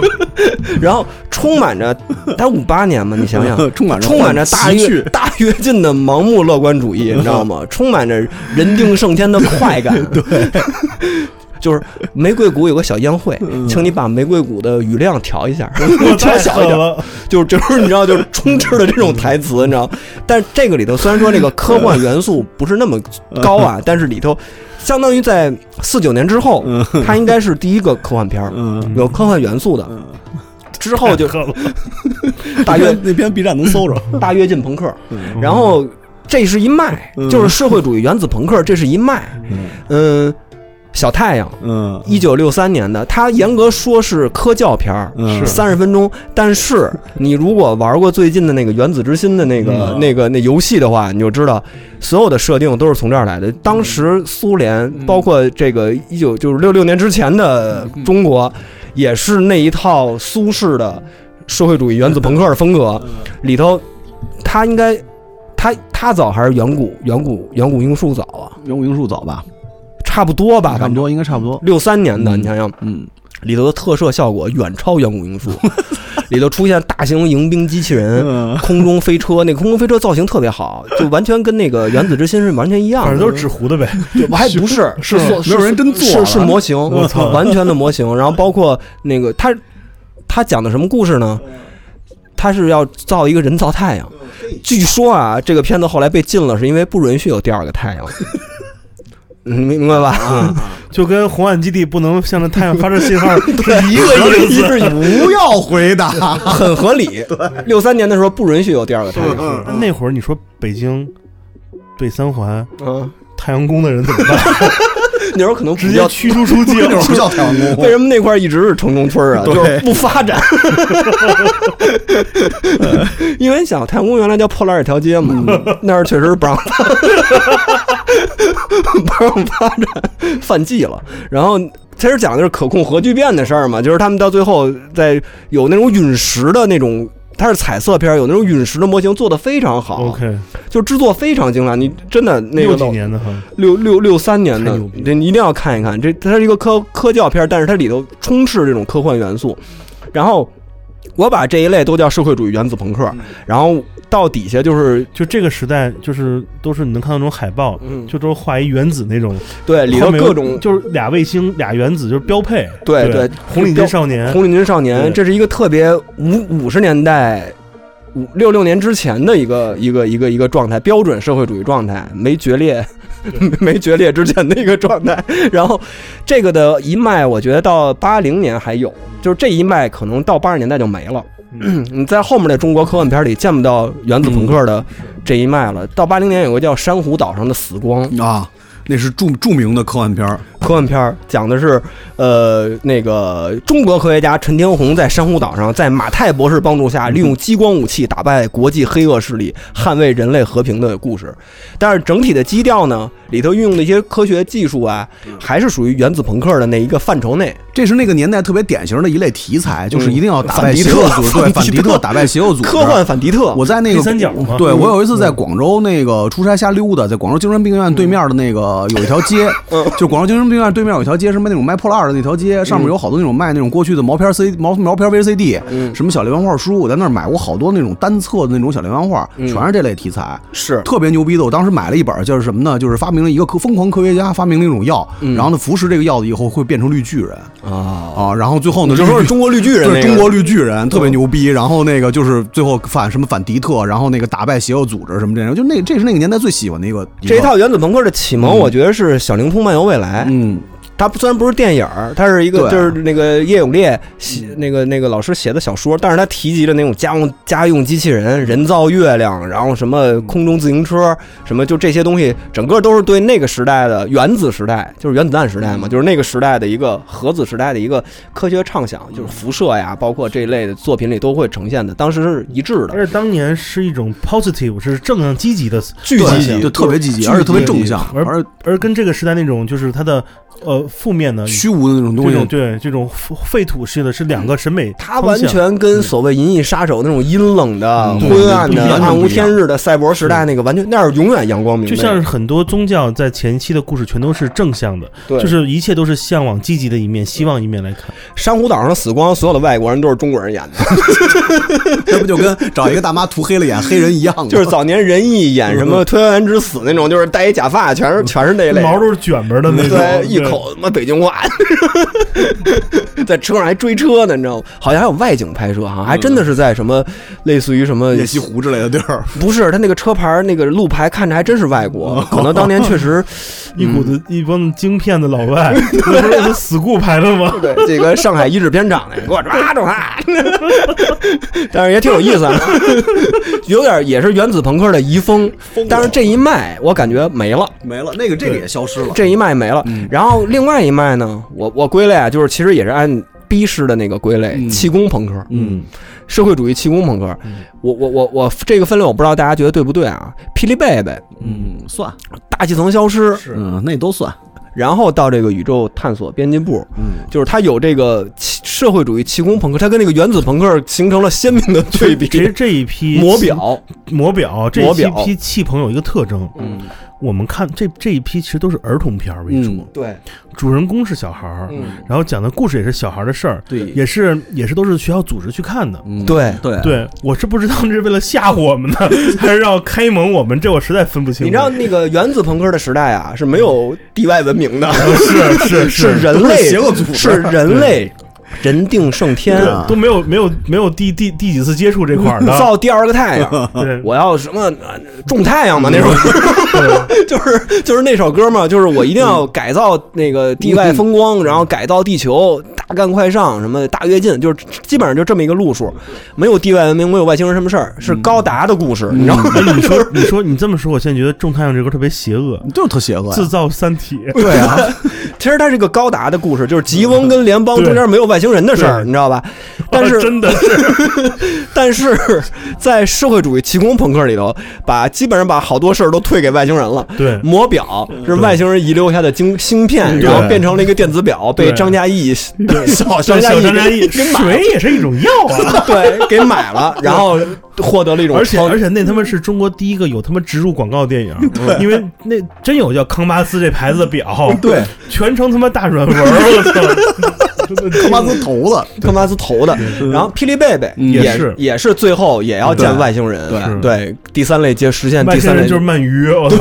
[SPEAKER 3] 然后充满着，它五八年嘛，你想 想，
[SPEAKER 4] 充满着
[SPEAKER 3] 充满着大
[SPEAKER 4] 奇
[SPEAKER 3] 跃
[SPEAKER 4] 趣
[SPEAKER 3] 大跃进的盲目乐观主义，你知道吗？充满着人定胜天的快感，对。 就是玫瑰谷有个小宴会，请你把玫瑰谷的雨量调一下， 调小一点。
[SPEAKER 5] 了，
[SPEAKER 3] 就是就是你知道，就是充斥的这种台词，你知道。但是这个里头虽然说那个科幻元素不是那么高啊，但是里头相当于在四九年之后，它应该是第一个科幻片儿有科幻元素的。之后就
[SPEAKER 5] 嗯
[SPEAKER 3] 大
[SPEAKER 4] 那
[SPEAKER 3] 跃
[SPEAKER 4] 篇那篇 B 站能搜着。
[SPEAKER 3] 大跃进朋克，
[SPEAKER 5] 嗯
[SPEAKER 3] 然后这是一脉，就是社会主义原子朋克，这是一脉。嗯，小太阳，
[SPEAKER 4] 嗯，
[SPEAKER 3] 一九六三年的，它严格说是科教片儿，
[SPEAKER 4] 嗯
[SPEAKER 3] 三十分钟。但是你如果玩过最近的那个《原子之心》的那个、那个那游戏的话，你就知道所有的设定都是从这儿来的。当时苏联，包括这个一九就是六六年之前的中国，也是那一套苏式的社会主义原子朋克的风格里头，他应该。他他早还是远古远古远古英树早啊，
[SPEAKER 4] 远古英树早吧，
[SPEAKER 3] 差不多吧，
[SPEAKER 4] 差不多，应该差不多。
[SPEAKER 3] 六三年的，你想想，
[SPEAKER 4] 嗯，
[SPEAKER 3] 里头的特摄效果远超《远古英术》， 里头出现大型迎宾机器人、
[SPEAKER 4] 嗯
[SPEAKER 3] 空中飞车，那个空中飞车造型特别好，就完全跟那个《原子之心》是完全一样
[SPEAKER 5] 反正
[SPEAKER 3] 的。
[SPEAKER 5] 都是纸糊的呗。
[SPEAKER 3] 我还不是是
[SPEAKER 4] 是
[SPEAKER 3] 做
[SPEAKER 4] 没有人真做
[SPEAKER 3] 是
[SPEAKER 4] 了
[SPEAKER 3] 是模型，我操，完全的模型。然后包括那个他他讲的什么故事呢？他是要造一个人造太阳。据说啊，这个片子后来被禁了，是因为不允许有第二个太阳。你明明白吧？嗯
[SPEAKER 5] 就跟红岸基地不能向着太阳发射信号是一
[SPEAKER 3] 一个一个一个
[SPEAKER 4] 不要回答。
[SPEAKER 3] 很合 理。六三年的时候不允许有第二个太阳。
[SPEAKER 5] 那会儿你说北京对三环
[SPEAKER 3] 嗯，
[SPEAKER 5] 太阳宫的人怎 么办？
[SPEAKER 3] 那时候可能
[SPEAKER 5] 直
[SPEAKER 3] 比
[SPEAKER 5] 接
[SPEAKER 3] 较。
[SPEAKER 5] 驱逐出境。
[SPEAKER 4] 那会儿不叫 太阳宫，
[SPEAKER 3] 为什么那块儿一直是城中村儿啊？
[SPEAKER 4] 对
[SPEAKER 3] 就是不发 展，因为想太阳宫原来叫破烂儿一条街嘛，
[SPEAKER 5] 嗯
[SPEAKER 3] 那儿确实不让 不让发展，犯忌了。然后其实讲的是可控核聚变的事儿嘛，就是他们到最后在有那种陨石的那种，它是彩色片儿，有那种陨石的模型做的非常好。
[SPEAKER 5] OK，
[SPEAKER 3] 就制作非常精良，你真的那
[SPEAKER 5] 六
[SPEAKER 3] 个
[SPEAKER 5] 几
[SPEAKER 3] 都
[SPEAKER 5] 年的哈，
[SPEAKER 3] 六六六三年
[SPEAKER 5] 太
[SPEAKER 3] 的
[SPEAKER 5] 牛逼，了
[SPEAKER 3] 这你一定要看一看。这它是一个科科教片，但是它里头充斥这种科幻元素。然后我把这一类都叫社会主义原子朋克，
[SPEAKER 5] 嗯
[SPEAKER 3] 然后到底下就是
[SPEAKER 5] 就这个时代，就是都是你能看到那种海报，
[SPEAKER 3] 嗯
[SPEAKER 5] 就都画一原子那种，
[SPEAKER 3] 对里头
[SPEAKER 5] 后面有
[SPEAKER 3] 各种
[SPEAKER 5] 就是俩卫星俩原子就是标配。
[SPEAKER 3] 对
[SPEAKER 5] 对
[SPEAKER 3] 对，
[SPEAKER 5] 红领巾少年，
[SPEAKER 3] 红领巾少
[SPEAKER 5] 对
[SPEAKER 3] 年，这是一个特别五五十年代。五六六年之前的一个一个一个一个状态，标准社会主义状态，没决裂， 没决裂之前的一个状态。 然后这个的一脉，我觉得到八零年还有，就是这一脉可能到八十年代就没了。
[SPEAKER 5] 嗯
[SPEAKER 3] 你在后面的中国科幻片里见不到原子朋克的
[SPEAKER 5] 嗯
[SPEAKER 3] 这一脉了。到八零年有个叫《珊瑚岛上的死光》
[SPEAKER 4] 啊，那是著著名的科幻片儿。
[SPEAKER 3] 科幻片儿，讲的是呃那个中国科学家陈天红在珊瑚岛上，在马泰博士帮助
[SPEAKER 4] 嗯
[SPEAKER 3] 下，利用激光武器打败国际黑恶势力，捍卫人类和平的故事。但是整体的基调呢，里头运用的一些科学技术啊，
[SPEAKER 4] 嗯
[SPEAKER 3] 还是属于原子朋克的那一个范畴内。
[SPEAKER 4] 这是那个年代特别典型的一类题材，就是一定要打败
[SPEAKER 3] 反敌
[SPEAKER 4] 邪
[SPEAKER 3] 特
[SPEAKER 4] 恶组织，对，嗯反
[SPEAKER 3] 反敌
[SPEAKER 4] 敌
[SPEAKER 3] 特
[SPEAKER 4] 特打败邪恶组织。
[SPEAKER 3] 科幻反敌特，
[SPEAKER 4] 我在那个
[SPEAKER 5] 黑三角嘛
[SPEAKER 4] 对
[SPEAKER 5] 嗯
[SPEAKER 4] 我有一次在广州那个出差瞎溜达，在广州精神病院对面的那个有一条 街，就广州精神病院对面有一条街，什么那种卖破烂的那条街，上面有好多那种卖那种过去的毛片 C 毛毛片 VCD，什
[SPEAKER 3] 嗯
[SPEAKER 4] 么小连环画书，我在那儿买过好多那种单册的那种小连环画，
[SPEAKER 3] 嗯
[SPEAKER 4] 全是这类题材。
[SPEAKER 3] 是
[SPEAKER 4] 特别牛逼的，我当时买了一本，就是什么呢？就是发明了一个科疯狂科学家发明了一种药，
[SPEAKER 3] 嗯
[SPEAKER 4] 然后呢服食这个药以后会变成绿巨人
[SPEAKER 3] 啊，
[SPEAKER 4] 啊，然后最后呢
[SPEAKER 3] 就说是中国绿巨人
[SPEAKER 4] 对
[SPEAKER 3] 那个哦
[SPEAKER 4] 中国绿巨人特别牛逼，然后那个就是最后反什么反敌特，然后那个打败邪恶组织什么这种，就那这是那个年代最喜欢的一个
[SPEAKER 3] 这一
[SPEAKER 4] 个
[SPEAKER 3] 套原子朋克的启蒙，我觉得是《小灵通漫游未来》。
[SPEAKER 4] 嗯
[SPEAKER 3] 它虽然不是电影儿，它是一个
[SPEAKER 4] 对啊嗯
[SPEAKER 3] 就是那个叶永烈写那个那个老师写的小说，但是他提及了那种家用家用机器人、人造月亮，然后什么空中自行车，什么就这些东西，整个都是对那个时代的原子时代，就是原子弹时代嘛，就是那个时代的一个核子时代的一个科学畅想，就是辐射呀，包括这一类的作品里都会呈现的，当时是一致的，
[SPEAKER 5] 而且当年是一种 positive，是正向积极的，
[SPEAKER 3] 巨
[SPEAKER 4] 对
[SPEAKER 3] 积极
[SPEAKER 4] 就。特别积极，
[SPEAKER 5] 巨
[SPEAKER 4] 而且特别
[SPEAKER 5] 积极
[SPEAKER 4] 正向，
[SPEAKER 5] 而
[SPEAKER 4] 而
[SPEAKER 5] 而跟这个时代那种就是它的呃负面的
[SPEAKER 4] 虚无的那种东
[SPEAKER 5] 这种
[SPEAKER 4] 西。
[SPEAKER 5] 对这种废土式的是两个审美
[SPEAKER 3] 嗯它
[SPEAKER 5] 方
[SPEAKER 3] 完
[SPEAKER 5] 向
[SPEAKER 3] 全跟所谓《银翼杀手》那种阴冷的、
[SPEAKER 5] 嗯
[SPEAKER 3] 昏暗的、
[SPEAKER 4] 对完全不一样
[SPEAKER 3] 暗无天日的赛博时代那个完全，那是永远阳光明媚。
[SPEAKER 5] 就像是很多宗教在前期的故事全都是正向的，
[SPEAKER 3] 对
[SPEAKER 5] 就是一切都是向往积极的一面、希望一面来看。
[SPEAKER 3] 珊瑚岛上的死光，所有的外国人都是中国人演的，
[SPEAKER 4] 这不就跟找一个大妈涂黑了眼黑人一样吗？
[SPEAKER 3] 就是早年仁义演什么《推销员之死》那种，就是戴一假发， 全是全是那一类人
[SPEAKER 5] 毛都是卷门的那种，
[SPEAKER 3] 对，一口他妈北京话。 在车上还追车呢，你知道吗？好像还有外景拍摄哈，还真的是在什么类似于什么
[SPEAKER 4] 野西湖之类的地儿，
[SPEAKER 3] 不是，他那个车牌儿那个路牌看着还真是外 国，可能当年确实
[SPEAKER 5] 一股子
[SPEAKER 3] 嗯
[SPEAKER 5] 一帮精骗的老 外，那不是都死固牌的吗？
[SPEAKER 3] 对这个上海一制片厂的给我抓住他，但是也挺有意思啊，有点也是原子朋克的遗风，但是这一脉我感觉没了。
[SPEAKER 4] 没了，那个这个也消失了。
[SPEAKER 3] 这一脉没了。
[SPEAKER 4] 嗯
[SPEAKER 3] 然后另外一脉呢，我我归类啊，就是其实也是按 B 式的那个归类，
[SPEAKER 4] 嗯
[SPEAKER 3] 气功朋克，
[SPEAKER 4] 嗯，
[SPEAKER 3] 社会主义气功朋克。我我我我这个分类我不知道大家觉得对不对啊？霹雳贝贝、
[SPEAKER 4] 嗯，算，
[SPEAKER 3] 大气层消失，
[SPEAKER 4] 嗯，那都算，
[SPEAKER 3] 然后到这个宇宙探索编辑部，
[SPEAKER 4] 嗯，
[SPEAKER 3] 就是它有这个气社会主义气功朋克，它跟那个原子朋克形成了鲜明的对比。
[SPEAKER 5] 其实这一批
[SPEAKER 3] 魔
[SPEAKER 4] 嗯
[SPEAKER 3] 表，
[SPEAKER 5] 魔表这
[SPEAKER 3] 魔
[SPEAKER 5] 一
[SPEAKER 3] 表
[SPEAKER 5] 批气朋有一个特征，
[SPEAKER 3] 嗯，
[SPEAKER 5] 我们看这这一批其实都是儿童片儿为主，
[SPEAKER 4] 嗯，
[SPEAKER 3] 对，
[SPEAKER 5] 主人公是小孩儿，
[SPEAKER 3] 嗯，
[SPEAKER 5] 然后讲的故事也是小孩儿的事儿，
[SPEAKER 4] 对，
[SPEAKER 5] 也是也是都是学校组织去看的。
[SPEAKER 4] 嗯
[SPEAKER 3] 对
[SPEAKER 4] 对，
[SPEAKER 5] 对，我是不知道这是为了吓唬我们呢， 还是要开蒙我们，这我实在分不清。
[SPEAKER 3] 你知道那个原子朋克的时代啊是没有地外文明 的，
[SPEAKER 5] 是
[SPEAKER 3] 是
[SPEAKER 5] 是 是，
[SPEAKER 3] 人
[SPEAKER 4] 都
[SPEAKER 3] 类
[SPEAKER 4] 是邪恶组织
[SPEAKER 3] 是人类人定胜天，
[SPEAKER 4] 对啊
[SPEAKER 5] 都没有没有没有第第第几次接触这块儿的，
[SPEAKER 3] 造第二个太 阳。
[SPEAKER 5] 对
[SPEAKER 3] 我要什么呃种太阳嘛那首歌， 就是就是那首歌嘛，就是我一定要
[SPEAKER 5] 嗯
[SPEAKER 3] 改造那个地外风光，然后改造地球，大干快上什么大跃进，就是基本上就这么一个路数，没有地外文明，没有外星人什么事儿，
[SPEAKER 5] 嗯
[SPEAKER 3] 是高达的故事，你知道吗？
[SPEAKER 5] 哎，你说你说你这么说，我现在觉得《种太阳》这歌特别邪恶，
[SPEAKER 4] 就是特邪恶呀
[SPEAKER 5] 自造《三体》
[SPEAKER 3] 对啊，其实它是个高达的故事，就是吉翁跟联邦
[SPEAKER 5] 对
[SPEAKER 3] 中间没有外星人的事儿，
[SPEAKER 5] 对
[SPEAKER 3] 你知道吧？但是
[SPEAKER 5] 真的是
[SPEAKER 3] 但是在社会主义气功朋克里头，把基本上把好多事儿都推给外星人了。
[SPEAKER 5] 对
[SPEAKER 3] 魔表是外星人遗留下的晶芯片，
[SPEAKER 5] 对
[SPEAKER 3] 然后变成了一个电子表，被
[SPEAKER 5] 对
[SPEAKER 3] 张嘉译小
[SPEAKER 5] 小
[SPEAKER 3] 张嘉
[SPEAKER 5] 小
[SPEAKER 3] 译
[SPEAKER 5] 张嘉译，
[SPEAKER 3] 给给买
[SPEAKER 5] 水也是一种药啊。
[SPEAKER 3] 对给买了，然后获得了一种
[SPEAKER 5] 而且
[SPEAKER 3] 超
[SPEAKER 5] 而且那他妈是中国第一个有他妈植入广告电影，因为那真有叫康巴斯这牌子的表，
[SPEAKER 3] 对，
[SPEAKER 5] 全程他妈大软文儿，我操！
[SPEAKER 4] 他妈都头子，
[SPEAKER 3] 托马斯投的，然后霹雳贝贝
[SPEAKER 4] 嗯
[SPEAKER 5] 也
[SPEAKER 3] 也
[SPEAKER 5] 是
[SPEAKER 3] 也是最后也要见外星人，
[SPEAKER 5] 对
[SPEAKER 3] 对第三类接实现
[SPEAKER 5] 外
[SPEAKER 3] 第
[SPEAKER 5] 星
[SPEAKER 3] 三类
[SPEAKER 5] 人就是 鳗鱼，我操，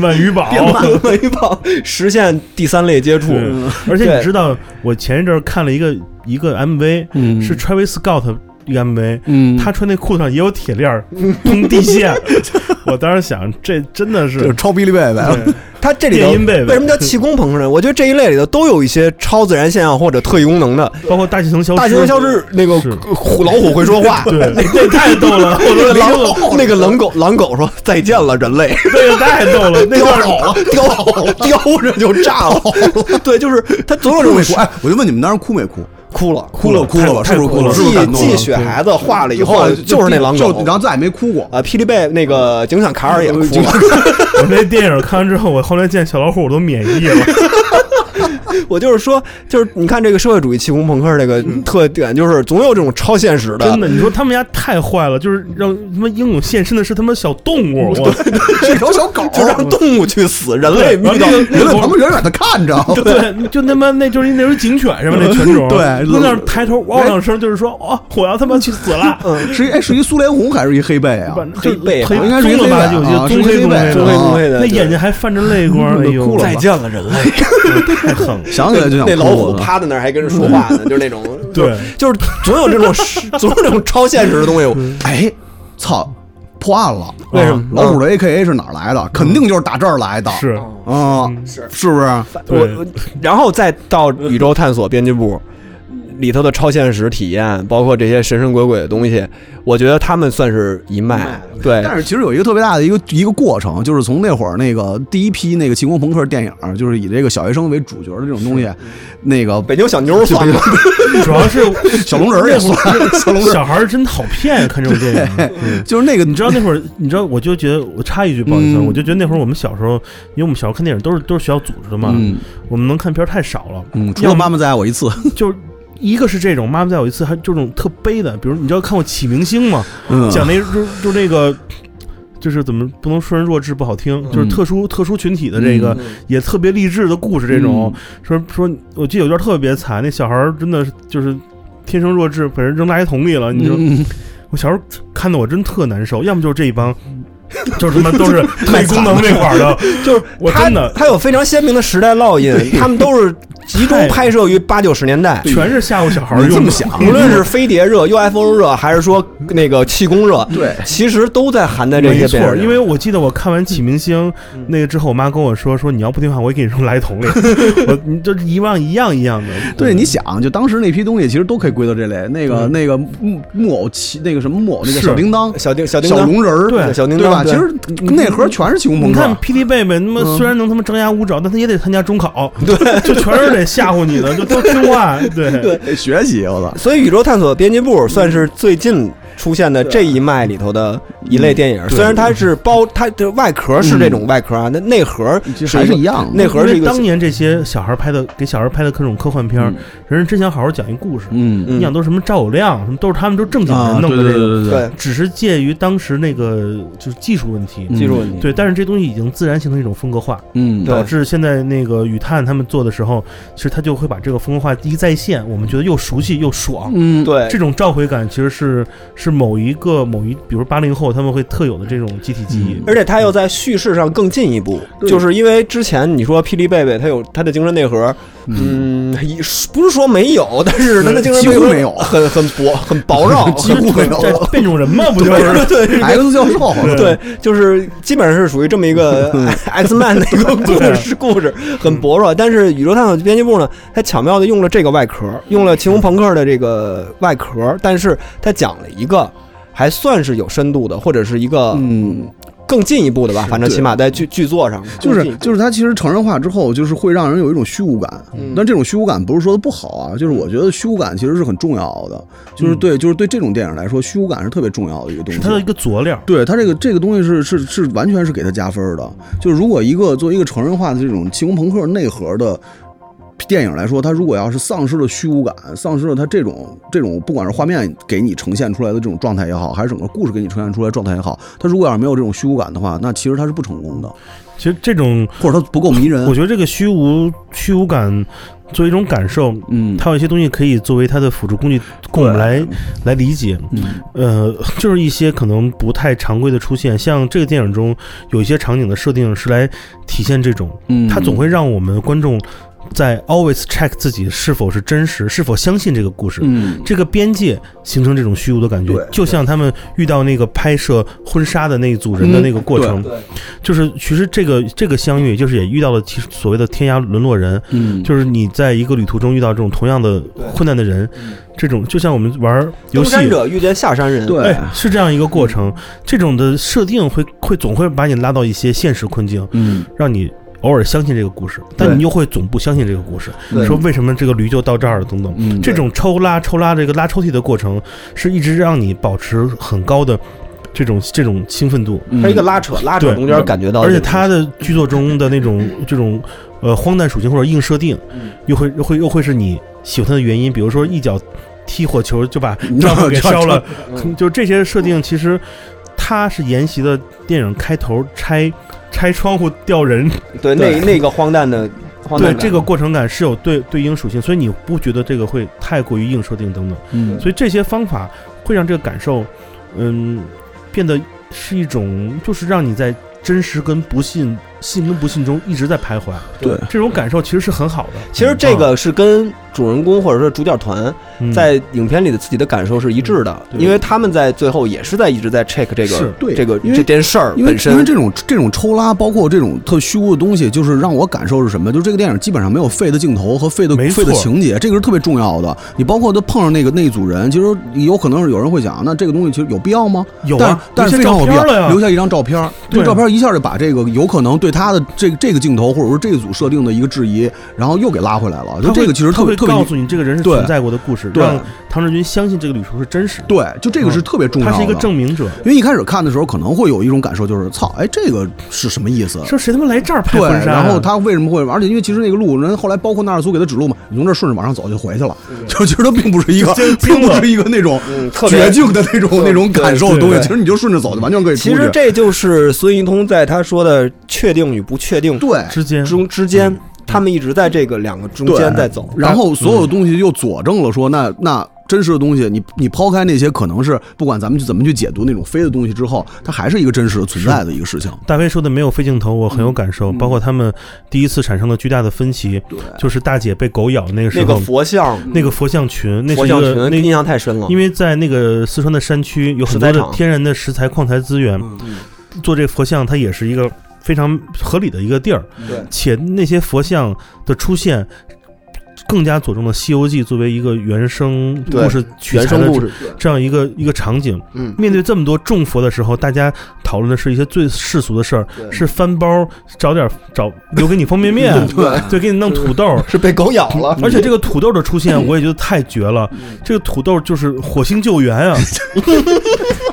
[SPEAKER 5] 鳗鱼宝。
[SPEAKER 3] 变慢了一棒，实现第三类接触，
[SPEAKER 5] 对，而且
[SPEAKER 3] 嗯对
[SPEAKER 5] 你知道，我前一阵儿看了一个一个 MV，
[SPEAKER 4] 嗯
[SPEAKER 5] 是 Travis Scott 一个 MV，
[SPEAKER 4] 嗯
[SPEAKER 5] 他穿那裤子上也有铁链儿通地线，我当时想，这真的
[SPEAKER 4] 就是是。超哔哩贝贝，
[SPEAKER 5] 对
[SPEAKER 3] 它这里头
[SPEAKER 5] 电音贝贝
[SPEAKER 3] 为什么叫气功朋克呢？我 觉得这一类里头都有一些超自然现象或者特异功 能的。
[SPEAKER 5] 包括大气层消失，
[SPEAKER 3] 大型消失那个
[SPEAKER 5] 是
[SPEAKER 3] 虎老虎会说话，
[SPEAKER 5] 对，这太逗了，我
[SPEAKER 3] 那
[SPEAKER 5] 都
[SPEAKER 3] 个
[SPEAKER 5] 没
[SPEAKER 3] 狼
[SPEAKER 5] 听 过
[SPEAKER 3] 那个狼狗狼狗说再见了人 类，
[SPEAKER 5] 那个太逗了，那段儿
[SPEAKER 3] 叼 叼着就炸了。 对，就是他总有这
[SPEAKER 4] 哭没
[SPEAKER 3] 种
[SPEAKER 4] 哭？ 哎，我就问你们当时哭没哭？
[SPEAKER 3] 哭了
[SPEAKER 4] 哭了，哭了吧？是不是哭了？是不是
[SPEAKER 3] 继
[SPEAKER 4] 感动
[SPEAKER 3] 继
[SPEAKER 4] 了？
[SPEAKER 3] 雪孩子化了以
[SPEAKER 4] 以
[SPEAKER 3] 后
[SPEAKER 4] 后
[SPEAKER 3] 就是那狼
[SPEAKER 4] 就呃
[SPEAKER 3] 狗
[SPEAKER 4] 然，后再也没哭过。
[SPEAKER 3] 啊，霹雳贝那个警犬卡尔也哭了。
[SPEAKER 5] 我那电影看完之后，我后来见小老虎我都免疫了。
[SPEAKER 3] 我就是说，就是你看这个社会主义气功朋克这个
[SPEAKER 4] 嗯
[SPEAKER 3] 特点，就是总有这种超现实的
[SPEAKER 5] 真。的，你说他们家太坏了，就是让他妈英勇献身的是他妈小动物，我
[SPEAKER 4] 是条小狗，
[SPEAKER 3] 就让动物去死，人类遇
[SPEAKER 5] 完
[SPEAKER 3] 到
[SPEAKER 5] 了
[SPEAKER 4] 人类旁边远远的看着，
[SPEAKER 5] 哦对，就他妈那就是那种警犬是吧？那犬种，
[SPEAKER 4] 对哎
[SPEAKER 5] 他那儿抬头嗷两声，就是说哦，我要他妈去死了。
[SPEAKER 4] 是一哎是一苏联红还是一黑背啊？
[SPEAKER 5] 反正
[SPEAKER 3] 黑背
[SPEAKER 5] 就
[SPEAKER 4] 应该是
[SPEAKER 5] 棕
[SPEAKER 4] 黑
[SPEAKER 5] 了
[SPEAKER 4] 背
[SPEAKER 5] 吧，
[SPEAKER 4] 啊
[SPEAKER 5] 有些
[SPEAKER 4] 是
[SPEAKER 5] 棕
[SPEAKER 4] 黑
[SPEAKER 5] 棕
[SPEAKER 4] 背
[SPEAKER 3] 棕黑
[SPEAKER 5] 黑的啊
[SPEAKER 3] 棕黑的，
[SPEAKER 5] 那眼睛还泛着泪光，哎呦，
[SPEAKER 4] 哭了吧
[SPEAKER 3] 再 见了人类。
[SPEAKER 5] 嗯太狠了。
[SPEAKER 4] 想起来就想哭
[SPEAKER 3] 嗯那老虎
[SPEAKER 4] 了
[SPEAKER 3] 趴在那儿还跟人说话 呢，就是那种，
[SPEAKER 5] 对
[SPEAKER 3] 就是总有这种 总有这种超现实的东西。
[SPEAKER 4] 哎，操，破案了！
[SPEAKER 5] 为什么嗯
[SPEAKER 4] 啊老虎的 AKA 是哪儿来的？肯定就是打这儿来的。
[SPEAKER 5] 是，
[SPEAKER 4] 啊，
[SPEAKER 3] 嗯
[SPEAKER 4] 是是不是？
[SPEAKER 3] 我
[SPEAKER 5] 对
[SPEAKER 3] 我然后再到宇宙探索编辑部里头的超现实体验，包括这些神神鬼鬼的东西，我觉得他们算是一脉。对，
[SPEAKER 4] 但是其实有一个特别大的一个一个过程，就是从那会儿那个第一批那个晴空朋克电影，就是以这个小学生为主角的这种东西，
[SPEAKER 3] 嗯
[SPEAKER 4] 那个
[SPEAKER 3] 北京小妞儿算吗？
[SPEAKER 5] 主要是
[SPEAKER 4] 小龙人儿也 算， 小龙人
[SPEAKER 5] 小孩儿真好骗，看这种电影。嗯
[SPEAKER 4] 儿 就是那个
[SPEAKER 5] 你知道那会儿，你知道，我就觉得，我插一句，不好意思啊，
[SPEAKER 4] 嗯
[SPEAKER 5] 我就觉得那会儿我们小时候，因为我们小时候看电影都是都是学校组织的嘛，
[SPEAKER 4] 嗯
[SPEAKER 5] 我们能看片儿太少了，
[SPEAKER 4] 嗯，除了妈妈再爱我一 次，
[SPEAKER 5] 就是一个是这种，妈妈再有一次还就这种特悲的，比如你知道看过《启明星》吗？
[SPEAKER 4] 嗯，
[SPEAKER 5] 讲那就就那个。就是怎么不能说人弱智不好听，
[SPEAKER 4] 嗯
[SPEAKER 5] 就是特殊特殊群体的这个也特别励志的故事，这种
[SPEAKER 4] 嗯
[SPEAKER 5] 说说，我记得有一段特别惨，那小孩儿真的是就是天生弱智，被人扔垃圾桶里了。你说
[SPEAKER 4] 嗯
[SPEAKER 5] 我小时候看的我真特难受，要么就是这一帮，
[SPEAKER 4] 嗯
[SPEAKER 5] 就是他妈都 是特异功能这块儿的，
[SPEAKER 3] 就是
[SPEAKER 5] 我
[SPEAKER 3] 他
[SPEAKER 5] 真的
[SPEAKER 3] 他有非常鲜明的时代烙印，他们都是集中拍摄于八九十年代。
[SPEAKER 5] 全是吓唬小孩儿用的。
[SPEAKER 4] 这么想，
[SPEAKER 3] 无论是飞碟热、UFO 热，还是说那个气功热，
[SPEAKER 4] 对，
[SPEAKER 3] 其实都在含在这
[SPEAKER 5] 没
[SPEAKER 3] 些
[SPEAKER 5] 错
[SPEAKER 3] 电影，里。
[SPEAKER 5] 因为我记得我看完《启明星》那个之后，我妈跟我说：“说你要不听话，我给你扔垃圾桶里。”我你这一样一样一样的。
[SPEAKER 4] 对，你想，就当时那批东西其实都可以归到这类，那个、那个木木偶骑那个什么木偶，那叫
[SPEAKER 5] 嗯是
[SPEAKER 4] 小叮当、
[SPEAKER 3] 小叮小叮当
[SPEAKER 4] 小龙人儿，
[SPEAKER 5] 对
[SPEAKER 3] 小叮
[SPEAKER 4] 对吧？
[SPEAKER 3] 当
[SPEAKER 4] 其
[SPEAKER 3] 对
[SPEAKER 4] 实那盒全是晴空
[SPEAKER 5] 你
[SPEAKER 4] 朋克，
[SPEAKER 5] 看霹雳贝贝，他妈虽然能他妈张牙舞爪，但他也得参加中考，对， 就全是得吓唬你的，就都听话，对，
[SPEAKER 4] 得 学习，我操！
[SPEAKER 3] 所以，《宇宙探索编辑
[SPEAKER 4] 嗯
[SPEAKER 3] 部》算是最近出现的这一脉里头的一类电影。虽然它是包，它的外壳是这种外壳啊，那内核
[SPEAKER 4] 嗯其实还是一样的
[SPEAKER 3] 内核是一
[SPEAKER 5] 因为
[SPEAKER 3] 个
[SPEAKER 5] 当年这些小孩拍的给小孩拍的各种科幻片儿，人家真想好好讲一故事。
[SPEAKER 4] 嗯
[SPEAKER 5] 你想都是什么赵有亮，什么都是他们都正经人
[SPEAKER 4] 对
[SPEAKER 5] 啊弄的
[SPEAKER 4] 啊对
[SPEAKER 5] 这
[SPEAKER 4] 对
[SPEAKER 5] 种，
[SPEAKER 4] 对嗯
[SPEAKER 3] 对
[SPEAKER 5] 只是介于当时那个就是技术问题，
[SPEAKER 4] 嗯
[SPEAKER 3] 技术问题。
[SPEAKER 5] 对，但是这东西已经自然形成一种风格化。
[SPEAKER 4] 嗯，
[SPEAKER 3] 对
[SPEAKER 5] 导致现在那个雨探他们做的时候，其实他就会把这个风格化一再现，我们觉得又熟悉又爽。
[SPEAKER 4] 嗯，
[SPEAKER 3] 对
[SPEAKER 5] 这种召回感其实是是某一个某一，比如八零后他们会特有的这种集体记忆。
[SPEAKER 3] 而且它又在叙事上更进一步，
[SPEAKER 4] 对
[SPEAKER 3] 就是因为之前你说霹雳贝贝，它有它的精神内核，嗯，也是不是说没有，但是它的精神
[SPEAKER 4] 几
[SPEAKER 3] 内
[SPEAKER 4] 乎
[SPEAKER 3] 核
[SPEAKER 4] 没有
[SPEAKER 3] 很很薄很薄 弱，
[SPEAKER 4] 几乎没有
[SPEAKER 5] 这变种人嘛，不就是？
[SPEAKER 3] 对对
[SPEAKER 4] X 教授，
[SPEAKER 3] 对，就是基本上是属于这么一个
[SPEAKER 5] 嗯
[SPEAKER 3] X Man 的 一个
[SPEAKER 5] 啊
[SPEAKER 3] 故事故事，很薄弱。但是宇宙探索编辑部呢，它巧妙的用了这个外壳，用了晴空朋克的这个外壳，但是它讲了一个还算是有深度的，或者是一个
[SPEAKER 4] 嗯，
[SPEAKER 3] 更进一步的吧，反正起码在剧剧作上
[SPEAKER 4] 就
[SPEAKER 3] 更进一
[SPEAKER 4] 是
[SPEAKER 3] 步
[SPEAKER 4] 就是它其实成人化之后，就是会让人有一种虚无感。
[SPEAKER 3] 嗯
[SPEAKER 5] 嗯
[SPEAKER 4] 但这种虚无感不是说的不好啊，就是我觉得虚无感其实是很重要的，就是对，就是对这种电影来说，虚无感是特别重要的一个东西。
[SPEAKER 5] 嗯是他的一个佐料。
[SPEAKER 4] 对他这个这个东西是是是完全是给他加分的。就是如果一个作为一个成人化的这种气功朋克内核的电影来说，它如果要是丧失了虚无感，丧失了它这种这种不管是画面给你呈现出来的这种状态也好，还是整个故事给你呈现出来的状态也好，它如果要是没有这种虚无感的话，那其实它是不成功的，
[SPEAKER 5] 其实这种，
[SPEAKER 4] 或者它不够迷人
[SPEAKER 5] 我。觉得这个虚无虚无感作为一种感受，
[SPEAKER 4] 嗯，
[SPEAKER 5] 它有一些东西可以作为它的辅助工具，供我们来来理解。
[SPEAKER 4] 嗯
[SPEAKER 5] 呃， 就是一些可能不太常规的出现，像这个电影中有一些场景的设定是来体现这种，
[SPEAKER 4] 嗯
[SPEAKER 5] 它总会让我们观众在 always check 自己是否是真实，是否相信这个故事。
[SPEAKER 4] 嗯
[SPEAKER 5] 这个边界形成这种虚无的感觉
[SPEAKER 4] 对，
[SPEAKER 5] 就像他们遇到那个拍摄婚纱的那一组人的
[SPEAKER 4] 嗯
[SPEAKER 5] 那个过程，
[SPEAKER 3] 对对
[SPEAKER 5] 就是其实这个这个相遇，就是也遇到了其实所谓的天涯沦落人，
[SPEAKER 4] 嗯，
[SPEAKER 5] 就是你在一个旅途中遇到这种同样的困难的人，这种就像我们玩游
[SPEAKER 3] 登
[SPEAKER 5] 戏，
[SPEAKER 3] 山者遇见下山人，
[SPEAKER 4] 对
[SPEAKER 5] 哎，是这样一个过程。这种的设定会会总会把你拉到一些现实困境，
[SPEAKER 4] 嗯
[SPEAKER 5] 让你偶尔相信这个故事，但你又会总不相信这个故事，
[SPEAKER 3] 对
[SPEAKER 5] 说为什么这个驴就到这儿了等等。
[SPEAKER 4] 嗯，
[SPEAKER 5] 这种抽拉抽拉这个拉抽屉的过程，是一直让你保持很高的这种这种兴奋度，
[SPEAKER 4] 嗯
[SPEAKER 3] 它一个拉扯，拉扯
[SPEAKER 5] 对
[SPEAKER 3] 中间感觉到的
[SPEAKER 5] 而
[SPEAKER 3] 这
[SPEAKER 5] 且
[SPEAKER 3] 种，
[SPEAKER 5] 它的剧作中的那种这种呃荒诞属性或者硬设定，又会又会又会是你喜欢它的原因，比如说一脚踢火球就把丈夫给烧了，
[SPEAKER 4] 嗯
[SPEAKER 3] 嗯
[SPEAKER 5] 就这些设定其实它是沿袭的电影开头拆拆窗户吊人，
[SPEAKER 3] 对那那个荒诞的
[SPEAKER 4] 哦
[SPEAKER 3] 荒诞
[SPEAKER 5] 对
[SPEAKER 3] 感
[SPEAKER 5] 这个过程感是有对对应属性，所以你不觉得这个会太过于硬设定等等，
[SPEAKER 4] 嗯
[SPEAKER 5] 所以这些方法会让这个感受，嗯，变得是一种就是让你在。真实跟不信、信跟不信中一直在 徘徊，
[SPEAKER 4] 对
[SPEAKER 5] 这种感受其实是很好的。啊
[SPEAKER 3] 其实这个是跟主人公或者说主角团
[SPEAKER 5] 嗯
[SPEAKER 3] 在影片里的自己的感受是一致的，
[SPEAKER 5] 对
[SPEAKER 3] 因为他们在最后也是在一直在 check 这
[SPEAKER 5] 是
[SPEAKER 3] 个
[SPEAKER 4] 对
[SPEAKER 3] 这个
[SPEAKER 4] 因为
[SPEAKER 3] 这件事儿
[SPEAKER 4] 因
[SPEAKER 3] 本
[SPEAKER 4] 为因为
[SPEAKER 3] 身
[SPEAKER 4] 这种这种抽拉，包括这种特虚无的东西，就是让我感受是什么？就是这个电影基本上没有废的镜头和废的
[SPEAKER 5] 没错
[SPEAKER 4] 废的情节，这个是特别重要的。你包括他碰上那个那一组人，其实有可能是有人会想，那这个东西其实有必要吗？
[SPEAKER 5] 有
[SPEAKER 4] 但是
[SPEAKER 5] 啊，
[SPEAKER 4] 但是非
[SPEAKER 5] 留下
[SPEAKER 4] 常有必
[SPEAKER 5] 照片了
[SPEAKER 4] 要，
[SPEAKER 5] 呀
[SPEAKER 4] 留下一张照片儿，这
[SPEAKER 5] 对
[SPEAKER 4] 个照片一下就把这个有可能对他的这这个镜头或者说这个组设定的一个质疑，然后又给拉回来了。就
[SPEAKER 5] 他会
[SPEAKER 4] 这个其实
[SPEAKER 5] 他
[SPEAKER 4] 特
[SPEAKER 5] 会
[SPEAKER 4] 别特别
[SPEAKER 5] 告诉你这个人是
[SPEAKER 4] 对
[SPEAKER 5] 存在过的故事，
[SPEAKER 4] 对
[SPEAKER 5] 让唐志军相信这个旅途是真实的，
[SPEAKER 4] 对，就这个是特别重要
[SPEAKER 5] 他
[SPEAKER 4] 的。
[SPEAKER 5] 是一个证明者。
[SPEAKER 4] 因为一开始看的时候可能会有一种感受，就是操，哎，这个是什么意思？
[SPEAKER 5] 说谁他妈来这儿拍
[SPEAKER 4] 对，
[SPEAKER 5] 婚纱啊？
[SPEAKER 4] 然后他为什么会？而且因为其实那个路人后来包括纳尔苏给他指路嘛，你从这儿顺着往上走就回去了。 就其实他并不是一个， 并不是一个那种
[SPEAKER 5] 嗯
[SPEAKER 3] 特别
[SPEAKER 4] 绝境的那种那种感受的东西。
[SPEAKER 5] 对
[SPEAKER 4] 其实你就顺着走就完全可以出去。
[SPEAKER 3] 其实这就是孙一通在他说的确定与不确定
[SPEAKER 4] 对。
[SPEAKER 5] 之间
[SPEAKER 3] 中之间，他们一直在这个两个中
[SPEAKER 4] 对
[SPEAKER 3] 间在走。
[SPEAKER 5] 嗯
[SPEAKER 4] 然后所有东西又佐证了说，那那真实的东西，你你抛开那些可能是不管咱们去怎么去解读那种非的东西之后，它还是一个真实的存在的一个事情。
[SPEAKER 5] 大飞说的没有非镜头，我很有感受，
[SPEAKER 4] 嗯
[SPEAKER 5] 包括他们第一次产生了巨大的分歧，
[SPEAKER 4] 对，
[SPEAKER 5] 就是大姐被狗咬那个时
[SPEAKER 3] 那个
[SPEAKER 5] 候，
[SPEAKER 3] 佛像，
[SPEAKER 5] 那个佛像群，那是
[SPEAKER 3] 佛
[SPEAKER 5] 一
[SPEAKER 3] 像
[SPEAKER 5] 个
[SPEAKER 3] 群
[SPEAKER 5] 那
[SPEAKER 3] 印象太深了，
[SPEAKER 5] 因为在那个四川的山区有很多
[SPEAKER 3] 石材
[SPEAKER 5] 的
[SPEAKER 3] 厂嗯
[SPEAKER 5] 天然的石材矿材资源，做这佛像它也是一个非常合理的一个地儿，
[SPEAKER 3] 对
[SPEAKER 5] 且那些佛像的出现。更加佐证了《西游记》作为一个原生
[SPEAKER 3] 对
[SPEAKER 5] 故事取
[SPEAKER 3] 原
[SPEAKER 5] 材
[SPEAKER 3] 生
[SPEAKER 5] 的
[SPEAKER 3] 故事，
[SPEAKER 5] 这样一个一个场景，
[SPEAKER 3] 嗯，
[SPEAKER 5] 面对这么多众佛的时候，大家讨论的是一些最世俗的事儿，
[SPEAKER 3] 对
[SPEAKER 5] 是翻包找点找留给你方便面，
[SPEAKER 3] 对，
[SPEAKER 5] 对，给你弄 土豆。
[SPEAKER 3] 是被狗咬了，
[SPEAKER 5] 而且这个土豆的出
[SPEAKER 3] 嗯
[SPEAKER 5] 现，我也觉得太绝了。这个土豆就是火星救援 啊，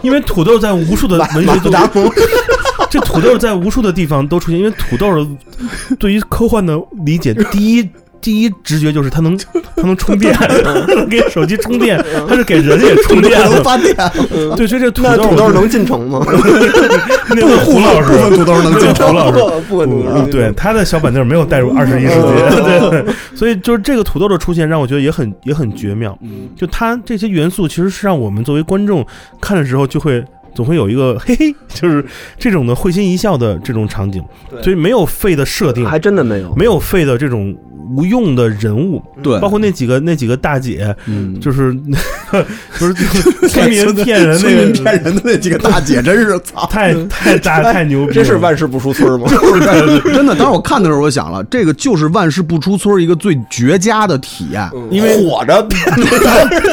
[SPEAKER 5] 因为土豆在无数的文学作品， 这土豆在无数的地方都出现。因为土豆的对于科幻的理 解，第一第一直觉就是它能它能充 电，给手机充电，
[SPEAKER 3] 嗯
[SPEAKER 5] 它是给人也充电
[SPEAKER 4] 能
[SPEAKER 5] 了。
[SPEAKER 4] 发电，
[SPEAKER 5] 对，所以这土
[SPEAKER 3] 那
[SPEAKER 5] 豆
[SPEAKER 3] 土豆能进城吗？
[SPEAKER 5] 那个胡老师，
[SPEAKER 4] 部分土豆能 进
[SPEAKER 5] 胡老 师。
[SPEAKER 3] 不不
[SPEAKER 5] 不
[SPEAKER 3] 不
[SPEAKER 5] 嗯，对，他的小板凳没有带入二十一世纪， 对，所以就是这个土豆的出现让我觉得也很也很绝妙。就它这些元素，其实是让我们作为观众看的时候，就会总会有一个嘿嘿，就是这种的会心一笑的这种场景。
[SPEAKER 3] 对
[SPEAKER 5] 所以没有废的设定，
[SPEAKER 3] 还真的没有，
[SPEAKER 5] 没有废的这种无用的人物，
[SPEAKER 4] 对，
[SPEAKER 5] 包括那几个那几个大姐，
[SPEAKER 4] 嗯
[SPEAKER 5] 就是不是就是村民骗人
[SPEAKER 4] 村
[SPEAKER 5] 那
[SPEAKER 4] 民
[SPEAKER 5] 个
[SPEAKER 4] 骗人的那几个大姐，真是操！
[SPEAKER 5] 太太 大太牛逼 了，
[SPEAKER 3] 这是万事不出村吗？
[SPEAKER 4] 真的，当时我看的时候，我想了，这个就是万事不出村儿一个最绝佳的体验。
[SPEAKER 3] 嗯
[SPEAKER 5] 因为
[SPEAKER 4] 火着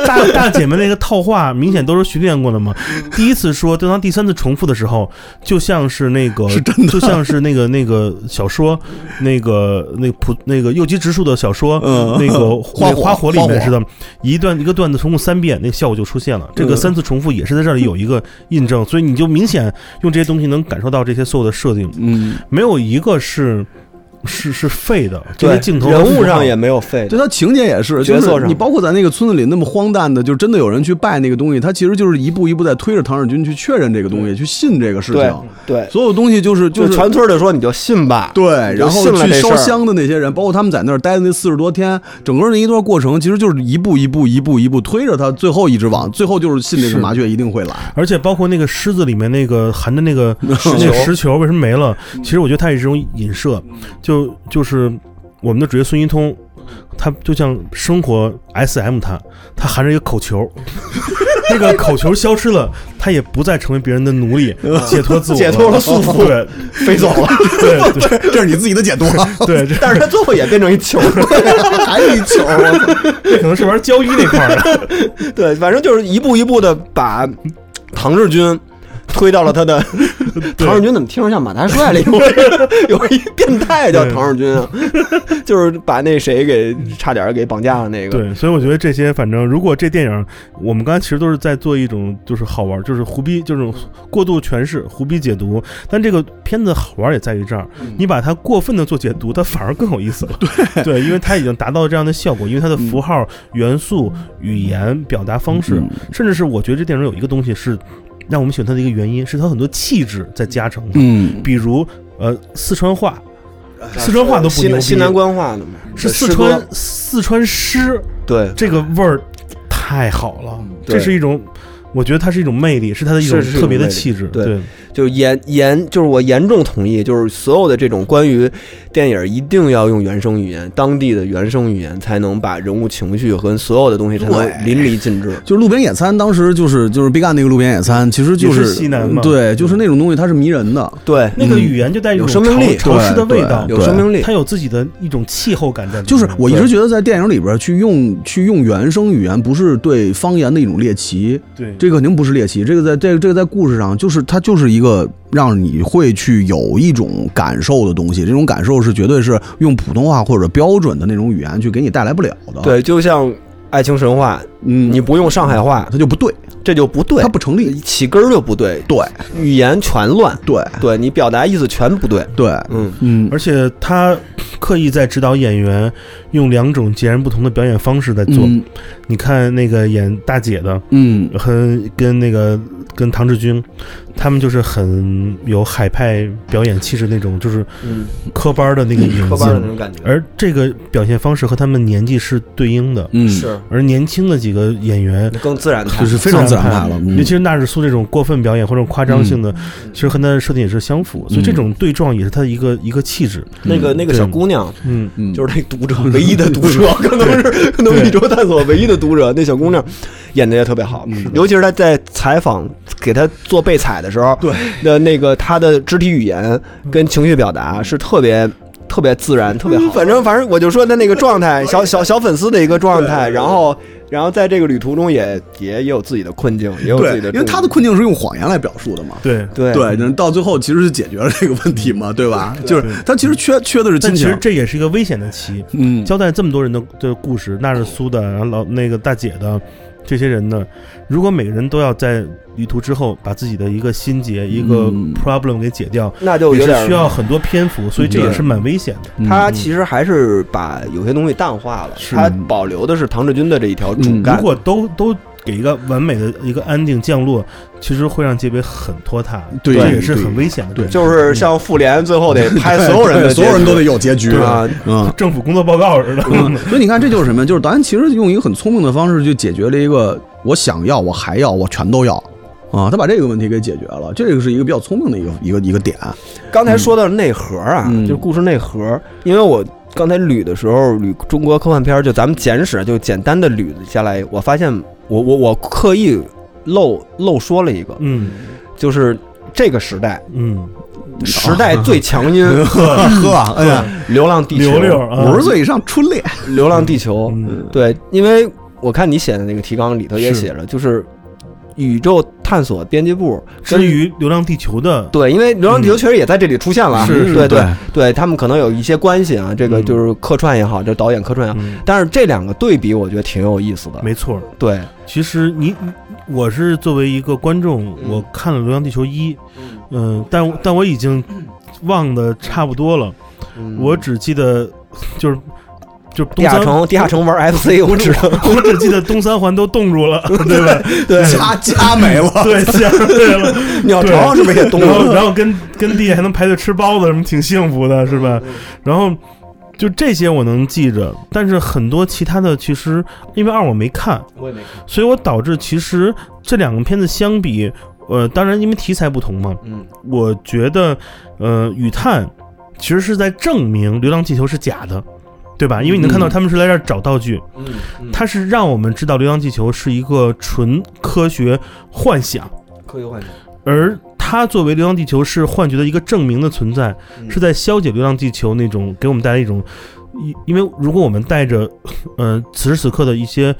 [SPEAKER 5] 大大姐们那个套话明显都是训练过的嘛。第一次说，就当第三次重复的时候，就像是那个，
[SPEAKER 4] 是真的
[SPEAKER 5] 就像是那个那个小说，那个那个普那个右吉直树的小说，
[SPEAKER 4] 嗯
[SPEAKER 5] 那个
[SPEAKER 4] 花火
[SPEAKER 5] 那个花火里
[SPEAKER 4] 花
[SPEAKER 5] 面
[SPEAKER 4] 火
[SPEAKER 5] 似的，一段一个段子重复三遍，那个效果就出现了。这
[SPEAKER 4] 嗯
[SPEAKER 5] 个三次重复也是在这里有一个印证，所以你就明显用这些东西能感受到这些所有的设定，
[SPEAKER 4] 嗯，
[SPEAKER 5] 没有一个是是是废的，这
[SPEAKER 3] 对
[SPEAKER 5] 些镜，头
[SPEAKER 3] 人物
[SPEAKER 5] 符号
[SPEAKER 3] 上也没有废
[SPEAKER 4] 对，
[SPEAKER 3] 的，
[SPEAKER 4] 它情节也是，
[SPEAKER 3] 角
[SPEAKER 4] 就
[SPEAKER 3] 色
[SPEAKER 4] 是
[SPEAKER 3] 上
[SPEAKER 4] 你包括在那个村子里那么荒诞的，就真的有人去拜那个东西，他其实就是一步一步在推着唐日军去确认这个东西，去信这个事
[SPEAKER 3] 嗯对
[SPEAKER 4] 情。
[SPEAKER 3] 对，
[SPEAKER 4] 所有东西就是
[SPEAKER 3] 就是全村的说你就信吧，
[SPEAKER 4] 对，
[SPEAKER 3] 你
[SPEAKER 4] 然
[SPEAKER 3] 就
[SPEAKER 4] 后
[SPEAKER 3] 信了
[SPEAKER 4] 去
[SPEAKER 3] 这事
[SPEAKER 4] 烧
[SPEAKER 3] 儿，
[SPEAKER 4] 香的那些人，包括他们在那儿待的那四十多天，整个那一段过程，其实就是一步一步、一步一步推着他，最后一直往，最后就是信这个麻雀一定会来。
[SPEAKER 5] 而且包括那个狮子里面那个含的那个 石那个石球为什么没了？其实我觉得它也是一种影射，就就是我们的主角孙一通，他就像生活 S M 他，他含着一个口球， 那个口球消失了，他也不再成为别人的奴隶，解脱自我，
[SPEAKER 3] 解脱了束缚
[SPEAKER 5] 对
[SPEAKER 3] 飞走 了，
[SPEAKER 5] 对对
[SPEAKER 4] 这是你自己的解读了，
[SPEAKER 5] 对，这
[SPEAKER 3] 但是他最后也变成一球，
[SPEAKER 4] 还是一球，啊我操
[SPEAKER 5] 这可能是玩交易那块儿的，
[SPEAKER 3] 对，反正就是一步一步的把唐志军推到了他的。唐志军怎么听着像马大帅了？有有一变态叫唐志军啊，就是把那谁给差点给绑架了那个。
[SPEAKER 5] 对，所以我觉得这些，反正如果这电影，我们刚才其实都是在做一种就是好玩，就是胡逼，就是过度诠释、胡逼解读。但这个片子好玩也在于这儿，你把它过分的做解读，它反而更有意思了。对，因为它已经达到了这样的效果，因为它的符号、元素、语言、表达方式，
[SPEAKER 4] 嗯
[SPEAKER 5] 甚至是我觉得这电影有一个东西是让我们喜欢它的一个原因，是它很多气质在加成的，
[SPEAKER 4] 嗯，
[SPEAKER 5] 比如呃四川话，四川话都
[SPEAKER 3] 呃
[SPEAKER 5] 不
[SPEAKER 3] 西
[SPEAKER 5] 牛
[SPEAKER 3] 南
[SPEAKER 5] 逼，
[SPEAKER 3] 西南官话的嘛，
[SPEAKER 5] 是四
[SPEAKER 3] 诗歌
[SPEAKER 5] 川四川诗。
[SPEAKER 3] 对。
[SPEAKER 5] 这个味儿太好了，
[SPEAKER 3] 对
[SPEAKER 5] 这是一种，我觉得它是一种魅力，是它的一种
[SPEAKER 3] 是是一种
[SPEAKER 5] 特别的
[SPEAKER 3] 魅力
[SPEAKER 5] 气质。
[SPEAKER 3] 对
[SPEAKER 5] 对
[SPEAKER 3] 就是严严，就是我严重同意，就是所有的这种关于电影一定要用原生语言，当地的原生语言才能把人物情绪和所有的东西才
[SPEAKER 4] 对
[SPEAKER 3] 能淋漓尽致。
[SPEAKER 4] 就是路边野餐，当时就是就是毕赣那个路边野餐，其实就
[SPEAKER 5] 也是西南嘛嗯
[SPEAKER 4] 对，就是那种东西，它是迷人的。
[SPEAKER 3] 对，嗯
[SPEAKER 5] 那个语言就带一种
[SPEAKER 3] 有生命力
[SPEAKER 5] 潮潮湿的味道，
[SPEAKER 4] 对
[SPEAKER 3] 有生命力
[SPEAKER 5] 它。有自己的一种气候感在里面。
[SPEAKER 4] 就是我一直觉得在电影里边去用去用原生语言，不是对方言的一种猎奇，
[SPEAKER 5] 对
[SPEAKER 4] 这个肯定不是猎奇，这个在这个这个在故事上，就是它就是一个让你会去有一种感受的东西，这种感受是绝对是用普通话或者标准的那种语言去给你带来不了的。，
[SPEAKER 3] 对，就像《爱情神话》，
[SPEAKER 4] 嗯，
[SPEAKER 3] 你不用上海话，
[SPEAKER 4] 它就不对，
[SPEAKER 3] 这就不对
[SPEAKER 4] 它，不成
[SPEAKER 5] 呃
[SPEAKER 4] 立。
[SPEAKER 3] 起根儿就不对，
[SPEAKER 4] 对
[SPEAKER 3] 语言全乱，
[SPEAKER 4] 对
[SPEAKER 3] 对你表达意思全不对。
[SPEAKER 4] 对，
[SPEAKER 3] 嗯，
[SPEAKER 4] 嗯，
[SPEAKER 5] 而且他刻意在指导演员用两种截然不同的表演方式在做。
[SPEAKER 4] 嗯
[SPEAKER 5] 你看那个演大姐的，
[SPEAKER 4] 嗯
[SPEAKER 5] 很跟那个跟唐志军，他们就是很有海派表演气质那种，就是
[SPEAKER 3] 嗯
[SPEAKER 5] 科班的那个演
[SPEAKER 3] 科班的那
[SPEAKER 5] 技。
[SPEAKER 3] 种感
[SPEAKER 4] 嗯
[SPEAKER 3] 觉，
[SPEAKER 5] 而这个表现方式和他们年纪是对应的，
[SPEAKER 4] 嗯，
[SPEAKER 3] 是
[SPEAKER 5] 而年轻的几个演员，
[SPEAKER 3] 更自然态
[SPEAKER 4] 就是非常自然派了。嗯
[SPEAKER 5] 尤其是纳日苏这种过分表演或者夸张性的，其实和他的设定也是相符，所以这种对撞也是他的一个一个气质。
[SPEAKER 3] 那个那个小姑娘，
[SPEAKER 5] 嗯，
[SPEAKER 4] 嗯
[SPEAKER 3] 就是那读者唯一的读 者，可能是可能是
[SPEAKER 5] 对
[SPEAKER 3] 宇宙探索唯一的读者。 那小姑娘演的也特别好，尤其是她在采访给她做被采的时候，对嗯的那个她的肢体语言跟情绪表达是特别。特别自然，特别好。嗯反正反正，我就说她那个状态，小小小粉丝的一个状态。然后，然后在这个旅途中也也也有自己的困境，也有自
[SPEAKER 4] 对
[SPEAKER 3] 己的，
[SPEAKER 4] 因为他的困境是用谎言来表述的嘛。
[SPEAKER 5] 对。
[SPEAKER 3] 对
[SPEAKER 4] 对，那到最后其实是解决了这个问题嘛，对吧？就是他其实缺缺的是
[SPEAKER 5] 但
[SPEAKER 4] 亲
[SPEAKER 5] 其
[SPEAKER 4] 情
[SPEAKER 5] 实。这也是一个危险的棋，
[SPEAKER 4] 嗯，
[SPEAKER 5] 交代这么多人的的故事，纳日苏的，然后老那个大姐的，这些人呢，如果每个人都要在旅途之后把自己的一个心结、一个
[SPEAKER 4] 嗯
[SPEAKER 5] problem 给解掉，
[SPEAKER 3] 那就
[SPEAKER 5] 也
[SPEAKER 3] 有
[SPEAKER 5] 是
[SPEAKER 3] 点
[SPEAKER 5] 需要很多篇幅，所以这也是蛮危险的。
[SPEAKER 3] 他其实还是把有些东西淡化了，
[SPEAKER 4] 是
[SPEAKER 3] 他保留的是唐志军的这一条主
[SPEAKER 4] 嗯
[SPEAKER 3] 干
[SPEAKER 5] 如。果都都给一个完美的一个安定降落，其实会让结尾很拖沓，
[SPEAKER 4] 对
[SPEAKER 5] 这也是很危险的。
[SPEAKER 4] 对嗯
[SPEAKER 3] 就是像复联最后得拍所有人的结局，
[SPEAKER 4] 对所有人都得有结局
[SPEAKER 3] 啊，
[SPEAKER 4] 嗯。
[SPEAKER 5] 政府工作报告似的。
[SPEAKER 4] 嗯，所以你看，这就是什么呀？就是导演其实用一个很聪明的方式去解决了一个我想要，我还要，我全都要啊，他把这个问题给解决了，这个是一个比较聪明的一个一个一个点。
[SPEAKER 3] 刚才说到内核啊，
[SPEAKER 4] 嗯
[SPEAKER 3] 就是故事内核，因为我。刚才捋的时候，捋中国科幻片儿，就咱们简史就简单的捋下来，我发现我我我刻意漏漏说了一个，
[SPEAKER 5] 嗯
[SPEAKER 3] 就是这个时代
[SPEAKER 5] 嗯，
[SPEAKER 3] 时代最强音，《
[SPEAKER 4] 哦 呵呵，哎呀，
[SPEAKER 3] 流浪地球》
[SPEAKER 5] 溜溜啊，
[SPEAKER 4] 五十岁以上初恋，
[SPEAKER 3] 《流浪地球》
[SPEAKER 5] 嗯
[SPEAKER 3] 对，因为我看你写的那个提纲里头也
[SPEAKER 5] 是
[SPEAKER 3] 写了，就是宇宙探索编辑部
[SPEAKER 5] 至于《流浪地球》的，
[SPEAKER 3] 对，因为《流浪地球》
[SPEAKER 5] 嗯
[SPEAKER 3] 确实也在这里出现 了啊，
[SPEAKER 5] 是是
[SPEAKER 3] 对
[SPEAKER 4] 对
[SPEAKER 3] 对对，他们可能有一些关系啊，这个
[SPEAKER 5] 嗯
[SPEAKER 3] 就是客串也好，这导演客串也好，
[SPEAKER 5] 嗯，
[SPEAKER 3] 但是这两个对比，我觉得挺有意思的。
[SPEAKER 5] 没错。
[SPEAKER 3] 对，
[SPEAKER 5] 其实你，你我是作为一个观众，
[SPEAKER 3] 嗯
[SPEAKER 5] 我看了《流浪地球一》，嗯，但我但我已经忘的差不多了，
[SPEAKER 3] 嗯
[SPEAKER 5] 我只记得就是就
[SPEAKER 3] 地
[SPEAKER 5] 东
[SPEAKER 3] 下
[SPEAKER 5] 三，
[SPEAKER 3] 城，地下城玩 FC，我知道，
[SPEAKER 5] 我只记得东三环都冻住了，对 吧？
[SPEAKER 3] 对，
[SPEAKER 4] 家家没了，
[SPEAKER 5] 对，相对了，
[SPEAKER 3] 鸟巢是不是也动
[SPEAKER 5] 然后
[SPEAKER 3] 了？
[SPEAKER 5] 然后跟跟弟还能排队吃包子，什么挺幸福的，是
[SPEAKER 3] 嗯
[SPEAKER 5] 吧？然后就这些我能记着，但是很多其他的其实因为二我没看，
[SPEAKER 3] 我也没看，
[SPEAKER 5] 所以我导致其实这两个片子相比，呃，当然因为题材不同嘛，
[SPEAKER 3] 嗯，
[SPEAKER 5] 我觉得，呃，雨探其实是在证明《流浪地球》是假的，对吧？因为你能看到他们是来这儿找道具，
[SPEAKER 3] 嗯嗯
[SPEAKER 5] 它是让我们知道《流浪地球》是一个纯科学幻想，
[SPEAKER 3] 科学幻想
[SPEAKER 5] 而它作为《流浪地球》是幻觉的一个证明的存在，
[SPEAKER 3] 嗯
[SPEAKER 5] 是在消解《流浪地球》那种给我们带来一种，因因为如果我们带着，呃，此时此刻的一些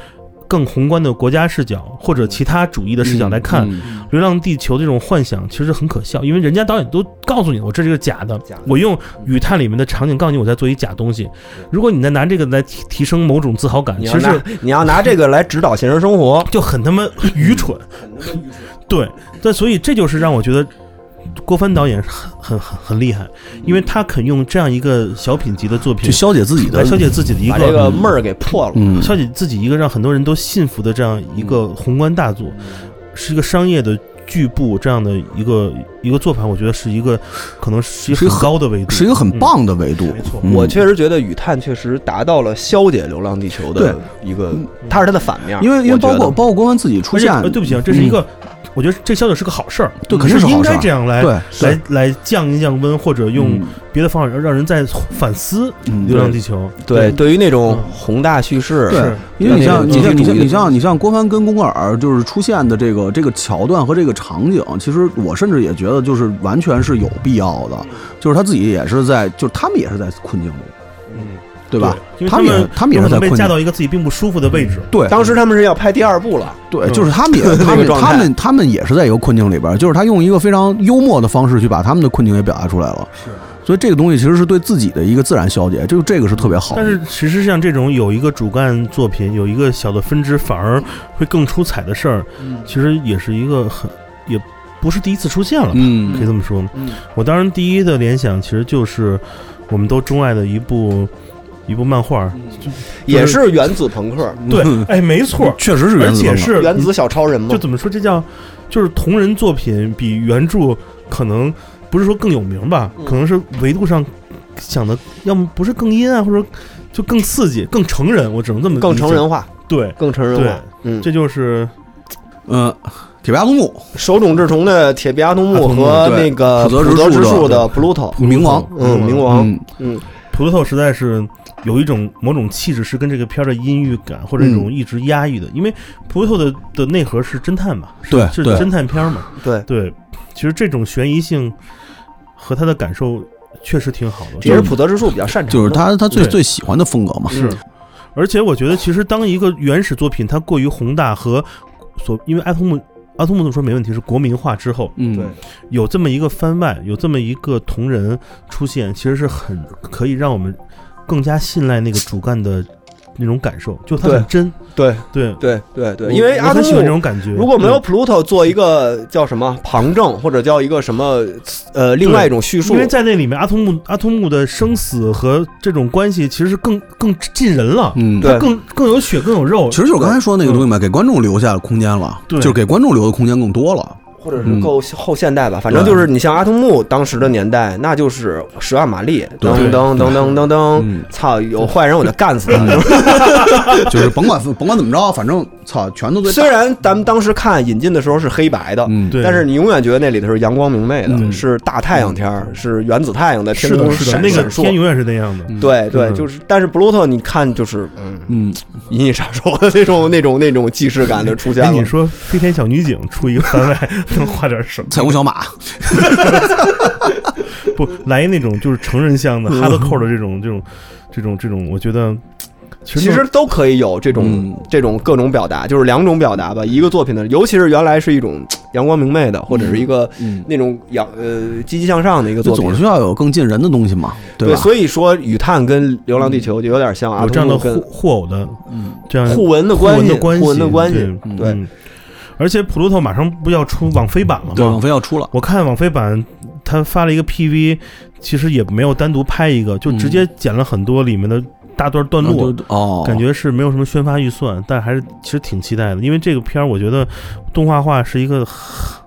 [SPEAKER 5] 更宏观的国家视角或者其他主义
[SPEAKER 3] 嗯
[SPEAKER 5] 的视角来看，《流浪地球》这种幻想其实很可笑，因为人家导演都告诉你，我这是个假的，
[SPEAKER 3] 假的
[SPEAKER 5] 我用《雨探》里面的场景告诉你我在做一假东西。如果你再拿这个来提提升某种自豪感，
[SPEAKER 3] 嗯你
[SPEAKER 5] 其
[SPEAKER 3] 要
[SPEAKER 5] 实
[SPEAKER 3] 拿你要拿这个来指导现实生活，
[SPEAKER 5] 就很他妈愚蠢。对，但所以这就是让我觉得郭帆导演很很很很厉害，因为他肯用这样一个小品级的作
[SPEAKER 4] 去
[SPEAKER 5] 品
[SPEAKER 4] 消解自己
[SPEAKER 5] 来
[SPEAKER 4] 的
[SPEAKER 5] 消解自己的 一
[SPEAKER 3] 把这
[SPEAKER 5] 个。
[SPEAKER 3] 个闷儿给破了。
[SPEAKER 4] 嗯
[SPEAKER 5] 消解自己一个让很多人都信服的这样一个宏观大作，是一个商业的巨部这样的一个一个做法，我觉得是一个可能是一
[SPEAKER 4] 是一
[SPEAKER 5] 个
[SPEAKER 4] 个
[SPEAKER 5] 很高的维度，
[SPEAKER 4] 是一个很棒的维度
[SPEAKER 5] 嗯，没错。
[SPEAKER 4] 嗯
[SPEAKER 3] 我确实觉得《雨探》确实达到了消解《流浪地球》的一个，
[SPEAKER 5] 嗯
[SPEAKER 3] 它是它的反面，
[SPEAKER 4] 因为因为
[SPEAKER 3] 我觉
[SPEAKER 4] 包
[SPEAKER 3] 得
[SPEAKER 4] 括包括公安自己出
[SPEAKER 5] 而且
[SPEAKER 4] 现，嗯
[SPEAKER 5] 呃，对不起，啊，这是一个，我觉得这消解是个好事儿，
[SPEAKER 4] 对肯定是
[SPEAKER 5] 应
[SPEAKER 4] 好事儿
[SPEAKER 5] 该这样来
[SPEAKER 4] 对
[SPEAKER 5] 来来降一降温，或者用别的方法让人再反思
[SPEAKER 4] 嗯
[SPEAKER 5] 《流浪地球》。
[SPEAKER 3] 对，对于那种
[SPEAKER 5] 嗯
[SPEAKER 3] 宏大叙事，
[SPEAKER 4] 对
[SPEAKER 5] 是，
[SPEAKER 4] 因为你像
[SPEAKER 3] 嗯
[SPEAKER 4] 你像你
[SPEAKER 3] 集体主义
[SPEAKER 4] 像
[SPEAKER 3] 的
[SPEAKER 4] 你像你像郭帆跟龚格尔就是出现的这个这个桥段和这个场景，其实我甚至也觉得就是完全是有必要的，就是他自己也是在，就是他们也是在困境里，
[SPEAKER 5] 嗯，
[SPEAKER 4] 对吧？
[SPEAKER 5] 因为
[SPEAKER 4] 他们也
[SPEAKER 5] 们
[SPEAKER 4] 他们也是
[SPEAKER 5] 有可
[SPEAKER 4] 在
[SPEAKER 5] 能被
[SPEAKER 4] 困
[SPEAKER 5] 架
[SPEAKER 4] 境嗯
[SPEAKER 5] 到一个自己并不舒服的位置。
[SPEAKER 4] 对，
[SPEAKER 3] 当时他们是要拍第二部了，
[SPEAKER 4] 对，
[SPEAKER 5] 嗯
[SPEAKER 4] 就是他 们也他
[SPEAKER 3] 那个
[SPEAKER 4] 们
[SPEAKER 3] 状态
[SPEAKER 4] 他们他们也是在一个困境里边儿，就是他用一个非常幽默的方式去把他们的困境给表达出来了。是，所以这个东西其实是对自己的一个自然消解，这个这个是特别好的。
[SPEAKER 5] 但是其实像这种有一个主干作品，有一个小的分支，反而会更出彩的事儿，其实也是一个很也不是第一次出现了吧，
[SPEAKER 4] 嗯
[SPEAKER 5] 可以这么说。
[SPEAKER 3] 嗯
[SPEAKER 5] 我当然第一的联想其实就是我们都钟爱的一部一部漫画，
[SPEAKER 3] 也是原子朋克，
[SPEAKER 5] 对，哎，没错，
[SPEAKER 4] 确实是
[SPEAKER 5] 而
[SPEAKER 4] 原子
[SPEAKER 5] 且
[SPEAKER 4] 文化
[SPEAKER 5] 是
[SPEAKER 3] 原子小超人嘛
[SPEAKER 5] 就，怎么说，这叫就是同人作品比原著可能不是说更有名吧，
[SPEAKER 3] 嗯
[SPEAKER 5] 可能是维度上想的，要么不是更阴暗，或者说就更刺激、更成人，我只能这么
[SPEAKER 3] 更
[SPEAKER 5] 理解
[SPEAKER 3] 成人。化，
[SPEAKER 5] 对，
[SPEAKER 3] 更成人化。嗯，
[SPEAKER 5] 这就是
[SPEAKER 4] 嗯，铁臂阿童木
[SPEAKER 3] 手冢治虫的铁臂阿童木
[SPEAKER 4] 阿
[SPEAKER 3] 和
[SPEAKER 4] 童木对
[SPEAKER 3] 那个
[SPEAKER 4] 浦
[SPEAKER 3] 浦
[SPEAKER 4] 泽
[SPEAKER 3] 泽
[SPEAKER 4] 直
[SPEAKER 3] 直
[SPEAKER 4] 树
[SPEAKER 3] 树
[SPEAKER 4] 的
[SPEAKER 3] 的 Pluto，
[SPEAKER 4] 冥王，
[SPEAKER 3] 嗯，冥王，
[SPEAKER 4] 嗯
[SPEAKER 3] 嗯，
[SPEAKER 5] 葡萄实在是有一种某种气质，是跟这个片儿的阴郁感或者一
[SPEAKER 3] 嗯
[SPEAKER 5] 种一直压抑的，因为葡萄的的内核是侦探嘛，是
[SPEAKER 4] 对
[SPEAKER 5] 是
[SPEAKER 4] 对
[SPEAKER 5] 侦探片儿嘛，
[SPEAKER 3] 对，
[SPEAKER 5] 对，其实这种悬疑性和他的感受确实挺好的，
[SPEAKER 3] 也是浦泽直树比较擅长的，
[SPEAKER 4] 就是他他最
[SPEAKER 5] 对
[SPEAKER 4] 最喜欢的风格
[SPEAKER 3] 嗯
[SPEAKER 4] 嘛。
[SPEAKER 5] 是，而且我觉得，其实当一个原始作品它过于宏大和所，因为阿童木阿童木这么说没问题，是国民化之后，
[SPEAKER 4] 嗯，
[SPEAKER 3] 对
[SPEAKER 5] 有这么一个番外，有这么一个同人出现，其实是很可以让我们更加信赖那个主干的那种感受，就它
[SPEAKER 3] 对
[SPEAKER 5] 很真，
[SPEAKER 3] 对
[SPEAKER 5] 对
[SPEAKER 3] 对对
[SPEAKER 5] 我
[SPEAKER 3] 对，因为
[SPEAKER 5] 我
[SPEAKER 3] 阿
[SPEAKER 5] 很
[SPEAKER 3] 童
[SPEAKER 5] 喜欢这
[SPEAKER 3] 木
[SPEAKER 5] 种感觉。
[SPEAKER 3] 如果没有
[SPEAKER 5] 对
[SPEAKER 3] Pluto 做一个叫什么旁证，或者叫一个什么呃另外一种叙述
[SPEAKER 5] 因，为在那里面，阿童木阿童木的生死和这种关系其实是更更近人了，
[SPEAKER 4] 嗯，
[SPEAKER 3] 对
[SPEAKER 5] 更更有血更有肉，
[SPEAKER 4] 其实就是刚才说那个东西嘛，给观众留下的空间了，
[SPEAKER 5] 嗯对
[SPEAKER 4] 就是给观众留的空间更多了。
[SPEAKER 3] 或者是够后现代吧，反正
[SPEAKER 4] 嗯对
[SPEAKER 3] 就是你像阿童木当时的年代，那就是十万马力，
[SPEAKER 4] 对
[SPEAKER 3] 噔噔噔噔噔
[SPEAKER 4] 嗯
[SPEAKER 3] 噔，操，有坏人我就干死他。
[SPEAKER 4] 嗯 就是甭管甭管怎么着，反正操，全都 对。
[SPEAKER 3] 虽然咱们当时看引进的时候是黑白的，
[SPEAKER 4] 嗯，
[SPEAKER 5] 嗯对，
[SPEAKER 3] 但是你永远觉得那里头是阳光明媚
[SPEAKER 5] 嗯
[SPEAKER 3] 的，是大太阳天儿，是原子太阳在天
[SPEAKER 5] 是
[SPEAKER 3] 空
[SPEAKER 5] 的，是的，
[SPEAKER 3] 闪
[SPEAKER 5] 那
[SPEAKER 3] 闪
[SPEAKER 5] 个天
[SPEAKER 3] 烁。
[SPEAKER 5] 永远是那样的。
[SPEAKER 3] 对对，
[SPEAKER 5] 嗯
[SPEAKER 3] 就是，但是布鲁特，你看就是， 嗯，
[SPEAKER 4] 嗯，
[SPEAKER 3] 银翼杀手的那种那种那种既视感就出现
[SPEAKER 5] 哎，
[SPEAKER 3] 了。
[SPEAKER 5] 你说飞天小女警出一个番外 能画点什么？
[SPEAKER 4] 彩虹小马，
[SPEAKER 5] 不，来一那种就是成人向
[SPEAKER 3] 嗯
[SPEAKER 5] 的哈德扣的这种这种这种这种，我觉得其
[SPEAKER 3] 其
[SPEAKER 5] 实
[SPEAKER 3] 实都可以有这种、
[SPEAKER 4] 嗯
[SPEAKER 3] 这种各种表达，就是两种表达吧。一个作品的，尤其是原来是一种嘖阳光明媚的，或者是一个、
[SPEAKER 4] 嗯
[SPEAKER 3] 那种阳呃积极向上的一个
[SPEAKER 4] 就
[SPEAKER 3] 作
[SPEAKER 4] 总
[SPEAKER 3] 品
[SPEAKER 4] 是。要有更近人的东西嘛，
[SPEAKER 3] 对，
[SPEAKER 4] 吧？
[SPEAKER 3] 所以说《雨探》跟《流浪地球》就有点像啊阿
[SPEAKER 5] 有这样
[SPEAKER 3] 童
[SPEAKER 5] 的
[SPEAKER 3] 木
[SPEAKER 5] 互
[SPEAKER 3] 跟
[SPEAKER 5] 互偶的
[SPEAKER 4] 嗯
[SPEAKER 5] 这样
[SPEAKER 3] 互文的
[SPEAKER 5] 互
[SPEAKER 3] 关
[SPEAKER 5] 文
[SPEAKER 3] 系，
[SPEAKER 5] 的关
[SPEAKER 3] 互文的关系。
[SPEAKER 5] 对
[SPEAKER 3] 对
[SPEAKER 5] 嗯而且普鲁托马上不要出网飞版了
[SPEAKER 4] 对，
[SPEAKER 5] 吗
[SPEAKER 4] 网？飞要出了，
[SPEAKER 5] 我看网飞版他发了一个 PV，其实也没有单独拍一个，就
[SPEAKER 3] 嗯
[SPEAKER 5] 直接剪了很多里面的大段段落。
[SPEAKER 4] 啊对哦，
[SPEAKER 5] 感觉是没有什么宣发预算，但还是其实挺期待的，因为这个片儿我觉得动画化是一个很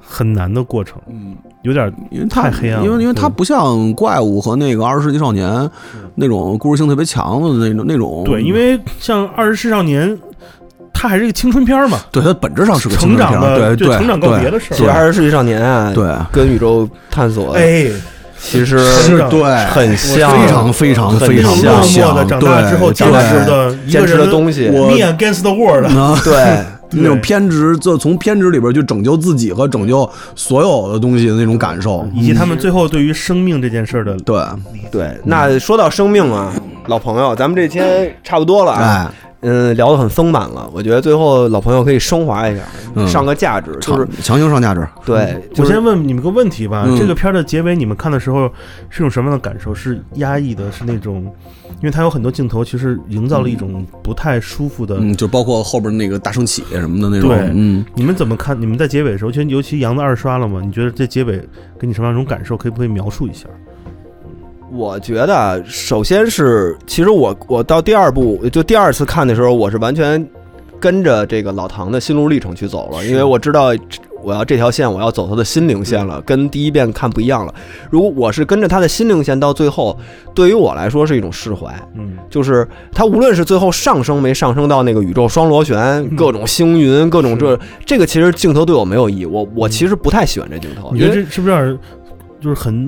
[SPEAKER 5] 很难的过程，
[SPEAKER 4] 嗯，
[SPEAKER 5] 有点
[SPEAKER 4] 因为它
[SPEAKER 5] 太黑暗了
[SPEAKER 4] 因为因为它
[SPEAKER 5] 对嗯
[SPEAKER 4] 不像怪物和那个二十世纪少年那种故事性特别强的那种那种，
[SPEAKER 5] 对，因为像《二十世纪少年》，它还是一个青春片儿嘛，
[SPEAKER 4] 对它本质上是个
[SPEAKER 5] 成长
[SPEAKER 4] 青春片对
[SPEAKER 5] 的就
[SPEAKER 4] 对
[SPEAKER 5] 成长告别的事
[SPEAKER 3] 其实
[SPEAKER 5] 儿。
[SPEAKER 3] 还是《世纪少年》啊，
[SPEAKER 4] 对，
[SPEAKER 3] 跟宇宙探索、
[SPEAKER 5] 哎，
[SPEAKER 3] 其实
[SPEAKER 5] 是的
[SPEAKER 4] 对，
[SPEAKER 3] 很像，
[SPEAKER 4] 非常非常
[SPEAKER 3] 很
[SPEAKER 4] 非
[SPEAKER 5] 那
[SPEAKER 4] 常
[SPEAKER 5] 种
[SPEAKER 3] 像
[SPEAKER 5] 落寞
[SPEAKER 4] 像
[SPEAKER 5] 的长大之后
[SPEAKER 4] 对
[SPEAKER 5] 坚持的一
[SPEAKER 3] 坚
[SPEAKER 5] 个
[SPEAKER 3] 持
[SPEAKER 5] 人
[SPEAKER 3] 的东西。
[SPEAKER 5] me against the world，
[SPEAKER 4] 啊。
[SPEAKER 3] 对，
[SPEAKER 4] 那种偏执，就从偏执里边去拯救自己和拯救所有的东西的那种感受，嗯
[SPEAKER 5] 以及他们最后对于生命这件事儿的
[SPEAKER 4] 对，
[SPEAKER 3] 对，那说到生命啊，老朋友，咱们这天差不多了啊，
[SPEAKER 4] 哎，
[SPEAKER 3] 嗯，聊得很丰满了，我觉得最后老朋友可以升华一下，
[SPEAKER 4] 嗯
[SPEAKER 3] 上个价值，就是
[SPEAKER 4] 强强行上价值，
[SPEAKER 3] 对，就
[SPEAKER 5] 我
[SPEAKER 3] 是
[SPEAKER 5] 先问你们个问题吧，
[SPEAKER 4] 嗯
[SPEAKER 5] 这个片儿的结尾你们看的时候是种什么样的感受？是压抑的，是那种，因为它有很多镜头，其实营造了一
[SPEAKER 3] 嗯
[SPEAKER 5] 种不太舒服的。
[SPEAKER 4] 嗯，就包括后边那个大升起什么的那种
[SPEAKER 5] 对，
[SPEAKER 4] 嗯，
[SPEAKER 5] 你们怎么看？你们在结尾的时候，尤其尤其杨子二刷了嘛？你觉得这结尾给你什么样一种感受？可以不可以描述一下？
[SPEAKER 3] 我觉得啊，首先是，其实我我到第二部就第二次看的时候，我是完全跟着这个老唐的心路历程去走了，因为我知道我要这条线，我要走他的心灵线了，跟第一遍看不一样了。如果我是跟着他的心灵线到最后，对于我来说是一种释怀，
[SPEAKER 5] 嗯，
[SPEAKER 3] 就是它无论是最后上升没上升到那个宇宙双螺旋，各种星云，各种这这个其实镜头对我没有意义，我我其实不太喜欢这镜头，
[SPEAKER 5] 你
[SPEAKER 3] 因
[SPEAKER 5] 觉得
[SPEAKER 3] 为
[SPEAKER 5] 这是不是有点就是很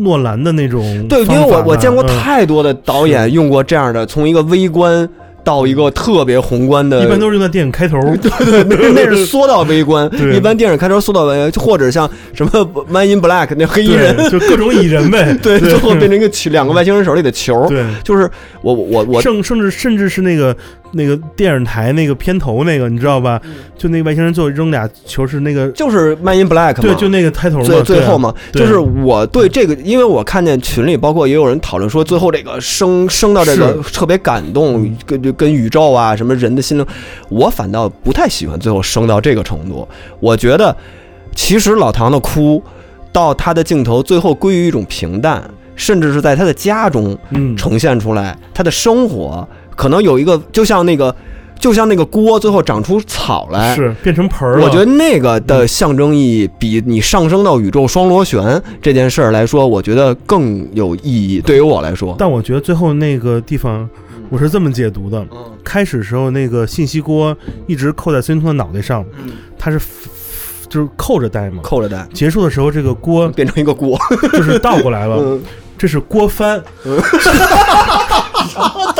[SPEAKER 5] 诺兰的那种方法呢？
[SPEAKER 3] 对，因为我我见过
[SPEAKER 5] 嗯
[SPEAKER 3] 太多的导演用过这样的，从一个微观到一个特别宏观的，
[SPEAKER 5] 一般都是用在电影开 头。
[SPEAKER 3] 那是缩到微观，
[SPEAKER 5] 对
[SPEAKER 3] 一般电影开头缩到微观，或者像什么《Man in Black》那黑衣人，
[SPEAKER 5] 对就各种蚁人呗。
[SPEAKER 3] 对，
[SPEAKER 5] 对
[SPEAKER 3] 最后变成一个球，两个外星人手里的球，
[SPEAKER 5] 对，
[SPEAKER 3] 就是我我我
[SPEAKER 5] 甚甚至甚至是那个那个电视台那个片头那个，你知道吧？
[SPEAKER 3] 嗯
[SPEAKER 5] 就那个外星人最后扔俩球是那个，
[SPEAKER 3] 就是《Man in Black》嘛，
[SPEAKER 5] 对，就那个开头嘛，
[SPEAKER 3] 最最
[SPEAKER 5] 对啊
[SPEAKER 3] 后嘛，
[SPEAKER 5] 对啊
[SPEAKER 3] 就是我对这个，因为我看见群里包括也有人讨论说，最后这个升升到这个特别感
[SPEAKER 5] 嗯
[SPEAKER 3] 动，跟就跟宇宙啊什么人的心灵，我反倒不太喜欢最后升到这个程度。我觉得其实老唐的哭到他的镜头最后归于一种平淡，甚至是在他的家中
[SPEAKER 5] 嗯，
[SPEAKER 3] 呈现出来，他的生活可能有一个就像那个就像那个锅最后长出草来，
[SPEAKER 5] 是变成盆儿了。
[SPEAKER 3] 我觉得那个的象征意义比你上升到宇宙双螺旋这件事儿来说，我觉得更有意义。对于我来说，
[SPEAKER 5] 但我觉得最后那个地方，我是这么解读的：
[SPEAKER 3] 嗯
[SPEAKER 5] 开始时候那个信息锅一直扣在孙云通的脑袋上，他是 f- f- 就是扣着戴嘛。
[SPEAKER 3] 嗯扣着带
[SPEAKER 5] 结束的时候，这个锅
[SPEAKER 3] 变成一个锅，
[SPEAKER 5] 就是倒过来了
[SPEAKER 3] 嗯，
[SPEAKER 5] 这是锅翻。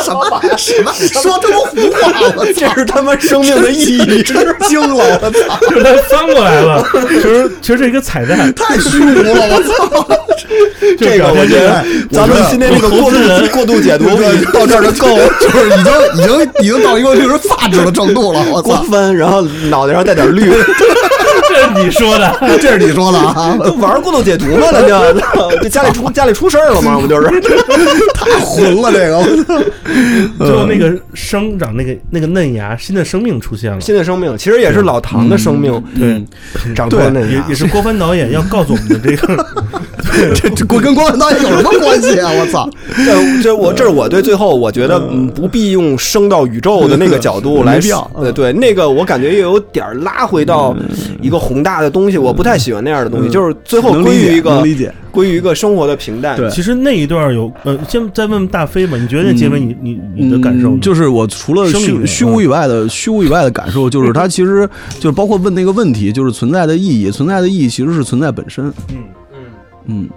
[SPEAKER 4] 什么玩意儿？什么说这么胡话？我
[SPEAKER 3] 这是他妈生命的意义。啊
[SPEAKER 4] 惊了！我操，
[SPEAKER 5] 就是它翻过来了，其实其实这一个彩蛋，
[SPEAKER 4] 太虚无了！我操，
[SPEAKER 3] 这个我觉得咱们今天这个过度过度解读到这儿就够了。
[SPEAKER 4] 就是已经已经已经到一个就是发指的程度了！我
[SPEAKER 3] 锅
[SPEAKER 4] 操，
[SPEAKER 3] 翻，然后脑袋上带点绿，
[SPEAKER 5] 这是你说的。
[SPEAKER 4] 这是你说的啊？
[SPEAKER 3] 都玩过度解读嘛？咱 就这家里出家里出事儿了吗？我就是
[SPEAKER 4] 太混了，这个我操！
[SPEAKER 5] 最后那个生长那个那个嫩芽，新的生命出现 了。
[SPEAKER 3] 新的生命，其实也是老唐的生命，
[SPEAKER 4] 嗯
[SPEAKER 3] 嗯
[SPEAKER 5] 对，
[SPEAKER 3] 长出了那
[SPEAKER 5] 也
[SPEAKER 3] 样
[SPEAKER 5] 也。是郭帆导演要告诉我们的这个，
[SPEAKER 4] 这这跟跟光文导演有什么关系啊？我操！
[SPEAKER 3] 这这我这是我对最后我觉得嗯不必用升到宇宙的那个角度来
[SPEAKER 4] 嗯没必要嗯
[SPEAKER 3] 呃对那个我感觉又有点儿拉回到一个宏大的东西，我不太喜欢那样的东西，就是最后
[SPEAKER 4] 能
[SPEAKER 3] 归
[SPEAKER 4] 理解
[SPEAKER 3] 于一个
[SPEAKER 4] 能理解
[SPEAKER 3] 归于一个生活的平淡。
[SPEAKER 4] 对
[SPEAKER 5] 其实那一段有呃，先再问问大飞吧，你觉得那结尾
[SPEAKER 3] 嗯
[SPEAKER 5] 你你你的感受呢？
[SPEAKER 4] 嗯就是我除了
[SPEAKER 5] 生理嗯
[SPEAKER 4] 虚
[SPEAKER 5] 的
[SPEAKER 4] 虚无以外的虚无以外的感受，就是它其实就是包括问那个问题，就是存在的意义，存在的意义其实是存在本身，
[SPEAKER 5] 嗯，
[SPEAKER 4] 嗯，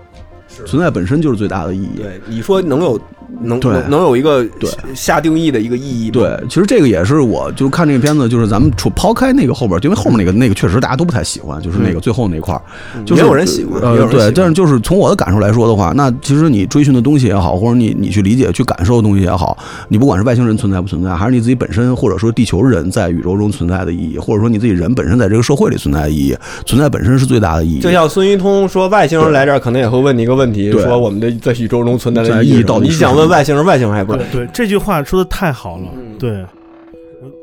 [SPEAKER 4] 存在本身就是最大的意义。
[SPEAKER 3] 对，你说能有能
[SPEAKER 4] 对
[SPEAKER 3] 能能有一个
[SPEAKER 4] 对
[SPEAKER 3] 下定义的一个意义吗？
[SPEAKER 4] 对，其实这个也是我就看这个片子，就是咱们除抛开那个后边，因为后面那个那个确实大家都不太喜欢，就是那
[SPEAKER 5] 嗯
[SPEAKER 4] 个最后那块儿，就
[SPEAKER 3] 嗯
[SPEAKER 4] 是
[SPEAKER 3] 也有人喜欢也有
[SPEAKER 4] 呃，
[SPEAKER 3] 人喜欢
[SPEAKER 4] 对，但是就是从我的感受来说的话，那其实你追寻的东西也好，或者你你去理解、去感受的东西也好，你不管是外星人存在不存在，还是你自己本身，或者说地球人在宇宙中存在的意义，或者说你自己人本身在这个社会里存在的意义，存在本身是最大的意义。
[SPEAKER 3] 就像孙一通说，外星人来这儿可能也会问你一个问题，
[SPEAKER 4] 对
[SPEAKER 3] 说我们的在宇宙中存在
[SPEAKER 4] 在
[SPEAKER 3] 的
[SPEAKER 4] 意义
[SPEAKER 3] 意是什么
[SPEAKER 4] 到底
[SPEAKER 3] 你
[SPEAKER 4] 是
[SPEAKER 3] 想
[SPEAKER 4] 什么
[SPEAKER 3] 问外星人，外星人还不哦知道
[SPEAKER 5] 对。对，这句话说的太好了，对，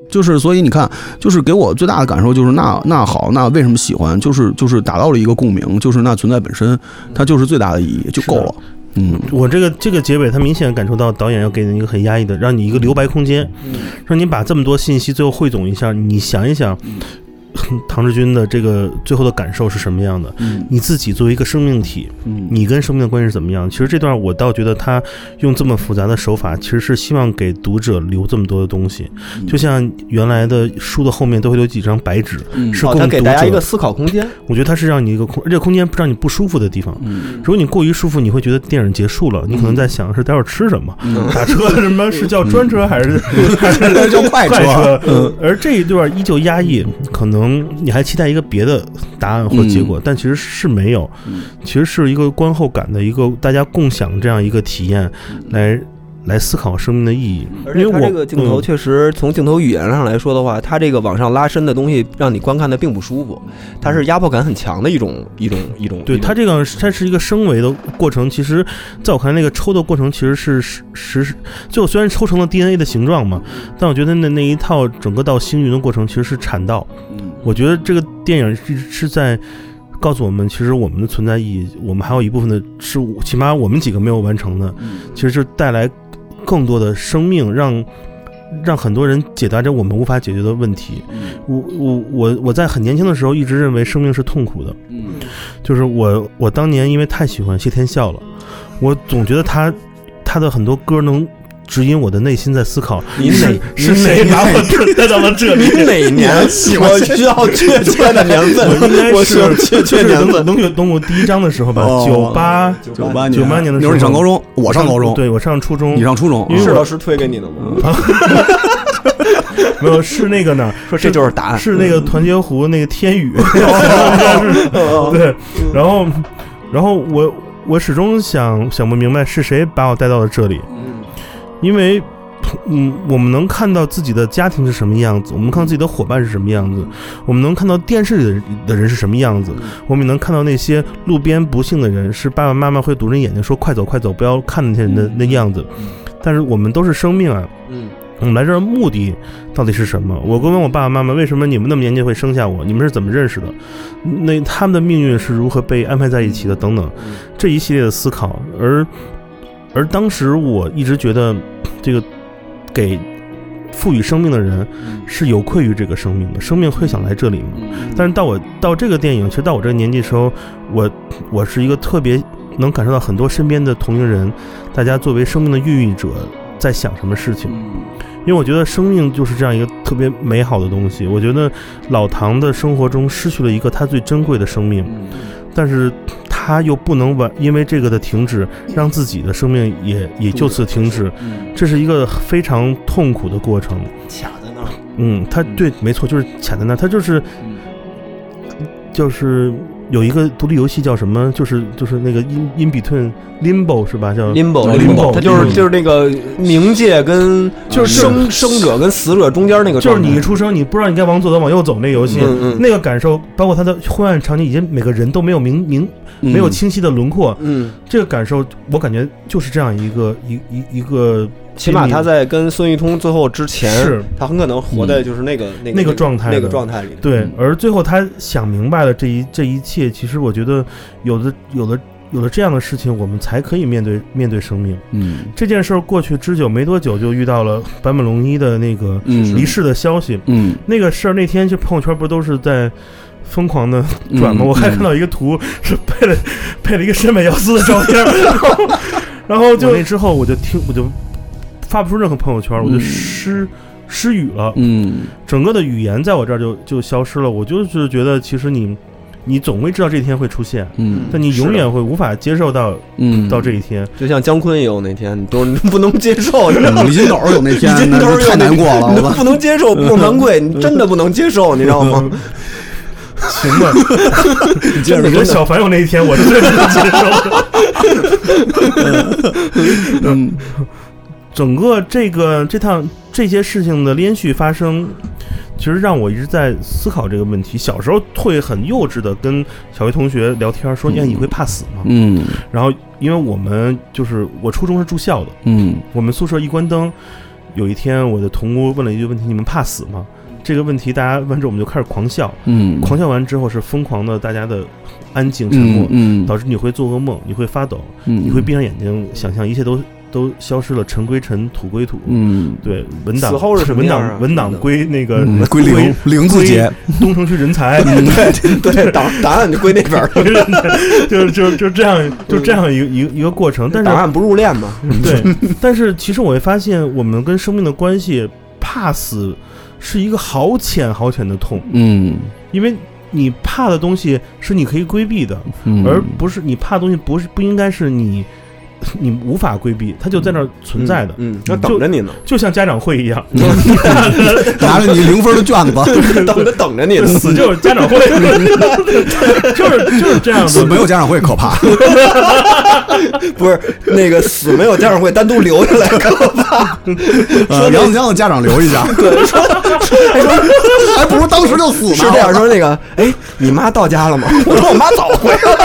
[SPEAKER 4] 就是所以你看，就是给我最大的感受就是那那好，那为什么喜欢？就是就是达到了一个共鸣，就是那存在本身，它就是最大的意义就够了。嗯，
[SPEAKER 5] 我这个这个结尾，他明显感受到导演要给你一个很压抑的，让你一个留白空间，让你把这么多信息最后汇总一下，你想一想，唐志军的这个最后的感受是什么样的？
[SPEAKER 3] 嗯
[SPEAKER 5] 你自己作为一个生命体，
[SPEAKER 4] 嗯
[SPEAKER 5] 你跟生命的关系是怎么样？其实这段我倒觉得他用这么复杂的手法，其实是希望给读者留这么多的东西，就像原来的书的后面都会有几张白纸，
[SPEAKER 4] 嗯
[SPEAKER 5] 是
[SPEAKER 3] 哦，
[SPEAKER 5] 供
[SPEAKER 3] 他
[SPEAKER 5] 读
[SPEAKER 3] 给大家一个
[SPEAKER 5] 者。
[SPEAKER 3] 思考空 间，
[SPEAKER 5] 我觉得它是让你一个空，这个空间不让你不舒服的地方。
[SPEAKER 3] 嗯
[SPEAKER 5] 如果你过于舒服，你会觉得电影结束了，你可能在想是待会儿吃什么，
[SPEAKER 3] 嗯
[SPEAKER 5] 打车什么是叫专车还是还是
[SPEAKER 4] 那叫快
[SPEAKER 5] 快车？嗯，而这一段依旧压抑，可能你还期待一个别的答案或结果，但其实是没有，其实是一个观后感的一个大家共享这样一个体验来。来思考生命的意义，
[SPEAKER 3] 而
[SPEAKER 5] 因为
[SPEAKER 3] 且它
[SPEAKER 5] 我
[SPEAKER 3] 这个镜头
[SPEAKER 4] 嗯
[SPEAKER 3] 确实从镜头语言上来说的话，它这个往上拉伸的东西让你观看的并不舒服，它是压迫感很强的一种一种一种。
[SPEAKER 5] 对它这个它是一个升维的过程，其实在我看来，那个抽的过程其实是实实，最后虽然抽成了 DNA 的形状嘛，但我觉得那那一套整个到星云的过程其实是产道。我觉得这个电影是是在告诉我们，其实我们的存在意义，我们还有一部分的是起码我们几个没有完成的，其实就带来更多的生命，让让很多人解答着我们无法解决的问题。我我我我在很年轻的时候一直认为生命是痛苦的。就是我我当年因为太喜欢谢天笑了，我总觉得他他的很多歌能指引我的内心在思考，
[SPEAKER 3] 你
[SPEAKER 5] 是
[SPEAKER 3] 哪
[SPEAKER 5] 是
[SPEAKER 3] 你
[SPEAKER 5] 谁
[SPEAKER 3] 哪
[SPEAKER 5] 把我这带到了这里？
[SPEAKER 3] 你哪年喜欢？我需要确切的年份
[SPEAKER 5] 我应该，
[SPEAKER 3] 我需要
[SPEAKER 5] 是
[SPEAKER 3] 确
[SPEAKER 5] 就
[SPEAKER 3] 切
[SPEAKER 5] 是
[SPEAKER 3] 年
[SPEAKER 5] 东
[SPEAKER 3] 份。
[SPEAKER 5] 东东我第一章的时候吧，
[SPEAKER 4] 哦
[SPEAKER 5] 九八
[SPEAKER 4] 九八
[SPEAKER 5] 九八年的
[SPEAKER 4] 那
[SPEAKER 5] 时候，
[SPEAKER 4] 会儿你上高，中，我
[SPEAKER 5] 我
[SPEAKER 4] 上高中，
[SPEAKER 5] 对我上初中，
[SPEAKER 4] 你上初中，
[SPEAKER 5] 因为
[SPEAKER 3] 是
[SPEAKER 5] 我
[SPEAKER 3] 老师推给你的吗？
[SPEAKER 5] 没有是那个呢？
[SPEAKER 3] 说这就是答
[SPEAKER 4] 啊
[SPEAKER 3] 案。
[SPEAKER 5] 是那个团结湖那个天宇， 对，然后然后我
[SPEAKER 3] 嗯
[SPEAKER 5] 我始终想想不明白是谁把我带到了这里，因为嗯，我们能看到自己的家庭是什么样子，我们看到自己的伙伴是什么样子，我们能看到电视里的人的人是什么样子，我们也能看到那些路边不幸的人，是爸爸妈妈会堵着眼睛说“快走，快走，不要看那些人的那样子”，但是我们都是生命啊，
[SPEAKER 3] 嗯，
[SPEAKER 5] 我们来这儿目的到底是什么？我问问我爸爸妈妈，为什么你们那么年轻会生下我？你们是怎么认识的？那他们的命运是如何被安排在一起的？等等，这一系列的思考。而而当时我一直觉得，这个给赋予生命的人是有愧于这个生命的。生命会想来这里吗？但是到我到这个电影，其实到我这个年纪的时候，我我是一个特别能感受到很多身边的同龄人，大家作为生命的孕育者在想什么事情。因为我觉得生命就是这样一个特别美好的东西。我觉得老唐的生活中失去了一个他最珍贵的生命，但是他又不能完因为这个的停止，让自己的生命也也就此停止。这是一个非常痛苦的过程。
[SPEAKER 3] 卡在那儿，嗯
[SPEAKER 5] 嗯，他对，没错，就是卡在那儿，他就是就是有一个独立游戏叫什么？就是就是那个 in in between limbo 是
[SPEAKER 4] 嗯
[SPEAKER 5] 吧？叫
[SPEAKER 3] limbo
[SPEAKER 5] 叫 limbo，
[SPEAKER 3] 它就是
[SPEAKER 5] 嗯
[SPEAKER 3] 就是那个冥界跟
[SPEAKER 5] 就是
[SPEAKER 3] 生生者跟死者中间那个
[SPEAKER 5] 就是
[SPEAKER 3] 状态，
[SPEAKER 5] 你一出生，你不知道你该往左走往右走那个游戏，
[SPEAKER 3] 嗯嗯
[SPEAKER 5] 那个感受，包括他的昏暗场景，已经每个人都没有明明没有清晰的轮廓，
[SPEAKER 3] 嗯，
[SPEAKER 5] 这个感受我感觉就是这样一个一一一个
[SPEAKER 3] 起码他在跟孙一通最后之前，
[SPEAKER 5] 是嗯
[SPEAKER 3] 他很可能活在就是那个那个
[SPEAKER 5] 那个状态的
[SPEAKER 3] 那个状态里，
[SPEAKER 5] 对，而最后他想明白了这一这一切，其实我觉得有的有的有了这样的事情，我们才可以面对面对生命。
[SPEAKER 4] 嗯
[SPEAKER 5] 这件事儿过去之久，没多久就遇到了坂本龙一的那个
[SPEAKER 4] 嗯
[SPEAKER 5] 离世的消息。
[SPEAKER 4] 嗯，
[SPEAKER 5] 那个事儿那天就朋友圈不都是在疯狂的
[SPEAKER 4] 嗯
[SPEAKER 5] 转吗？我还
[SPEAKER 4] 嗯
[SPEAKER 5] 看到一个图是配了 配了一个山本耀司的照片 儿，然后然后就那之后我就听我就发不出任何朋友圈，我就
[SPEAKER 4] 嗯
[SPEAKER 5] 失失语了，
[SPEAKER 4] 嗯
[SPEAKER 5] 整个的语言在我这儿就就消失了。我就是觉得其实你你总会知道这一天会出现，
[SPEAKER 4] 嗯
[SPEAKER 5] 但你永远会无法接受到
[SPEAKER 4] 嗯
[SPEAKER 5] 到这一天。
[SPEAKER 3] 就像姜昆也有那天，你都你 不能接受，你知道吗？
[SPEAKER 4] 李金斗有嗯那天
[SPEAKER 3] 你，
[SPEAKER 4] 那
[SPEAKER 3] 真都是
[SPEAKER 4] 太难过 了，
[SPEAKER 3] 你
[SPEAKER 4] 好
[SPEAKER 3] 都
[SPEAKER 4] 吧？
[SPEAKER 3] 不能接受，不能跪，你真的不能接受，你知道吗？
[SPEAKER 4] 嗯
[SPEAKER 5] 行吧， 真的有小凡有那一天，我真的能接受。
[SPEAKER 4] 嗯
[SPEAKER 5] 整个这个这趟这些事情的连续发生，其实让我一直在思考这个问题。小时候会很幼稚的跟小学同学聊天，说：“哎，你会怕死吗
[SPEAKER 4] 嗯？”
[SPEAKER 5] 然后，因为我们就是我初中是住校的，
[SPEAKER 4] 嗯
[SPEAKER 5] 我们宿舍一关灯，有一天我的同屋问了一句问题：“你们怕死吗？”这个问题大家问之后，我们就开始狂笑。
[SPEAKER 4] 嗯，
[SPEAKER 5] 狂笑完之后是疯狂的，大家的安静沉默
[SPEAKER 4] 嗯，嗯，
[SPEAKER 5] 导致你会做噩梦，你会发抖，
[SPEAKER 4] 你
[SPEAKER 5] 你会闭上眼睛，想象一切都都消失了，尘归尘，土归土。
[SPEAKER 4] 嗯
[SPEAKER 5] 对，文档
[SPEAKER 3] 死后是什么
[SPEAKER 5] 文
[SPEAKER 3] 样啊
[SPEAKER 5] 档文档归那个
[SPEAKER 4] 嗯归零零字节，
[SPEAKER 5] 东城区人才，
[SPEAKER 3] 对对，答答案就归那边儿，
[SPEAKER 5] 就就就这样就这样一个一个一个过程。但
[SPEAKER 3] 答
[SPEAKER 5] 是
[SPEAKER 3] 案不入殓嘛，
[SPEAKER 5] 对，但是其实我会发现，我们跟生命的关系，怕死是一个好浅好浅的痛，
[SPEAKER 4] 嗯
[SPEAKER 5] 因为你怕的东西是你可以规避的，
[SPEAKER 4] 嗯，
[SPEAKER 5] 而不是你怕的东西不是不应该是你你无法规避，它就在那儿存在的，
[SPEAKER 3] 嗯，那等着你呢，
[SPEAKER 5] 就像家长会一样，
[SPEAKER 4] 拿着你零分的卷子，
[SPEAKER 3] 等着等着你呢，
[SPEAKER 5] 死就是家长会，
[SPEAKER 3] 嗯
[SPEAKER 5] 就是就是这样
[SPEAKER 4] 死
[SPEAKER 5] 的。
[SPEAKER 4] 没有家长会可怕。
[SPEAKER 3] 不是那个死没有家长会单独留 下来，
[SPEAKER 4] 呃，杨子江的家长留一 下， 还不如当时就死呢。
[SPEAKER 3] 是这样说那 个，哎，你妈到家 了吗？我说我妈早回来 了，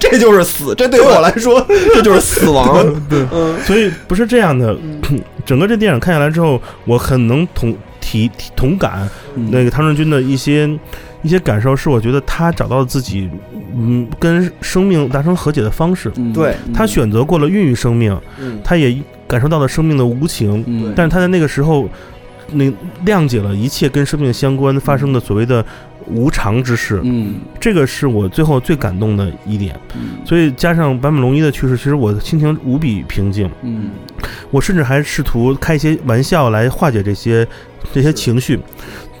[SPEAKER 3] 这就是死，这对我来说这就是死亡，
[SPEAKER 5] 所以不是这样的。
[SPEAKER 4] 嗯
[SPEAKER 5] 整个这电影看下来之后，我很能同体体同感
[SPEAKER 4] 嗯
[SPEAKER 5] 那个唐振军的一些一些感受，是我觉得他找到自己嗯跟生命达成和解的方式。
[SPEAKER 4] 嗯，
[SPEAKER 3] 对
[SPEAKER 5] 他选择过了孕育生命，
[SPEAKER 3] 嗯
[SPEAKER 5] 他也感受到了生命的无情，
[SPEAKER 4] 嗯，
[SPEAKER 5] 但是他在那个时候，那谅解了一切跟生命相关发生的所谓的无常之事。
[SPEAKER 4] 嗯
[SPEAKER 5] 这个是我最后最感动的一点。
[SPEAKER 4] 嗯
[SPEAKER 5] 所以加上坂本龙一的去世，其实我心情无比平静。
[SPEAKER 4] 嗯
[SPEAKER 5] 我甚至还试图开一些玩笑来化解这些这些情绪，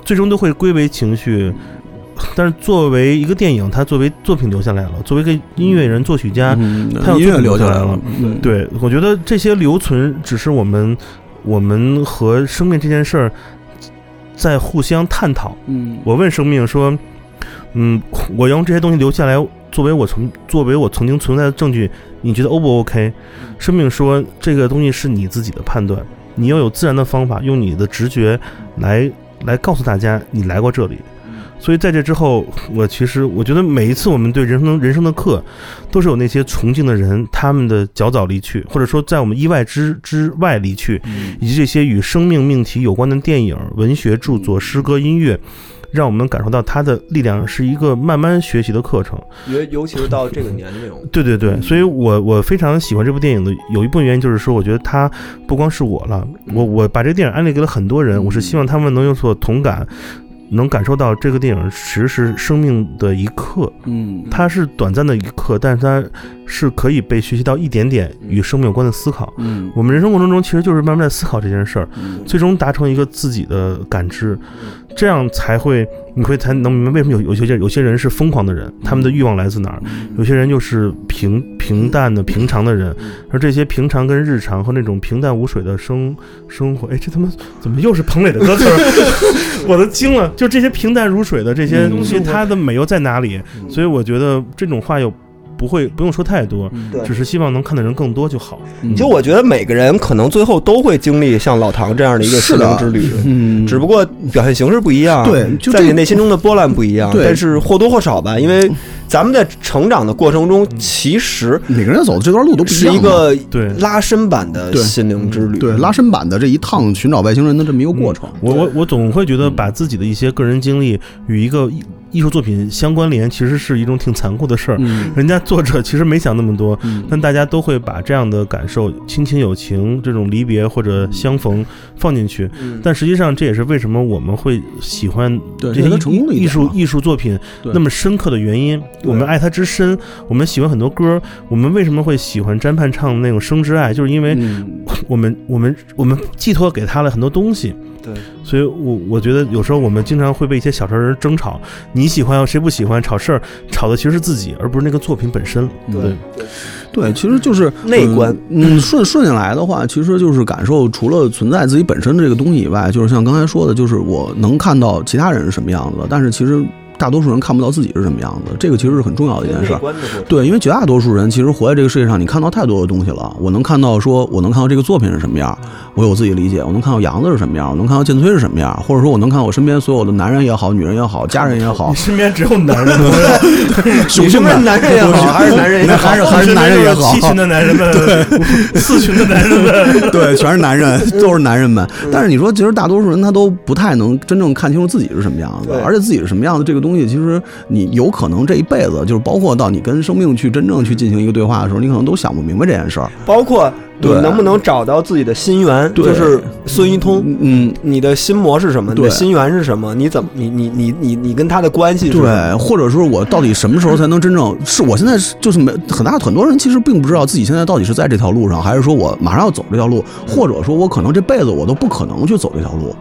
[SPEAKER 5] 最终都会归为情绪。但是作为一个电影，它作为作品留下来了，作为一个音乐人、作曲家，
[SPEAKER 4] 嗯音乐留下来了，嗯，
[SPEAKER 5] 对我觉得这些留存只是我们我们和生命这件事儿在互相探讨。
[SPEAKER 4] 嗯
[SPEAKER 5] 我问生命说：“嗯，我用这些东西留下来，作为我曾作为我曾经存在的证据，你觉得 O 不 OK？” 生命说：“这个东西是你自己的判断，你要有自然的方法，用你的直觉来来告诉大家你来过这里。所以在这之后，我其实我觉得每一次我们对人生人生的课，都是有那些崇敬的人，他们的较早离去，或者说在我们意外之之外离去，
[SPEAKER 4] 嗯
[SPEAKER 5] 以及这些与生命命题有关的电影、文学著作、诗歌、音乐，让我们能感受到它的力量是一个慢慢学习的课程。
[SPEAKER 3] 尤尤其是到这个年龄，
[SPEAKER 5] 对对对，所以我我非常喜欢这部电影的有一部分原因就是说，我觉得它不光是我了，我我把这个电影安利给了很多人，我是希望他们能有所同感，能感受到这个电影其实是生命的一刻，
[SPEAKER 4] 嗯，
[SPEAKER 5] 它是短暂的一刻，但是它是可以被学习到一点点与生命有关的思考。
[SPEAKER 4] 嗯
[SPEAKER 5] 我们人生过程中其实就是慢慢在思考这件事儿，最终达成一个自己的感知，这样才会你会才能明白为什么有有些人有些人是疯狂的人，他们的欲望来自哪儿。有些人就是平平淡的、平常的人，而这些平常跟日常和那种平淡无水的生生活，哎，这他妈怎么又是彭磊的歌词儿？ 我都惊了！就这些平淡如水的这些东西，它的美又在哪里？所以我觉得这种话又不会不用说太多，
[SPEAKER 4] 嗯
[SPEAKER 3] 对
[SPEAKER 5] 只是希望能看的人更多就好。
[SPEAKER 3] 就我觉得每个人可能最后都会经历像老唐这样的一个
[SPEAKER 4] 是
[SPEAKER 3] 心
[SPEAKER 4] 的
[SPEAKER 3] 灵之旅，
[SPEAKER 4] 嗯
[SPEAKER 3] 只不过表现形式不一样，
[SPEAKER 4] 对就
[SPEAKER 3] 在
[SPEAKER 4] 这
[SPEAKER 3] 你内心中的波澜不一样，
[SPEAKER 4] 对嗯
[SPEAKER 3] 但是或多或少吧，因为咱们在成长的过程中，其实
[SPEAKER 4] 每个人走的这段嗯路都不
[SPEAKER 3] 是
[SPEAKER 4] 样
[SPEAKER 3] 一
[SPEAKER 4] 嘛
[SPEAKER 3] 个
[SPEAKER 5] 对
[SPEAKER 3] 拉伸版的
[SPEAKER 4] 对
[SPEAKER 3] 心灵之旅，
[SPEAKER 4] 对拉伸版的这一趟寻找外星人的这么一个过嗯程。
[SPEAKER 5] 嗯我我我总会觉得把自己的一些个人经历与一个艺艺术作品相关联，其实是一种挺残酷的事儿。
[SPEAKER 4] 嗯
[SPEAKER 5] 人家作者其实没想那么多，
[SPEAKER 4] 嗯
[SPEAKER 5] 但大家都会把这样的感受、亲情、友情这种离别或者相逢放进去。
[SPEAKER 4] 嗯
[SPEAKER 5] 但实际上，这也是为什么我们会喜欢
[SPEAKER 4] 对
[SPEAKER 5] 这些
[SPEAKER 4] 这是成功的一
[SPEAKER 5] 艺
[SPEAKER 4] 点
[SPEAKER 5] 艺术
[SPEAKER 4] 嘛
[SPEAKER 5] 艺术作品
[SPEAKER 4] 对
[SPEAKER 5] 那么深刻的原因。我们爱它之深，我们喜欢很多歌，我们为什么会喜欢詹盼唱那种《生之爱》，就是因为
[SPEAKER 4] 嗯
[SPEAKER 5] 我们我们我们寄托给他了很多东西。
[SPEAKER 3] 对，
[SPEAKER 5] 所以我我觉得有时候我们经常会被一些小事儿争吵，你喜欢谁不喜欢，吵事儿吵的其实是自己，而不是那个作品本身。，
[SPEAKER 4] 对对，其实就是
[SPEAKER 3] 内观。
[SPEAKER 4] 嗯，嗯顺顺下来的话，其实就是感受除了存在自己本身的这个东西以外，就是像刚才说的，就是我能看到其他人是什么样子的，但是其实大多数人看不到自己是什么样子，这个其实是很重要的一件事儿。
[SPEAKER 3] 观的过程。
[SPEAKER 4] 对，因为绝大多数人其实活在这个世界上，你看到太多的东西了。我能看到说，我能看到这个作品是什么样，我有我自己理解；我能看到杨子是什么样，我能看到剑崔是什么样，或者说我能看到我身边所有的男人也好、女人也好、家人也好
[SPEAKER 5] 身边只有男 人，
[SPEAKER 4] 雄性的
[SPEAKER 3] 男人也好，还是男人也
[SPEAKER 4] 那
[SPEAKER 3] 好，
[SPEAKER 4] 还是还是男人也 好，
[SPEAKER 5] 的男人们，四群的男人 们，
[SPEAKER 4] 对，全是男人，都是男人们。
[SPEAKER 3] 嗯
[SPEAKER 4] 但是你说，其实大多数人他都不太能真正看清楚自己是什么样子
[SPEAKER 3] 对，
[SPEAKER 4] 而且自己是什么样子这个东西，其实你有可能这一辈子，就是包括到你跟生命去真正去进行一个对话的时候，你可能都想不明白这件事儿。
[SPEAKER 3] 包括你
[SPEAKER 4] 对
[SPEAKER 3] 能不能找到自己的心源，
[SPEAKER 4] 对
[SPEAKER 3] 就是孙一通。
[SPEAKER 4] 嗯，
[SPEAKER 3] 你的心魔是什么？你的
[SPEAKER 4] 对
[SPEAKER 3] 心源是什么？你怎么你你你你你跟他的关系是什么？
[SPEAKER 4] 对，或者说我到底什么时候才能真正是我现在是就是没很大很多人其实并不知道自己现在到底是在这条路上，还是说我马上要走这条路，或者说我可能这辈子我都不可能去走这条路，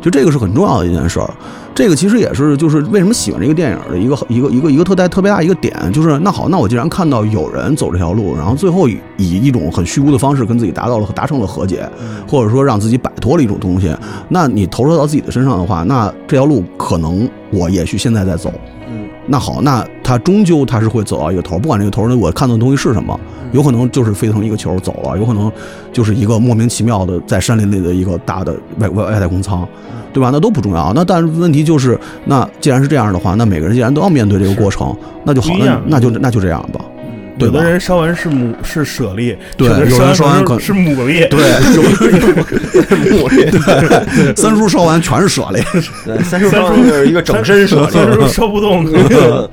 [SPEAKER 4] 就这个是很重要的一件事儿。这个其实也是就是为什么喜欢这个电影的一个一个一个一个特大特别大一个点，就是那好，那我既然看到有人走这条路，然后最后以以一种很虚无的方式跟自己达到了达成了和解，
[SPEAKER 3] 嗯
[SPEAKER 4] 或者说让自己摆脱了一种东西，那你投射到自己的身上的话，那这条路可能我也许现在在走，
[SPEAKER 3] 嗯
[SPEAKER 4] 那好，那他终究他是会走到一个头儿，不管这个头儿呢，我看到的东西是什么，有可能就是飞腾一个球儿走啊了，有可能就是一个莫名其妙的在山林里的一个大的外外外太空舱，对吧？那都不重要。那但是问题就是，那既然是这样的话，那每个人既然都要面对这个过程，那就好，
[SPEAKER 5] 不一
[SPEAKER 4] 那
[SPEAKER 5] 样
[SPEAKER 4] 那就那就这样吧，对
[SPEAKER 5] 有
[SPEAKER 4] 吧
[SPEAKER 5] 的？人烧完是牡是舍利，
[SPEAKER 4] 对
[SPEAKER 5] 有的
[SPEAKER 4] 有人烧完
[SPEAKER 5] 是
[SPEAKER 4] 可
[SPEAKER 5] 是牡蛎，
[SPEAKER 4] 对，
[SPEAKER 3] 我也
[SPEAKER 4] 对，三叔烧完全是舍利，
[SPEAKER 3] 对，三叔方就是一个整身
[SPEAKER 5] 烧
[SPEAKER 3] 蛇。
[SPEAKER 5] 烧不动。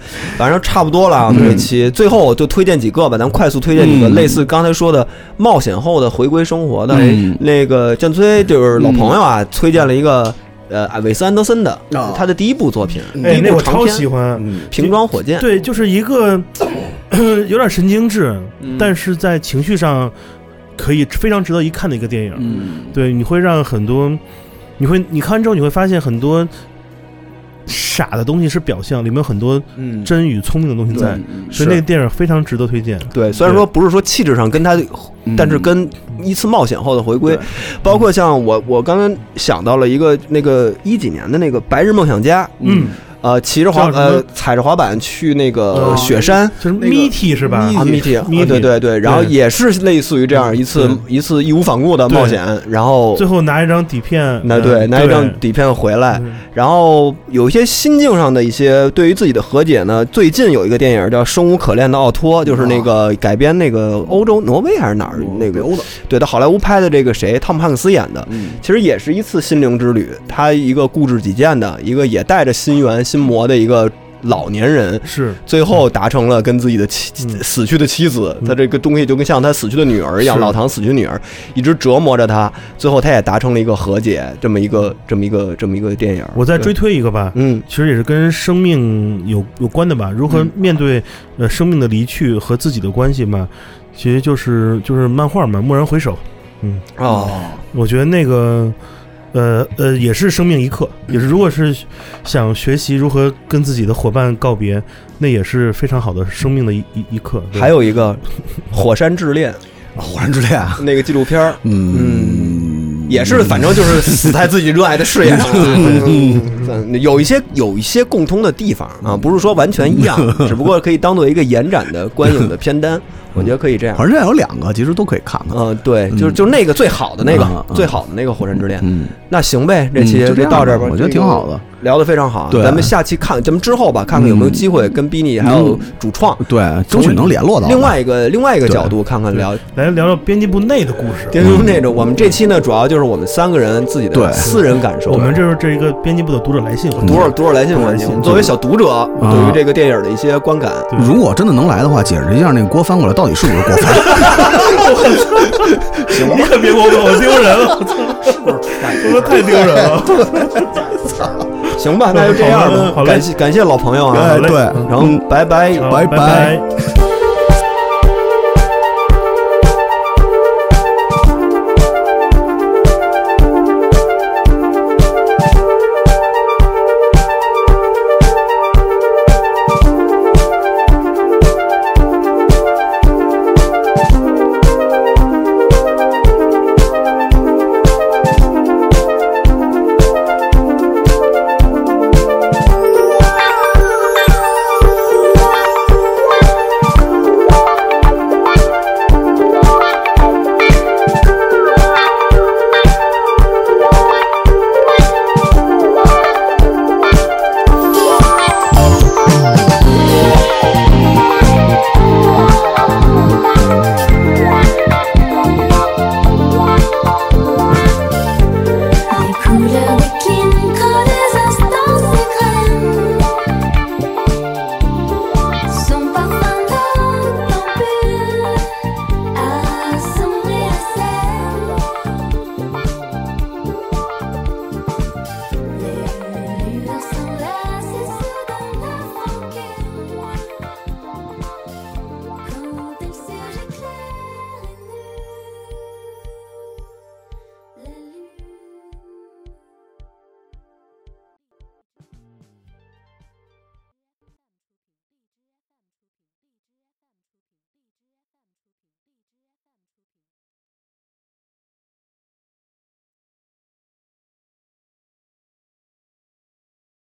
[SPEAKER 3] 反正差不多了啊，我们这期最后就推荐几个吧，咱快速推荐几个
[SPEAKER 4] 嗯
[SPEAKER 3] 类似刚才说的冒险后的回归生活的
[SPEAKER 4] 嗯。
[SPEAKER 3] 那个剑崔就是老朋友啊，推荐了一个呃韦斯安德森的
[SPEAKER 4] 啊
[SPEAKER 3] 他的第一部作品，第
[SPEAKER 5] 哦哎
[SPEAKER 3] 一，
[SPEAKER 5] 那
[SPEAKER 3] 部
[SPEAKER 5] 我
[SPEAKER 3] 长
[SPEAKER 5] 超
[SPEAKER 3] 篇
[SPEAKER 5] 喜
[SPEAKER 3] 《
[SPEAKER 5] 欢，
[SPEAKER 3] 瓶装火箭》。
[SPEAKER 5] 对，就是一个 有点神经质，
[SPEAKER 3] 嗯
[SPEAKER 5] 但是在情绪上可以非常值得一看的一个电影。
[SPEAKER 4] 嗯，
[SPEAKER 5] 对，你会让很多，你会你看完之后你会发现很多傻的东西是表象，里面有很多
[SPEAKER 3] 嗯，
[SPEAKER 5] 真与聪明的东西在，所以那个电影非常值得推荐。
[SPEAKER 3] 对，虽然说不是说气质上跟他，
[SPEAKER 4] 嗯
[SPEAKER 3] 但是跟一次冒险后的回归，包括像我，我刚刚想到了一个那个一几年的那个《白日梦想家》，
[SPEAKER 5] 嗯，
[SPEAKER 3] 呃，骑着滑
[SPEAKER 5] 叫什么
[SPEAKER 3] 呃踩着滑板去那个
[SPEAKER 5] 哦
[SPEAKER 3] 雪山。
[SPEAKER 5] 就是
[SPEAKER 4] 那个
[SPEAKER 5] Miti 是吧？
[SPEAKER 3] 啊，谜题，啊对对对，然后也是类似于这样一次一次义无反顾的冒险，然后
[SPEAKER 5] 最后拿一张底片，
[SPEAKER 3] 那
[SPEAKER 5] 嗯
[SPEAKER 3] 对
[SPEAKER 5] 对
[SPEAKER 3] 拿一张底片回来，
[SPEAKER 5] 嗯
[SPEAKER 3] 然后有一些心境上的一些对于自己的和解呢。最近有一个电影叫《生无可恋的奥托》，就是那个改编那个欧洲挪威还是哪儿那个
[SPEAKER 4] 欧的，
[SPEAKER 3] 对他好莱坞拍的这个谁汤姆汉克斯演的，
[SPEAKER 4] 嗯，
[SPEAKER 3] 其实也是一次心灵之旅。他一个固执己见的，一个也带着心猿心魔的一个老年人，
[SPEAKER 5] 是
[SPEAKER 3] 最后达成了跟自己的妻、
[SPEAKER 5] 嗯
[SPEAKER 3] 死去的妻子，
[SPEAKER 5] 嗯
[SPEAKER 3] 他这个东西就跟像他死去的女儿一样，
[SPEAKER 5] 是
[SPEAKER 3] 老唐死去的女儿一直折磨着他，最后他也达成了一个和解，这么一个这么一个这么一个电影。
[SPEAKER 5] 嗯我再追推一个吧，
[SPEAKER 3] 嗯
[SPEAKER 5] 其实也是跟生命有有关的吧，如何面对呃生命的离去和自己的关系嘛，其实就是就是漫画嘛，《蓦然回首》，嗯，
[SPEAKER 3] 哦，
[SPEAKER 5] 我觉得那个。呃呃，也是生命一刻，
[SPEAKER 3] 嗯
[SPEAKER 5] 也是如果是想学习如何跟自己的伙伴告别，那也是非常好的生命的一一一刻。对
[SPEAKER 3] 还有一个《火山之恋
[SPEAKER 4] 啊 火山之恋啊，》
[SPEAKER 3] 那个纪录片儿
[SPEAKER 5] 嗯
[SPEAKER 4] 嗯，
[SPEAKER 3] 也是，反正就是死在自己热爱的事 业上，嗯嗯有一些有一些共通的地方
[SPEAKER 5] 嗯
[SPEAKER 3] 啊，不是说完全一样，只不过可以当做一个延展的观影的片
[SPEAKER 5] 嗯
[SPEAKER 3] 单，我觉得可以这样
[SPEAKER 4] 火。山之恋有两个，其实都可以看看。
[SPEAKER 3] 嗯，对，就是就是那个最好的那
[SPEAKER 4] 嗯嗯
[SPEAKER 3] 个
[SPEAKER 4] 嗯
[SPEAKER 3] 最好的那个《火山之恋》。
[SPEAKER 4] 嗯，
[SPEAKER 3] 那行呗，这期
[SPEAKER 4] 嗯就这样
[SPEAKER 3] 到这儿吧，
[SPEAKER 4] 我觉得挺好的，
[SPEAKER 3] 聊得非常好。
[SPEAKER 4] 对嗯
[SPEAKER 3] 咱们下期看，咱们之后吧，看看有没有机会跟 Bini 还有主创
[SPEAKER 4] 对，争取能联络到。
[SPEAKER 3] 另，外一个另外一个角度看看聊。
[SPEAKER 5] 来聊聊编辑部内的故事。
[SPEAKER 3] 巅峰那种，我们这期呢，主要就是我们三个人自己的
[SPEAKER 4] 嗯对
[SPEAKER 3] 私人感受。
[SPEAKER 5] 我们这是这一个编辑部的读者来信，
[SPEAKER 3] 读 者读者来信环节，我们作为小读
[SPEAKER 4] 啊
[SPEAKER 3] 者，对于这个电影的一些观感，
[SPEAKER 4] 如果真的能来的话，解释一下那个锅翻过来到底是不是锅翻？
[SPEAKER 5] 你可别给我我丢人了，我操！我太丢人了。
[SPEAKER 3] 行吧，那就这样
[SPEAKER 5] 好嘞
[SPEAKER 3] 吧。
[SPEAKER 5] 好嘞
[SPEAKER 3] 感谢感谢老朋友啊，
[SPEAKER 4] 哎，对，
[SPEAKER 3] 然后拜拜。
[SPEAKER 5] 好
[SPEAKER 4] 拜
[SPEAKER 5] 拜。